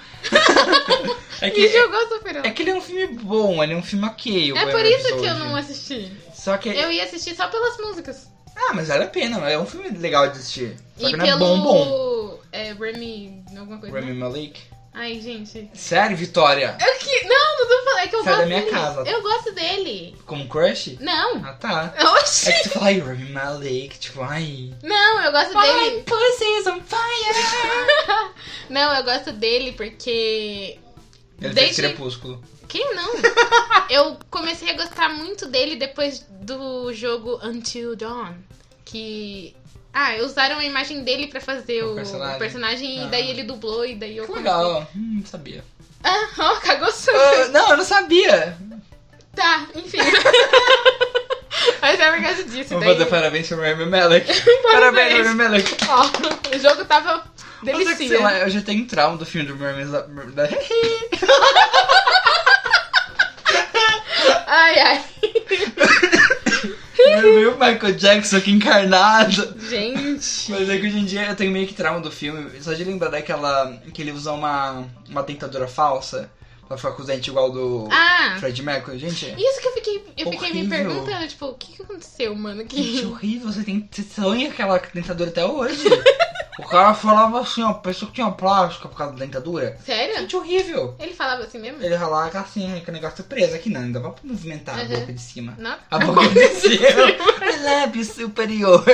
Speaker 1: é,
Speaker 2: Me
Speaker 1: que,
Speaker 2: jogou super
Speaker 1: é que ele é um filme bom, ele é um filme ok. o
Speaker 2: É por
Speaker 1: Bohemian
Speaker 2: isso que eu
Speaker 1: Rhapsody.
Speaker 2: não assisti.
Speaker 1: Só que...
Speaker 2: Eu ia assistir só pelas músicas.
Speaker 1: Ah, mas vale a pena. É um filme legal de assistir. Só
Speaker 2: E
Speaker 1: que não
Speaker 2: pelo.
Speaker 1: é bom, bom.
Speaker 2: É, Remy. Alguma coisa.
Speaker 1: Rami
Speaker 2: né?
Speaker 1: Malik.
Speaker 2: Ai, gente.
Speaker 1: Sério, Vitória?
Speaker 2: Eu que... Não, não tô falando. É que eu
Speaker 1: Sai da
Speaker 2: gosto
Speaker 1: minha
Speaker 2: dele.
Speaker 1: casa.
Speaker 2: Eu gosto dele.
Speaker 1: Como um crush?
Speaker 2: Não.
Speaker 1: Ah, tá.
Speaker 2: Oxi.
Speaker 1: É que tu fala, ai, Rami Malik, tipo, ai...
Speaker 2: Não, eu gosto dele.
Speaker 1: pussy's on fire!
Speaker 2: Não, eu gosto dele porque.
Speaker 1: Ele fez
Speaker 2: Desde-
Speaker 1: Crepúsculo.
Speaker 2: Quem não? eu comecei a gostar muito dele depois do jogo Until Dawn. Que. Ah, usaram a imagem dele pra fazer
Speaker 1: O
Speaker 2: o o personagem,
Speaker 1: personagem.
Speaker 2: e
Speaker 1: Ah.
Speaker 2: daí ele dublou e daí eu
Speaker 1: Que
Speaker 2: comecei-
Speaker 1: legal. Hum, não sabia.
Speaker 2: Ah, ó, cagou sujo.
Speaker 1: Ah, não, eu não sabia.
Speaker 2: Tá, enfim. Mas é por causa disso,
Speaker 1: Vou
Speaker 2: daí.
Speaker 1: fazer parabéns pro Rami Malek. parabéns, Rami Malek.
Speaker 2: Ó, o jogo tava
Speaker 1: Mas é que, sei
Speaker 2: delicinha.
Speaker 1: lá, eu já tenho trauma do filme do Rami Malek.
Speaker 2: Ai, ai.
Speaker 1: Era meio Michael Jackson aqui encarnado.
Speaker 2: Gente.
Speaker 1: Mas é que hoje em dia eu tenho meio que trauma do filme. Só de lembrar daquela. que ele usa uma, uma dentadura falsa pra ficar com os dentes igual do
Speaker 2: Ah,
Speaker 1: Fred Mercury. Gente,
Speaker 2: isso que eu fiquei, eu fiquei me
Speaker 1: Horrível.
Speaker 2: perguntando, tipo, o que que aconteceu, mano?
Speaker 1: gente,
Speaker 2: Que...
Speaker 1: horrível. Você, tem, você sonha com aquela dentadura até hoje. o cara falava assim, ó, pensou que tinha plástica por causa da dentadura.
Speaker 2: Sério?
Speaker 1: Gente, horrível.
Speaker 2: Ele falava assim mesmo?
Speaker 1: Ele ralava assim, com o negócio preso aqui não, não dá pra movimentar a
Speaker 2: Uhum.
Speaker 1: boca de cima.
Speaker 2: Nossa.
Speaker 1: A boca de cima. O lábio é superior.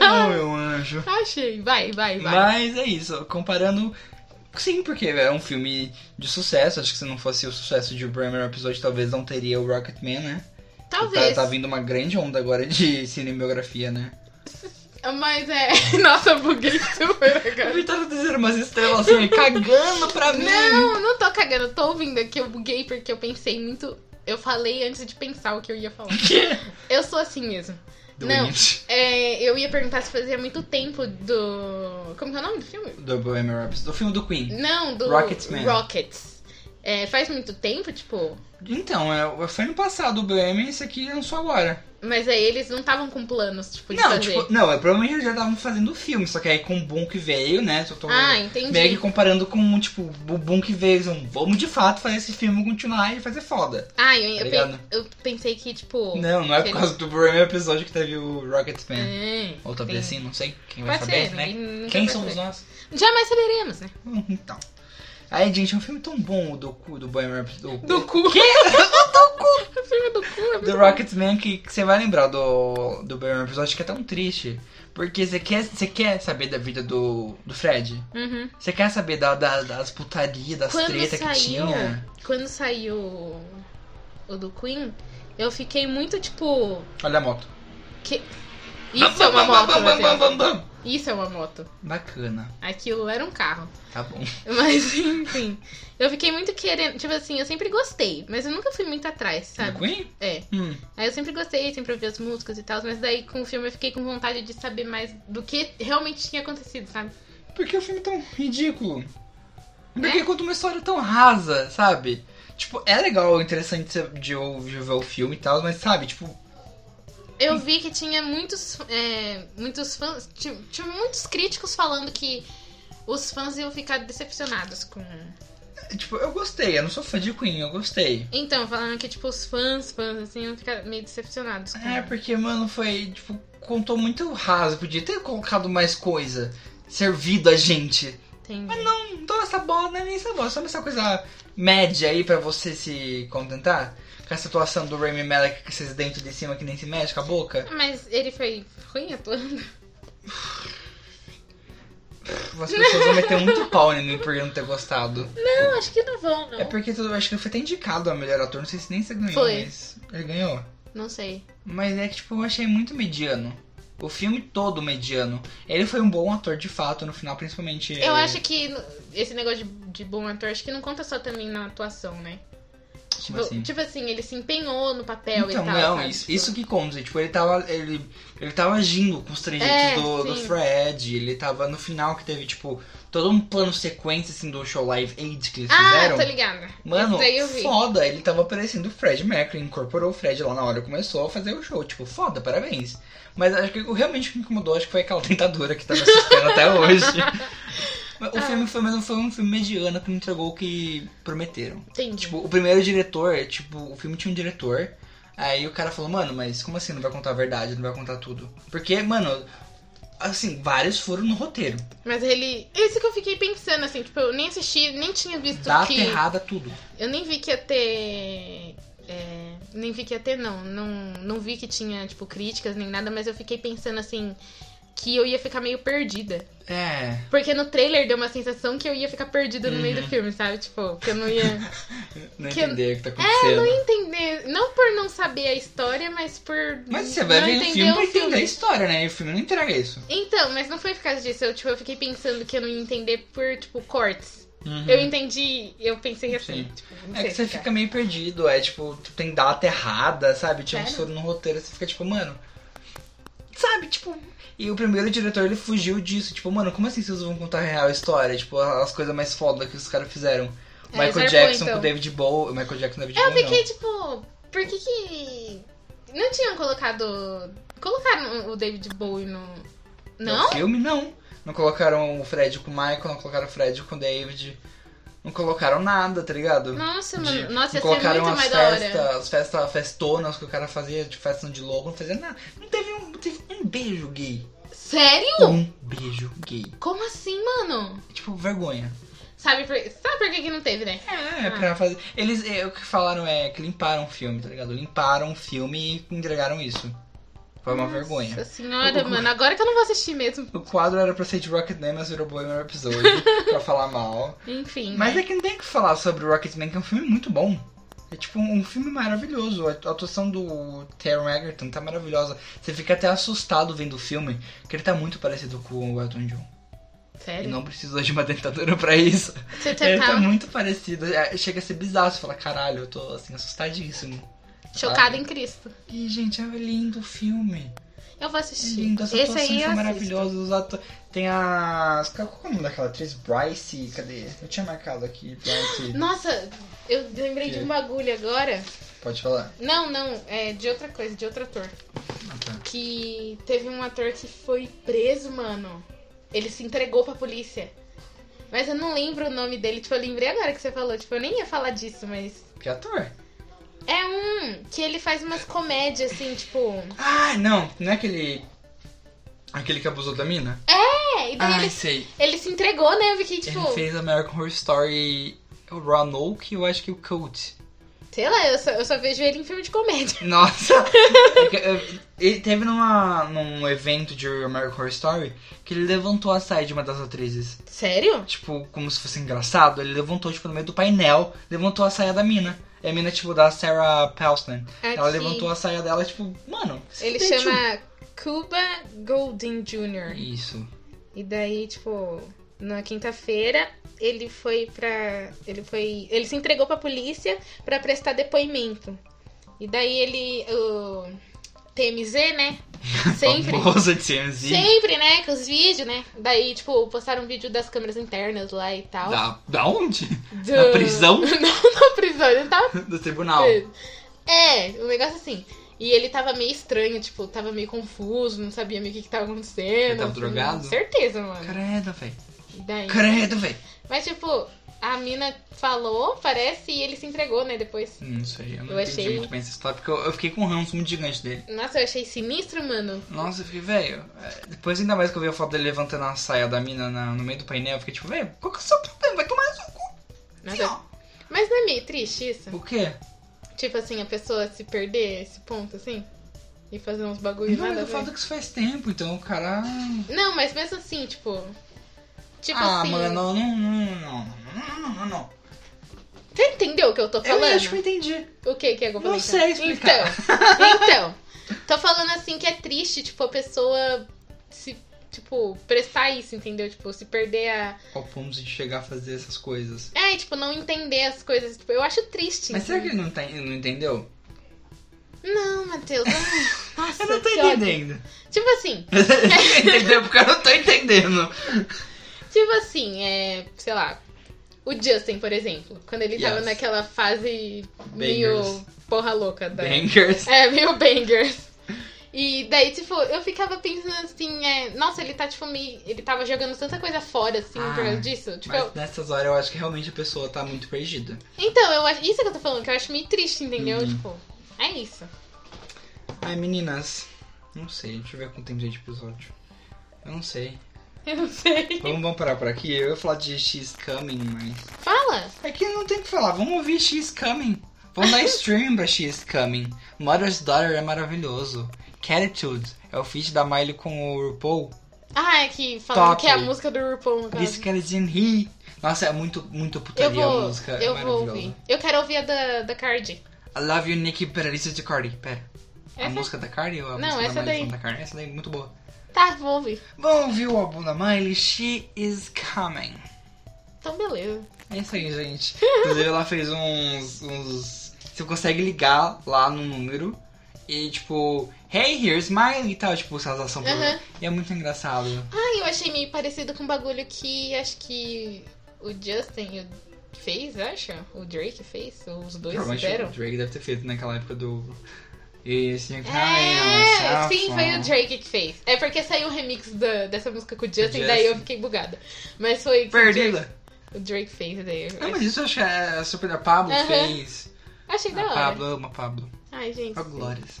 Speaker 1: oh, meu anjo.
Speaker 2: Ah, Achei. Vai, vai, vai.
Speaker 1: Mas é isso, comparando. Sim, porque é um filme de sucesso. Acho que se não fosse o sucesso de Bremer Episódio, talvez não teria o Rocketman, né? Que
Speaker 2: Talvez.
Speaker 1: Tá, tá vindo uma grande onda agora de cinebiografia, né?
Speaker 2: Mas é. Nossa, buguei super
Speaker 1: A
Speaker 2: agora.
Speaker 1: Vitória tá dizendo umas estrelas assim, cagando pra mim.
Speaker 2: Não, não tô cagando, tô ouvindo aqui, eu buguei porque eu pensei muito. Eu falei antes de pensar o que eu ia falar. Eu sou assim mesmo. Não.
Speaker 1: Doente.
Speaker 2: É, eu ia perguntar se fazia muito tempo do. Como que é o nome do filme?
Speaker 1: Do Bohemian Rhapsody. Do filme do Queen.
Speaker 2: Não, do.
Speaker 1: Rocketman.
Speaker 2: Rockets. É, faz muito tempo, tipo.
Speaker 1: Então, é, foi no passado o Bohemian, isso aqui lançou agora.
Speaker 2: Mas aí eles não estavam com planos, tipo, de
Speaker 1: não,
Speaker 2: fazer.
Speaker 1: tipo, não, é, provavelmente eles já estavam fazendo o filme, só que aí com o boom que veio, né? Tô, tô
Speaker 2: ah,
Speaker 1: meio que
Speaker 2: entendi.
Speaker 1: comparando com, tipo, o boom que veio. Então, vamos de fato fazer esse filme continuar e fazer foda.
Speaker 2: Ah, eu, eu,
Speaker 1: Obrigado.
Speaker 2: pe- eu pensei que, tipo.
Speaker 1: Não, não é
Speaker 2: Sim.
Speaker 1: por causa do primeiro episódio que teve o Rocketman.
Speaker 2: É,
Speaker 1: Ou talvez
Speaker 2: sim.
Speaker 1: assim, não sei. Quem vai
Speaker 2: Pode
Speaker 1: saber,
Speaker 2: ser,
Speaker 1: né?
Speaker 2: ninguém- nunca
Speaker 1: Quem
Speaker 2: vai
Speaker 1: somos
Speaker 2: saber.
Speaker 1: nós?
Speaker 2: Jamais saberemos, né?
Speaker 1: Hum, Então. Aí, gente, é um filme tão bom o do cu do Bohemian Rhapsody.
Speaker 2: Do cu. Que? do cu. O filme do cu é muito
Speaker 1: do
Speaker 2: bom.
Speaker 1: Rocketman que, que você vai lembrar do, do Bohemian Rhapsody, que é tão triste. Porque você quer, você quer saber da vida do, do Fred?
Speaker 2: Uhum.
Speaker 1: Você quer saber da, da- das putarias, das
Speaker 2: Quando
Speaker 1: tretas que
Speaker 2: saiu-
Speaker 1: tinha?
Speaker 2: Quando saiu o- o do Queen, eu fiquei muito tipo.
Speaker 1: Olha a moto.
Speaker 2: Que... Isso é uma moto, Matheus.
Speaker 1: bam, bam.
Speaker 2: Isso é uma moto.
Speaker 1: Bacana.
Speaker 2: Aquilo era um carro.
Speaker 1: Tá bom.
Speaker 2: Mas, enfim. Eu fiquei muito querendo. Tipo assim, eu sempre gostei, mas eu nunca fui muito atrás,
Speaker 1: Do
Speaker 2: sabe?
Speaker 1: Queen?
Speaker 2: É.
Speaker 1: Hum.
Speaker 2: Aí eu sempre gostei, sempre ouvi as músicas e tal, mas daí com o filme eu fiquei com vontade de saber mais do que realmente tinha acontecido, sabe?
Speaker 1: Por que o filme é tão ridículo?
Speaker 2: Né?
Speaker 1: Porque conta uma história tão rasa, sabe? Tipo, é legal, interessante você- de, eu- de ver o filme e tal, mas sabe, tipo,
Speaker 2: Eu vi que tinha muitos, é, muitos fãs. ti- Tinha, muitos críticos falando que os fãs iam ficar decepcionados com.
Speaker 1: tipo, eu gostei, eu não sou fã de Queen, eu gostei.
Speaker 2: Então, falando que, tipo, os fãs, fãs, assim, iam ficar meio decepcionados com.
Speaker 1: É, porque, mano, foi, tipo, contou muito raso, podia ter colocado mais coisa, servido a gente.
Speaker 2: Entendi.
Speaker 1: Então essa bola não é nem essa bola, só essa coisa média aí pra você se contentar. Com a situação do Remy Malek com esses dentes de cima que nem se mexe com a boca.
Speaker 2: Mas ele foi ruim atuando.
Speaker 1: As pessoas vão meter muito pau em mim por eu não ter gostado.
Speaker 2: Não, acho que não vão, não.
Speaker 1: É porque tu, acho que ele foi até indicado a melhor ator, não sei se nem você ganhou,
Speaker 2: Foi.
Speaker 1: mas. Ele ganhou.
Speaker 2: Não sei.
Speaker 1: Mas é que, tipo, eu achei muito mediano. O filme todo mediano. Ele foi um bom ator de fato, no final, principalmente.
Speaker 2: Eu acho que no- esse negócio de, de bom ator, acho que não conta só também na atuação, né? Tipo,
Speaker 1: assim?
Speaker 2: tipo assim, ele se empenhou no papel
Speaker 1: então,
Speaker 2: e tal.
Speaker 1: não,
Speaker 2: sabe?
Speaker 1: isso,
Speaker 2: Tipo,
Speaker 1: isso que conta. Tipo, ele tava. Ele, ele tava agindo com os trejeitos
Speaker 2: É,
Speaker 1: do, do
Speaker 2: sim.
Speaker 1: Fred. Ele tava no final que teve, tipo, todo um plano sequência assim do show Live Aid que eles
Speaker 2: Ah,
Speaker 1: fizeram.
Speaker 2: tô ligada.
Speaker 1: Mano,
Speaker 2: Isso daí eu vi.
Speaker 1: foda, ele tava parecendo o Fred Mercury, incorporou o Fred lá na hora e começou a fazer o show. Tipo, foda, parabéns. Mas acho que o- realmente o que me incomodou acho que foi aquela tentadora que tava assistindo até hoje. Mas O filme foi, mas foi um filme mediano que não entregou o que prometeram.
Speaker 2: Entendi.
Speaker 1: Tipo, o primeiro diretor, tipo, o filme tinha um diretor. Aí o cara falou, mano, mas como assim não vai contar a verdade, não vai contar tudo? Porque, mano, assim, vários foram no roteiro.
Speaker 2: Mas ele. Isso que eu fiquei pensando, assim, tipo, eu nem assisti, nem tinha visto
Speaker 1: Data
Speaker 2: que.
Speaker 1: errada, tudo.
Speaker 2: Eu nem vi que ia ter. é, nem vi que ia ter, não. não. Não vi que tinha, tipo, críticas nem nada, mas eu fiquei pensando assim. Que eu ia ficar meio perdida.
Speaker 1: É.
Speaker 2: Porque no trailer deu uma sensação que eu ia ficar perdida no meio do
Speaker 1: Uhum.
Speaker 2: filme, sabe? Tipo, que eu não ia.
Speaker 1: Não
Speaker 2: Que-
Speaker 1: entender o que tá acontecendo.
Speaker 2: entender. Não por não saber a história, mas por.
Speaker 1: Mas você vai
Speaker 2: não
Speaker 1: ver o filme pra
Speaker 2: o
Speaker 1: entender a história, né? E o filme não entrega isso.
Speaker 2: Então, mas não foi por causa disso. Eu, tipo, eu fiquei pensando que eu não ia entender por, tipo, cortes.
Speaker 1: Uhum.
Speaker 2: Eu entendi, eu pensei assim.
Speaker 1: Sim.
Speaker 2: Tipo, não
Speaker 1: É
Speaker 2: sei
Speaker 1: que você
Speaker 2: explicar.
Speaker 1: fica meio perdido, é tipo, tu tem data errada, sabe? Tinha um
Speaker 2: Sério?
Speaker 1: soro no roteiro, você fica tipo, mano. Sabe, tipo. E o primeiro diretor ele fugiu disso, tipo, mano, como assim vocês vão contar a real história? Tipo, as coisas mais foda que os caras fizeram. O
Speaker 2: É,
Speaker 1: Michael
Speaker 2: zarpou,
Speaker 1: Jackson
Speaker 2: então.
Speaker 1: com o David Bowie. O Michael Jackson e David
Speaker 2: Eu
Speaker 1: Bowie.
Speaker 2: fiquei, tipo, por que que. Não tinham colocado. Colocaram o David Bowie no.
Speaker 1: não.
Speaker 2: Não?
Speaker 1: No filme, não. Não colocaram o Fred com o Michael, não colocaram o Fred com o David. Não colocaram nada, tá ligado?
Speaker 2: Nossa,
Speaker 1: De-
Speaker 2: mano. Nossa, ia ser
Speaker 1: colocaram
Speaker 2: muito
Speaker 1: as
Speaker 2: mais da hora.
Speaker 1: festas, as festas festonas que o cara fazia, de festa de logo, não fazia nada. Não teve um, teve um beijo gay.
Speaker 2: Sério?
Speaker 1: Um beijo gay.
Speaker 2: Como assim, mano?
Speaker 1: Tipo, vergonha.
Speaker 2: Sabe por, Sabe por que, que não teve, né?
Speaker 1: É,
Speaker 2: Ah.
Speaker 1: pra fazer. Eles, é, o que falaram é que limparam o filme, tá ligado? Limparam o filme e entregaram isso. Foi É uma vergonha.
Speaker 2: Nossa senhora, mano. Agora que eu não vou assistir mesmo.
Speaker 1: O quadro era pra ser de Rocketman, mas virou Bohemian Rhapsody, pra falar mal.
Speaker 2: Enfim.
Speaker 1: Mas
Speaker 2: né?
Speaker 1: é que não tem o que falar sobre o Rocketman, que é um filme muito bom. É tipo um filme maravilhoso. A a atuação do Taron Egerton tá maravilhosa. Você fica até assustado vendo o filme, que ele tá muito parecido com o Elton John. E
Speaker 2: né? Sério?
Speaker 1: não precisou de uma dentadura pra isso.
Speaker 2: Você
Speaker 1: Ele
Speaker 2: tá
Speaker 1: tá muito parecido. É, Chega a ser bizarro. Você fala, caralho, eu tô assim, assustadíssimo.
Speaker 2: chocada em Cristo.
Speaker 1: E, gente, é lindo o filme.
Speaker 2: Eu vou
Speaker 1: É
Speaker 2: assistir.
Speaker 1: lindo. As
Speaker 2: Esse
Speaker 1: atuações
Speaker 2: aí eu
Speaker 1: são
Speaker 2: assisto.
Speaker 1: maravilhosas. Os ato- Tem a. Qual que é o nome daquela atriz? Bryce? Cadê? Eu tinha marcado aqui. Bryce.
Speaker 2: Nossa, eu lembrei de
Speaker 1: Que?
Speaker 2: um bagulho agora.
Speaker 1: Pode falar.
Speaker 2: Não, não, é de outra coisa, de outro ator.
Speaker 1: Ah, tá.
Speaker 2: Que teve um ator que foi preso, mano. Ele se entregou pra polícia. Mas eu não lembro o nome dele. Tipo, eu lembrei agora que você falou. Tipo, eu nem ia falar disso, mas.
Speaker 1: Que ator?
Speaker 2: É um que ele faz umas comédias, assim, tipo.
Speaker 1: Ah, não. Não é aquele. Aquele que abusou da mina?
Speaker 2: É, e daí
Speaker 1: Ai,
Speaker 2: ele,
Speaker 1: sei.
Speaker 2: ele se entregou, né? Eu fiquei, tipo.
Speaker 1: Ele fez American Horror Story. é O Roanoke e eu acho que o Coach.
Speaker 2: Sei lá, eu só, eu só vejo ele em filme de comédia.
Speaker 1: Nossa! É ele teve numa, num evento de American Horror Story que ele levantou a saia de uma das atrizes.
Speaker 2: Sério?
Speaker 1: Tipo, como se fosse engraçado, ele levantou, tipo, no meio do painel, levantou a saia da mina. E a mina, tipo, da Sarah Palston.
Speaker 2: Aqui,
Speaker 1: Ela levantou a tipo- saia dela, tipo, mano, você
Speaker 2: É Ele
Speaker 1: tem,
Speaker 2: chama Cuba Golden
Speaker 1: tipo-
Speaker 2: Jr.
Speaker 1: Isso.
Speaker 2: E daí, tipo, na quinta-feira, ele foi pra. Ele foi. Ele se entregou pra polícia pra prestar depoimento. E daí ele. O TMZ, né? Sempre.
Speaker 1: Famosa de CMZ.
Speaker 2: Sempre, né? Com os vídeos, né? Daí, tipo, postaram um vídeo das câmeras internas lá e tal.
Speaker 1: Da, da onde?
Speaker 2: Do-
Speaker 1: da prisão?
Speaker 2: não, na prisão, ele tava
Speaker 1: Do tribunal.
Speaker 2: preso. É, um negócio assim. E ele tava meio estranho, tipo, tava meio confuso, não sabia meio o que, que tava acontecendo.
Speaker 1: Ele tava drogado?
Speaker 2: Certeza, mano.
Speaker 1: Credo, véi.
Speaker 2: E Daí.
Speaker 1: Credo, véi.
Speaker 2: Mas, tipo, a mina falou, parece, e ele se entregou, né, depois.
Speaker 1: Não sei, eu não
Speaker 2: Eu
Speaker 1: entendi
Speaker 2: achei-
Speaker 1: muito bem essa história, porque eu, eu fiquei com um ranço muito gigante dele.
Speaker 2: Nossa, eu achei sinistro, mano.
Speaker 1: Nossa, eu fiquei, velho. é, Depois, ainda mais que eu vi a foto dele levantando a saia da mina na- no meio do painel, eu fiquei tipo, velho, qual que é o seu problema? Vai tomar no seu cu.
Speaker 2: Nossa,
Speaker 1: Sim,
Speaker 2: Mas não é meio triste isso?
Speaker 1: ó. O quê?
Speaker 2: Tipo assim, a pessoa se perder esse ponto, assim? E fazer uns bagulho nada
Speaker 1: Não, mas
Speaker 2: a
Speaker 1: eu
Speaker 2: ver.
Speaker 1: falo que isso faz tempo, então o cara.
Speaker 2: Não, mas mesmo assim, tipo... Tipo
Speaker 1: ah,
Speaker 2: assim...
Speaker 1: mano, não, não, não, não, não, não, não, não.
Speaker 2: Você entendeu o que eu tô
Speaker 1: Eu
Speaker 2: falando?
Speaker 1: acho que eu entendi.
Speaker 2: O que que é que eu
Speaker 1: Não
Speaker 2: falei?
Speaker 1: sei
Speaker 2: então?
Speaker 1: explicar.
Speaker 2: Então, então, Tô falando assim que é triste, tipo, a pessoa se, tipo, prestar isso, entendeu? Tipo, se perder a.
Speaker 1: Ao ponto de chegar a fazer essas coisas.
Speaker 2: É, e, tipo, não entender as coisas. Tipo, eu acho triste.
Speaker 1: Mas será que
Speaker 2: entendeu?
Speaker 1: ele não, tá, não entendeu?
Speaker 2: Não, Matheus. ah, Nossa,
Speaker 1: Eu não tô
Speaker 2: que ódio.
Speaker 1: entendendo.
Speaker 2: Tipo assim.
Speaker 1: entendeu? Porque eu não tô entendendo.
Speaker 2: Tipo assim, é. Sei lá. O Justin, por exemplo, quando ele tava
Speaker 1: Yes.
Speaker 2: naquela fase
Speaker 1: Bangers.
Speaker 2: meio porra louca da.
Speaker 1: Bangers.
Speaker 2: É, meio bangers. E daí, tipo, eu ficava pensando assim, é, nossa, ele tá, tipo, meio. Ele tava jogando tanta coisa fora, assim,
Speaker 1: Ah,
Speaker 2: por causa disso. Tipo, eu-
Speaker 1: Mas nessas horas eu acho que realmente a pessoa tá muito perdida.
Speaker 2: Então, eu acho. Isso que eu tô falando, que eu acho meio triste, entendeu?
Speaker 1: Uhum.
Speaker 2: Tipo, é isso.
Speaker 1: Ai, meninas. Não sei, deixa eu ver quanto tempo tem de episódio. Eu não sei.
Speaker 2: Eu não sei.
Speaker 1: Vamos, vamos parar por aqui. Eu ia falar de X Coming, mas.
Speaker 2: Fala!
Speaker 1: É que não tem o que falar. Vamos ouvir X Coming. Vamos dar streaming pra X Coming. Mother's Daughter é maravilhoso. Catitude é o feat da Miley com o RuPaul.
Speaker 2: Ah, é que falando
Speaker 1: Top.
Speaker 2: que é a música do RuPaul, no caso.
Speaker 1: This Canadian He. Nossa, é muito, muito
Speaker 2: Eu
Speaker 1: putaria a
Speaker 2: vou.
Speaker 1: música. é
Speaker 2: Eu vou
Speaker 1: maravilhosa.
Speaker 2: ouvir. Eu quero ouvir a da, da Cardi.
Speaker 1: I Love You, Nicki. Pera, isso é de Cardi. Pera. A
Speaker 2: Essa-
Speaker 1: música da Cardi ou a
Speaker 2: Não,
Speaker 1: música
Speaker 2: essa
Speaker 1: da Miley
Speaker 2: daí.
Speaker 1: falando da Cardi? Essa daí, é muito boa.
Speaker 2: Tá, vou ouvir.
Speaker 1: Vamos ouvir o álbum da Miley, She Is Coming.
Speaker 2: Então, beleza.
Speaker 1: É isso aí, gente. Inclusive, ela fez uns, uns. Você consegue ligar lá no número e tipo, hey, here's Miley e tal, tipo, sensação por
Speaker 2: Aham.
Speaker 1: E é muito engraçado.
Speaker 2: Ah, eu achei meio parecido com um bagulho que acho que o Justin e o- fez, acha? O Drake fez? Ou Os dois
Speaker 1: Provavelmente o
Speaker 2: fizeram?
Speaker 1: Drake deve ter feito naquela época do. E assim,
Speaker 2: É, sim, foi o Drake que fez. É porque saiu o remix da- dessa música com o Justin,
Speaker 1: Justin.
Speaker 2: daí eu fiquei bugada. Mas foi. que o Drake-
Speaker 1: Perdida.
Speaker 2: O Drake fez, daí eu
Speaker 1: Não, mas isso eu acho que é super da Pablo
Speaker 2: Aham.
Speaker 1: fez.
Speaker 2: achei da
Speaker 1: A
Speaker 2: hora.
Speaker 1: Ah, Pablo, eu amo a Pablo.
Speaker 2: Ai, gente.
Speaker 1: A Glórias.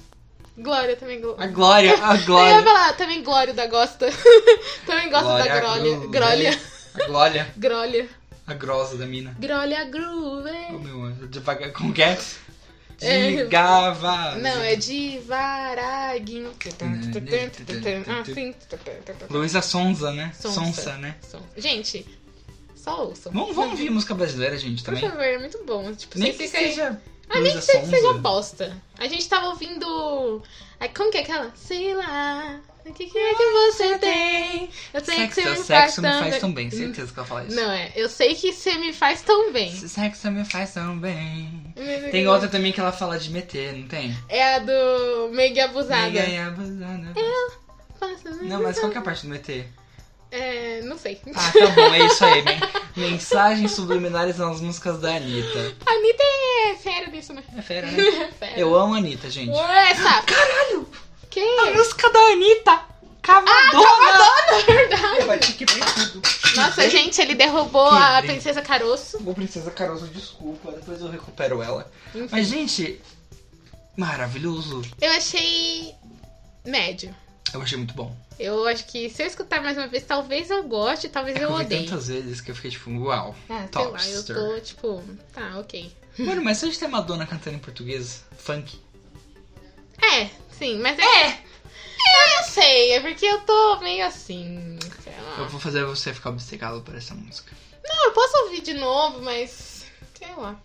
Speaker 2: Glória também. Glória.
Speaker 1: A Glória, a
Speaker 2: Eu ia
Speaker 1: Glória.
Speaker 2: falar, também Glória da Gosta. também gosto da Grolha. Grolha.
Speaker 1: A Glória,
Speaker 2: Grolha.
Speaker 1: a grossa da mina.
Speaker 2: Grolha
Speaker 1: Ô,
Speaker 2: Groove.
Speaker 1: meu anjo, devagar, como que é?
Speaker 2: É.
Speaker 1: Digava.
Speaker 2: Não, é de Varaguinho. Ah, sim.
Speaker 1: Luísa Sonza, né?
Speaker 2: Sonsa.
Speaker 1: né?
Speaker 2: Gente, só ouçam.
Speaker 1: Vamos, vamos ouvir música brasileira, gente,
Speaker 2: Por
Speaker 1: também.
Speaker 2: favor, é muito bom. Tipo,
Speaker 1: Nem
Speaker 2: você
Speaker 1: que
Speaker 2: fica aí-
Speaker 1: seja
Speaker 2: Ah, nem
Speaker 1: Luísa
Speaker 2: que seja,
Speaker 1: Sonza.
Speaker 2: seja bosta. A gente tava ouvindo. Ai, como que é aquela? Sei lá. O que, que é que você tem? Eu sei que você
Speaker 1: Sexo,
Speaker 2: me
Speaker 1: sexo
Speaker 2: faz
Speaker 1: me
Speaker 2: tão
Speaker 1: faz
Speaker 2: bem.
Speaker 1: tão bem. Certeza que ela fala isso.
Speaker 2: Não, é. Eu sei que você me faz tão bem.
Speaker 1: Sexo me faz tão bem. Tem outra também que ela fala de meter, não tem?
Speaker 2: É a do Meg Abusada.
Speaker 1: Ninguém é abusada.
Speaker 2: Faça-
Speaker 1: Não, mas qual que é a parte do meter?
Speaker 2: É, não sei.
Speaker 1: Ah, tá bom, é isso aí. men- Mensagens subliminares nas músicas da Anitta.
Speaker 2: A Anitta é fera nisso, né?
Speaker 1: É fera, né?
Speaker 2: É fera.
Speaker 1: Eu amo a Anitta, gente.
Speaker 2: Ué, sapo.
Speaker 1: Caralho! Ah,
Speaker 2: Que?
Speaker 1: A música da Anitta! Cavadona! é
Speaker 2: Verdade.
Speaker 1: Eu bati que bem tudo.
Speaker 2: Nossa, gente, ele derrubou
Speaker 1: Que
Speaker 2: a
Speaker 1: bem.
Speaker 2: Princesa Caroço.
Speaker 1: Ô, Princesa Caroso, desculpa, depois eu recupero ela.
Speaker 2: Enfim.
Speaker 1: Mas, gente, maravilhoso.
Speaker 2: Eu achei médio.
Speaker 1: Eu achei muito bom.
Speaker 2: Eu acho que se eu escutar mais uma vez, talvez eu goste, talvez eu
Speaker 1: eu vi
Speaker 2: odeie.
Speaker 1: tantas vezes que eu fiquei tipo, uau.
Speaker 2: Ah, sei lá, eu
Speaker 1: Topster.
Speaker 2: tô tipo, tá, ok.
Speaker 1: Mano, mas se a gente tem Madonna cantando em português, funk.
Speaker 2: É, sim, mas é. Eu não sei, é porque eu tô meio assim. Sei lá.
Speaker 1: Eu vou fazer você ficar obcecado por essa música.
Speaker 2: Não, eu posso ouvir de novo, mas. Sei lá.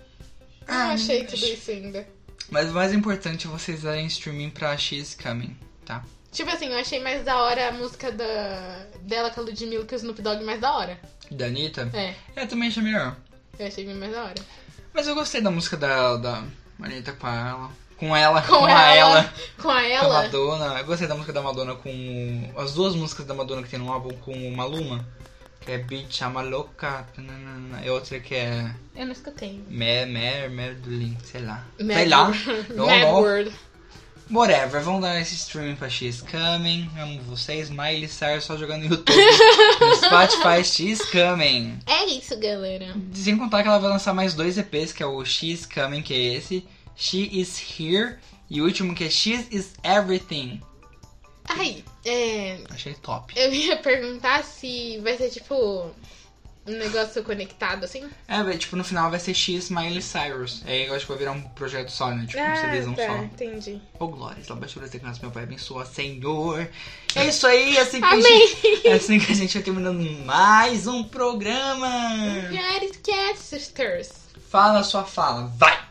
Speaker 2: Eu não
Speaker 1: Ah,
Speaker 2: achei
Speaker 1: não
Speaker 2: tudo
Speaker 1: achei.
Speaker 2: isso ainda.
Speaker 1: Mas o mais importante é vocês darem streaming pra X Coming, tá?
Speaker 2: Tipo assim, eu achei mais da hora a música da... dela com a Ludmilla que o Snoop Dogg é mais da hora.
Speaker 1: Da Anitta.
Speaker 2: É,
Speaker 1: Eu também achei melhor.
Speaker 2: eu achei bem mais da hora.
Speaker 1: Mas eu gostei da música da, da Anitta com a ela. Com ela,
Speaker 2: Com,
Speaker 1: com, a
Speaker 2: ela,
Speaker 1: ela.
Speaker 2: Com a
Speaker 1: Com a
Speaker 2: ela.
Speaker 1: Madonna. Eu gostei da música da Madonna com. o- As duas músicas da Madonna que tem no álbum com o Maluma. Que é Bitch, I'm a Louca. tananana, E outra que é.
Speaker 2: Eu não escutei.
Speaker 1: Mer, Mer, Merlin, sei lá. Sei lá. Não,
Speaker 2: Mad
Speaker 1: não.
Speaker 2: World.
Speaker 1: Whatever, vamos dar esse streaming pra X Coming. Amo vocês. Miley Cyrus só jogando no YouTube. no Spotify X Coming.
Speaker 2: É isso, galera.
Speaker 1: Sem contar que ela vai lançar mais dois EPs, que é o X Coming, que é esse. She is Here. E o último que é X is Everything.
Speaker 2: Ai, é,
Speaker 1: Achei top.
Speaker 2: eu ia perguntar se vai ser tipo um negócio conectado assim.
Speaker 1: É, velho, tipo, no final vai ser X Miley Cyrus. É, eu acho que vai virar um projeto só, né? Tipo, um CDzão só.
Speaker 2: Ah, tá, entendi.
Speaker 1: Ô, Glórias, lá baixou das teclas, meu pai abençoa, Senhor. É isso aí, é assim que, a
Speaker 2: Amém.
Speaker 1: gente, é assim que a gente vai terminando mais um programa.
Speaker 2: Mulheres Cat é Sisters.
Speaker 1: Fala a sua fala, vai!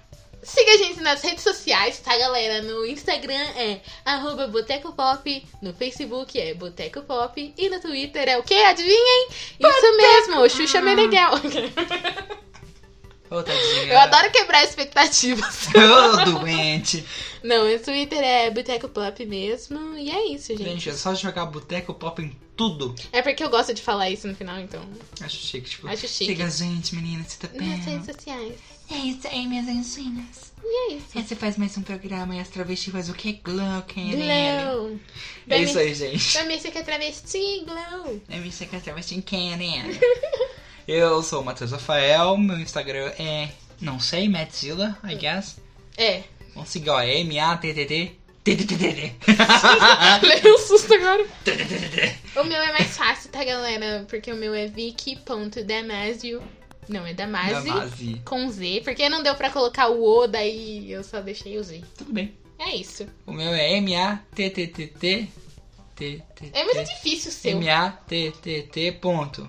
Speaker 2: Siga a gente nas redes sociais, tá, galera? No Instagram é arroba Boteco Pop, no Facebook é Boteco Pop e no Twitter é o quê? Adivinhem? Isso mesmo,
Speaker 1: Ah.
Speaker 2: Xuxa Meneghel.
Speaker 1: Ô, tadinha.
Speaker 2: Eu adoro quebrar expectativas.
Speaker 1: Ô, doente.
Speaker 2: Não, o Twitter é Boteco Pop mesmo e é isso, gente.
Speaker 1: Gente, é só jogar boteco pop em tudo.
Speaker 2: É porque eu gosto de falar isso no final, então.
Speaker 1: Acho chique, tipo.
Speaker 2: Acho chique.
Speaker 1: Chega, gente, menina, você tá
Speaker 2: Nas redes
Speaker 1: bem.
Speaker 2: sociais.
Speaker 1: É isso aí, minhas anjinhas.
Speaker 2: E é isso.
Speaker 1: Você faz mais um programa e as travestis faz o que? Glow, Candy.
Speaker 2: Glow.
Speaker 1: É isso aí, gente.
Speaker 2: Pra mim, você quer travesti, Glow.
Speaker 1: É me que é travesti em Candy. Eu sou o Matheus Rafael, meu Instagram é. Não sei, Matzilla, I guess.
Speaker 2: É.
Speaker 1: Vamos seguir, ó, é M-A-T-T-T. T-T-T-T.
Speaker 2: Levei um susto agora. o meu é mais fácil, tá, galera? Porque o meu é Vicky.damasio. Não, é Damasi.
Speaker 1: Damasi.
Speaker 2: Com Z. Porque não deu pra colocar o O, daí eu só deixei o Z.
Speaker 1: Tudo bem.
Speaker 2: É isso.
Speaker 1: O meu é M-A-T-T-T-T. T-T-T.
Speaker 2: É muito difícil o seu.
Speaker 1: M-A-T-T-T. ponto.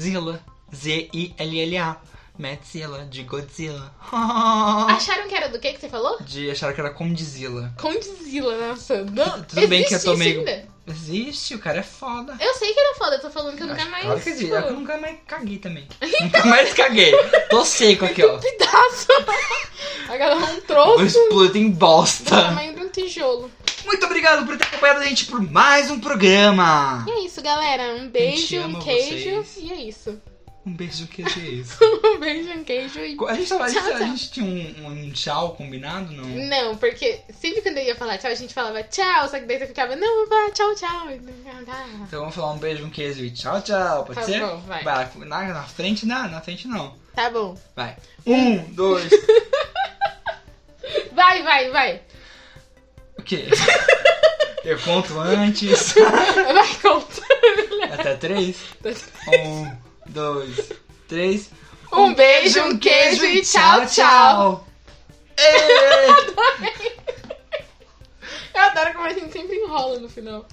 Speaker 1: Zilla. Z-I-L-L-A. Matzilla, de Godzilla.
Speaker 2: Acharam que era do que que você falou?
Speaker 1: De acharam que era Condizilla.
Speaker 2: Condzilla, nossa. Não,
Speaker 1: Tudo bem que eu tô
Speaker 2: existe
Speaker 1: meio-
Speaker 2: isso ainda?
Speaker 1: Existe, o cara é foda.
Speaker 2: Eu sei que era foda, eu tô falando que eu nunca
Speaker 1: Acho-
Speaker 2: mais.
Speaker 1: claro que sim,
Speaker 2: tipo,
Speaker 1: é que eu nunca mais caguei também. nunca mais caguei. Tô seco aqui, ó.
Speaker 2: Pedaço. A galera um
Speaker 1: Tô
Speaker 2: troço
Speaker 1: explodindo em
Speaker 2: do
Speaker 1: bosta.
Speaker 2: tamanho de um tijolo.
Speaker 1: Muito obrigado por ter acompanhado a gente por mais um programa.
Speaker 2: E é isso, galera. Um beijo,
Speaker 1: ama
Speaker 2: um queijo.
Speaker 1: vocês.
Speaker 2: E é isso.
Speaker 1: Um beijo, que é isso?
Speaker 2: Um beijo, um queijo e.
Speaker 1: A gente, tava- a gente-
Speaker 2: Tchau,
Speaker 1: a
Speaker 2: tchau.
Speaker 1: gente tinha um, um tchau combinado, não?
Speaker 2: Não, porque sempre quando eu ia falar tchau, a gente falava tchau, só que daí você ficava, não, vá, tchau, tchau. E- Ah,
Speaker 1: Então vamos falar um beijo, um queijo e tchau, tchau. Pode
Speaker 2: Tá
Speaker 1: ser?
Speaker 2: bom, vai.
Speaker 1: na, na frente, não. Na frente, não.
Speaker 2: Tá bom.
Speaker 1: Vai.
Speaker 2: É.
Speaker 1: Um, dois...
Speaker 2: Vai, vai, vai.
Speaker 1: o quê? Eu conto antes.
Speaker 2: Vai, conta.
Speaker 1: Até três. Um, dois, três...
Speaker 2: Um beijo, um queijo e tchau, tchau.
Speaker 1: Ê!
Speaker 2: Eu adoro como a gente sempre enrola no final.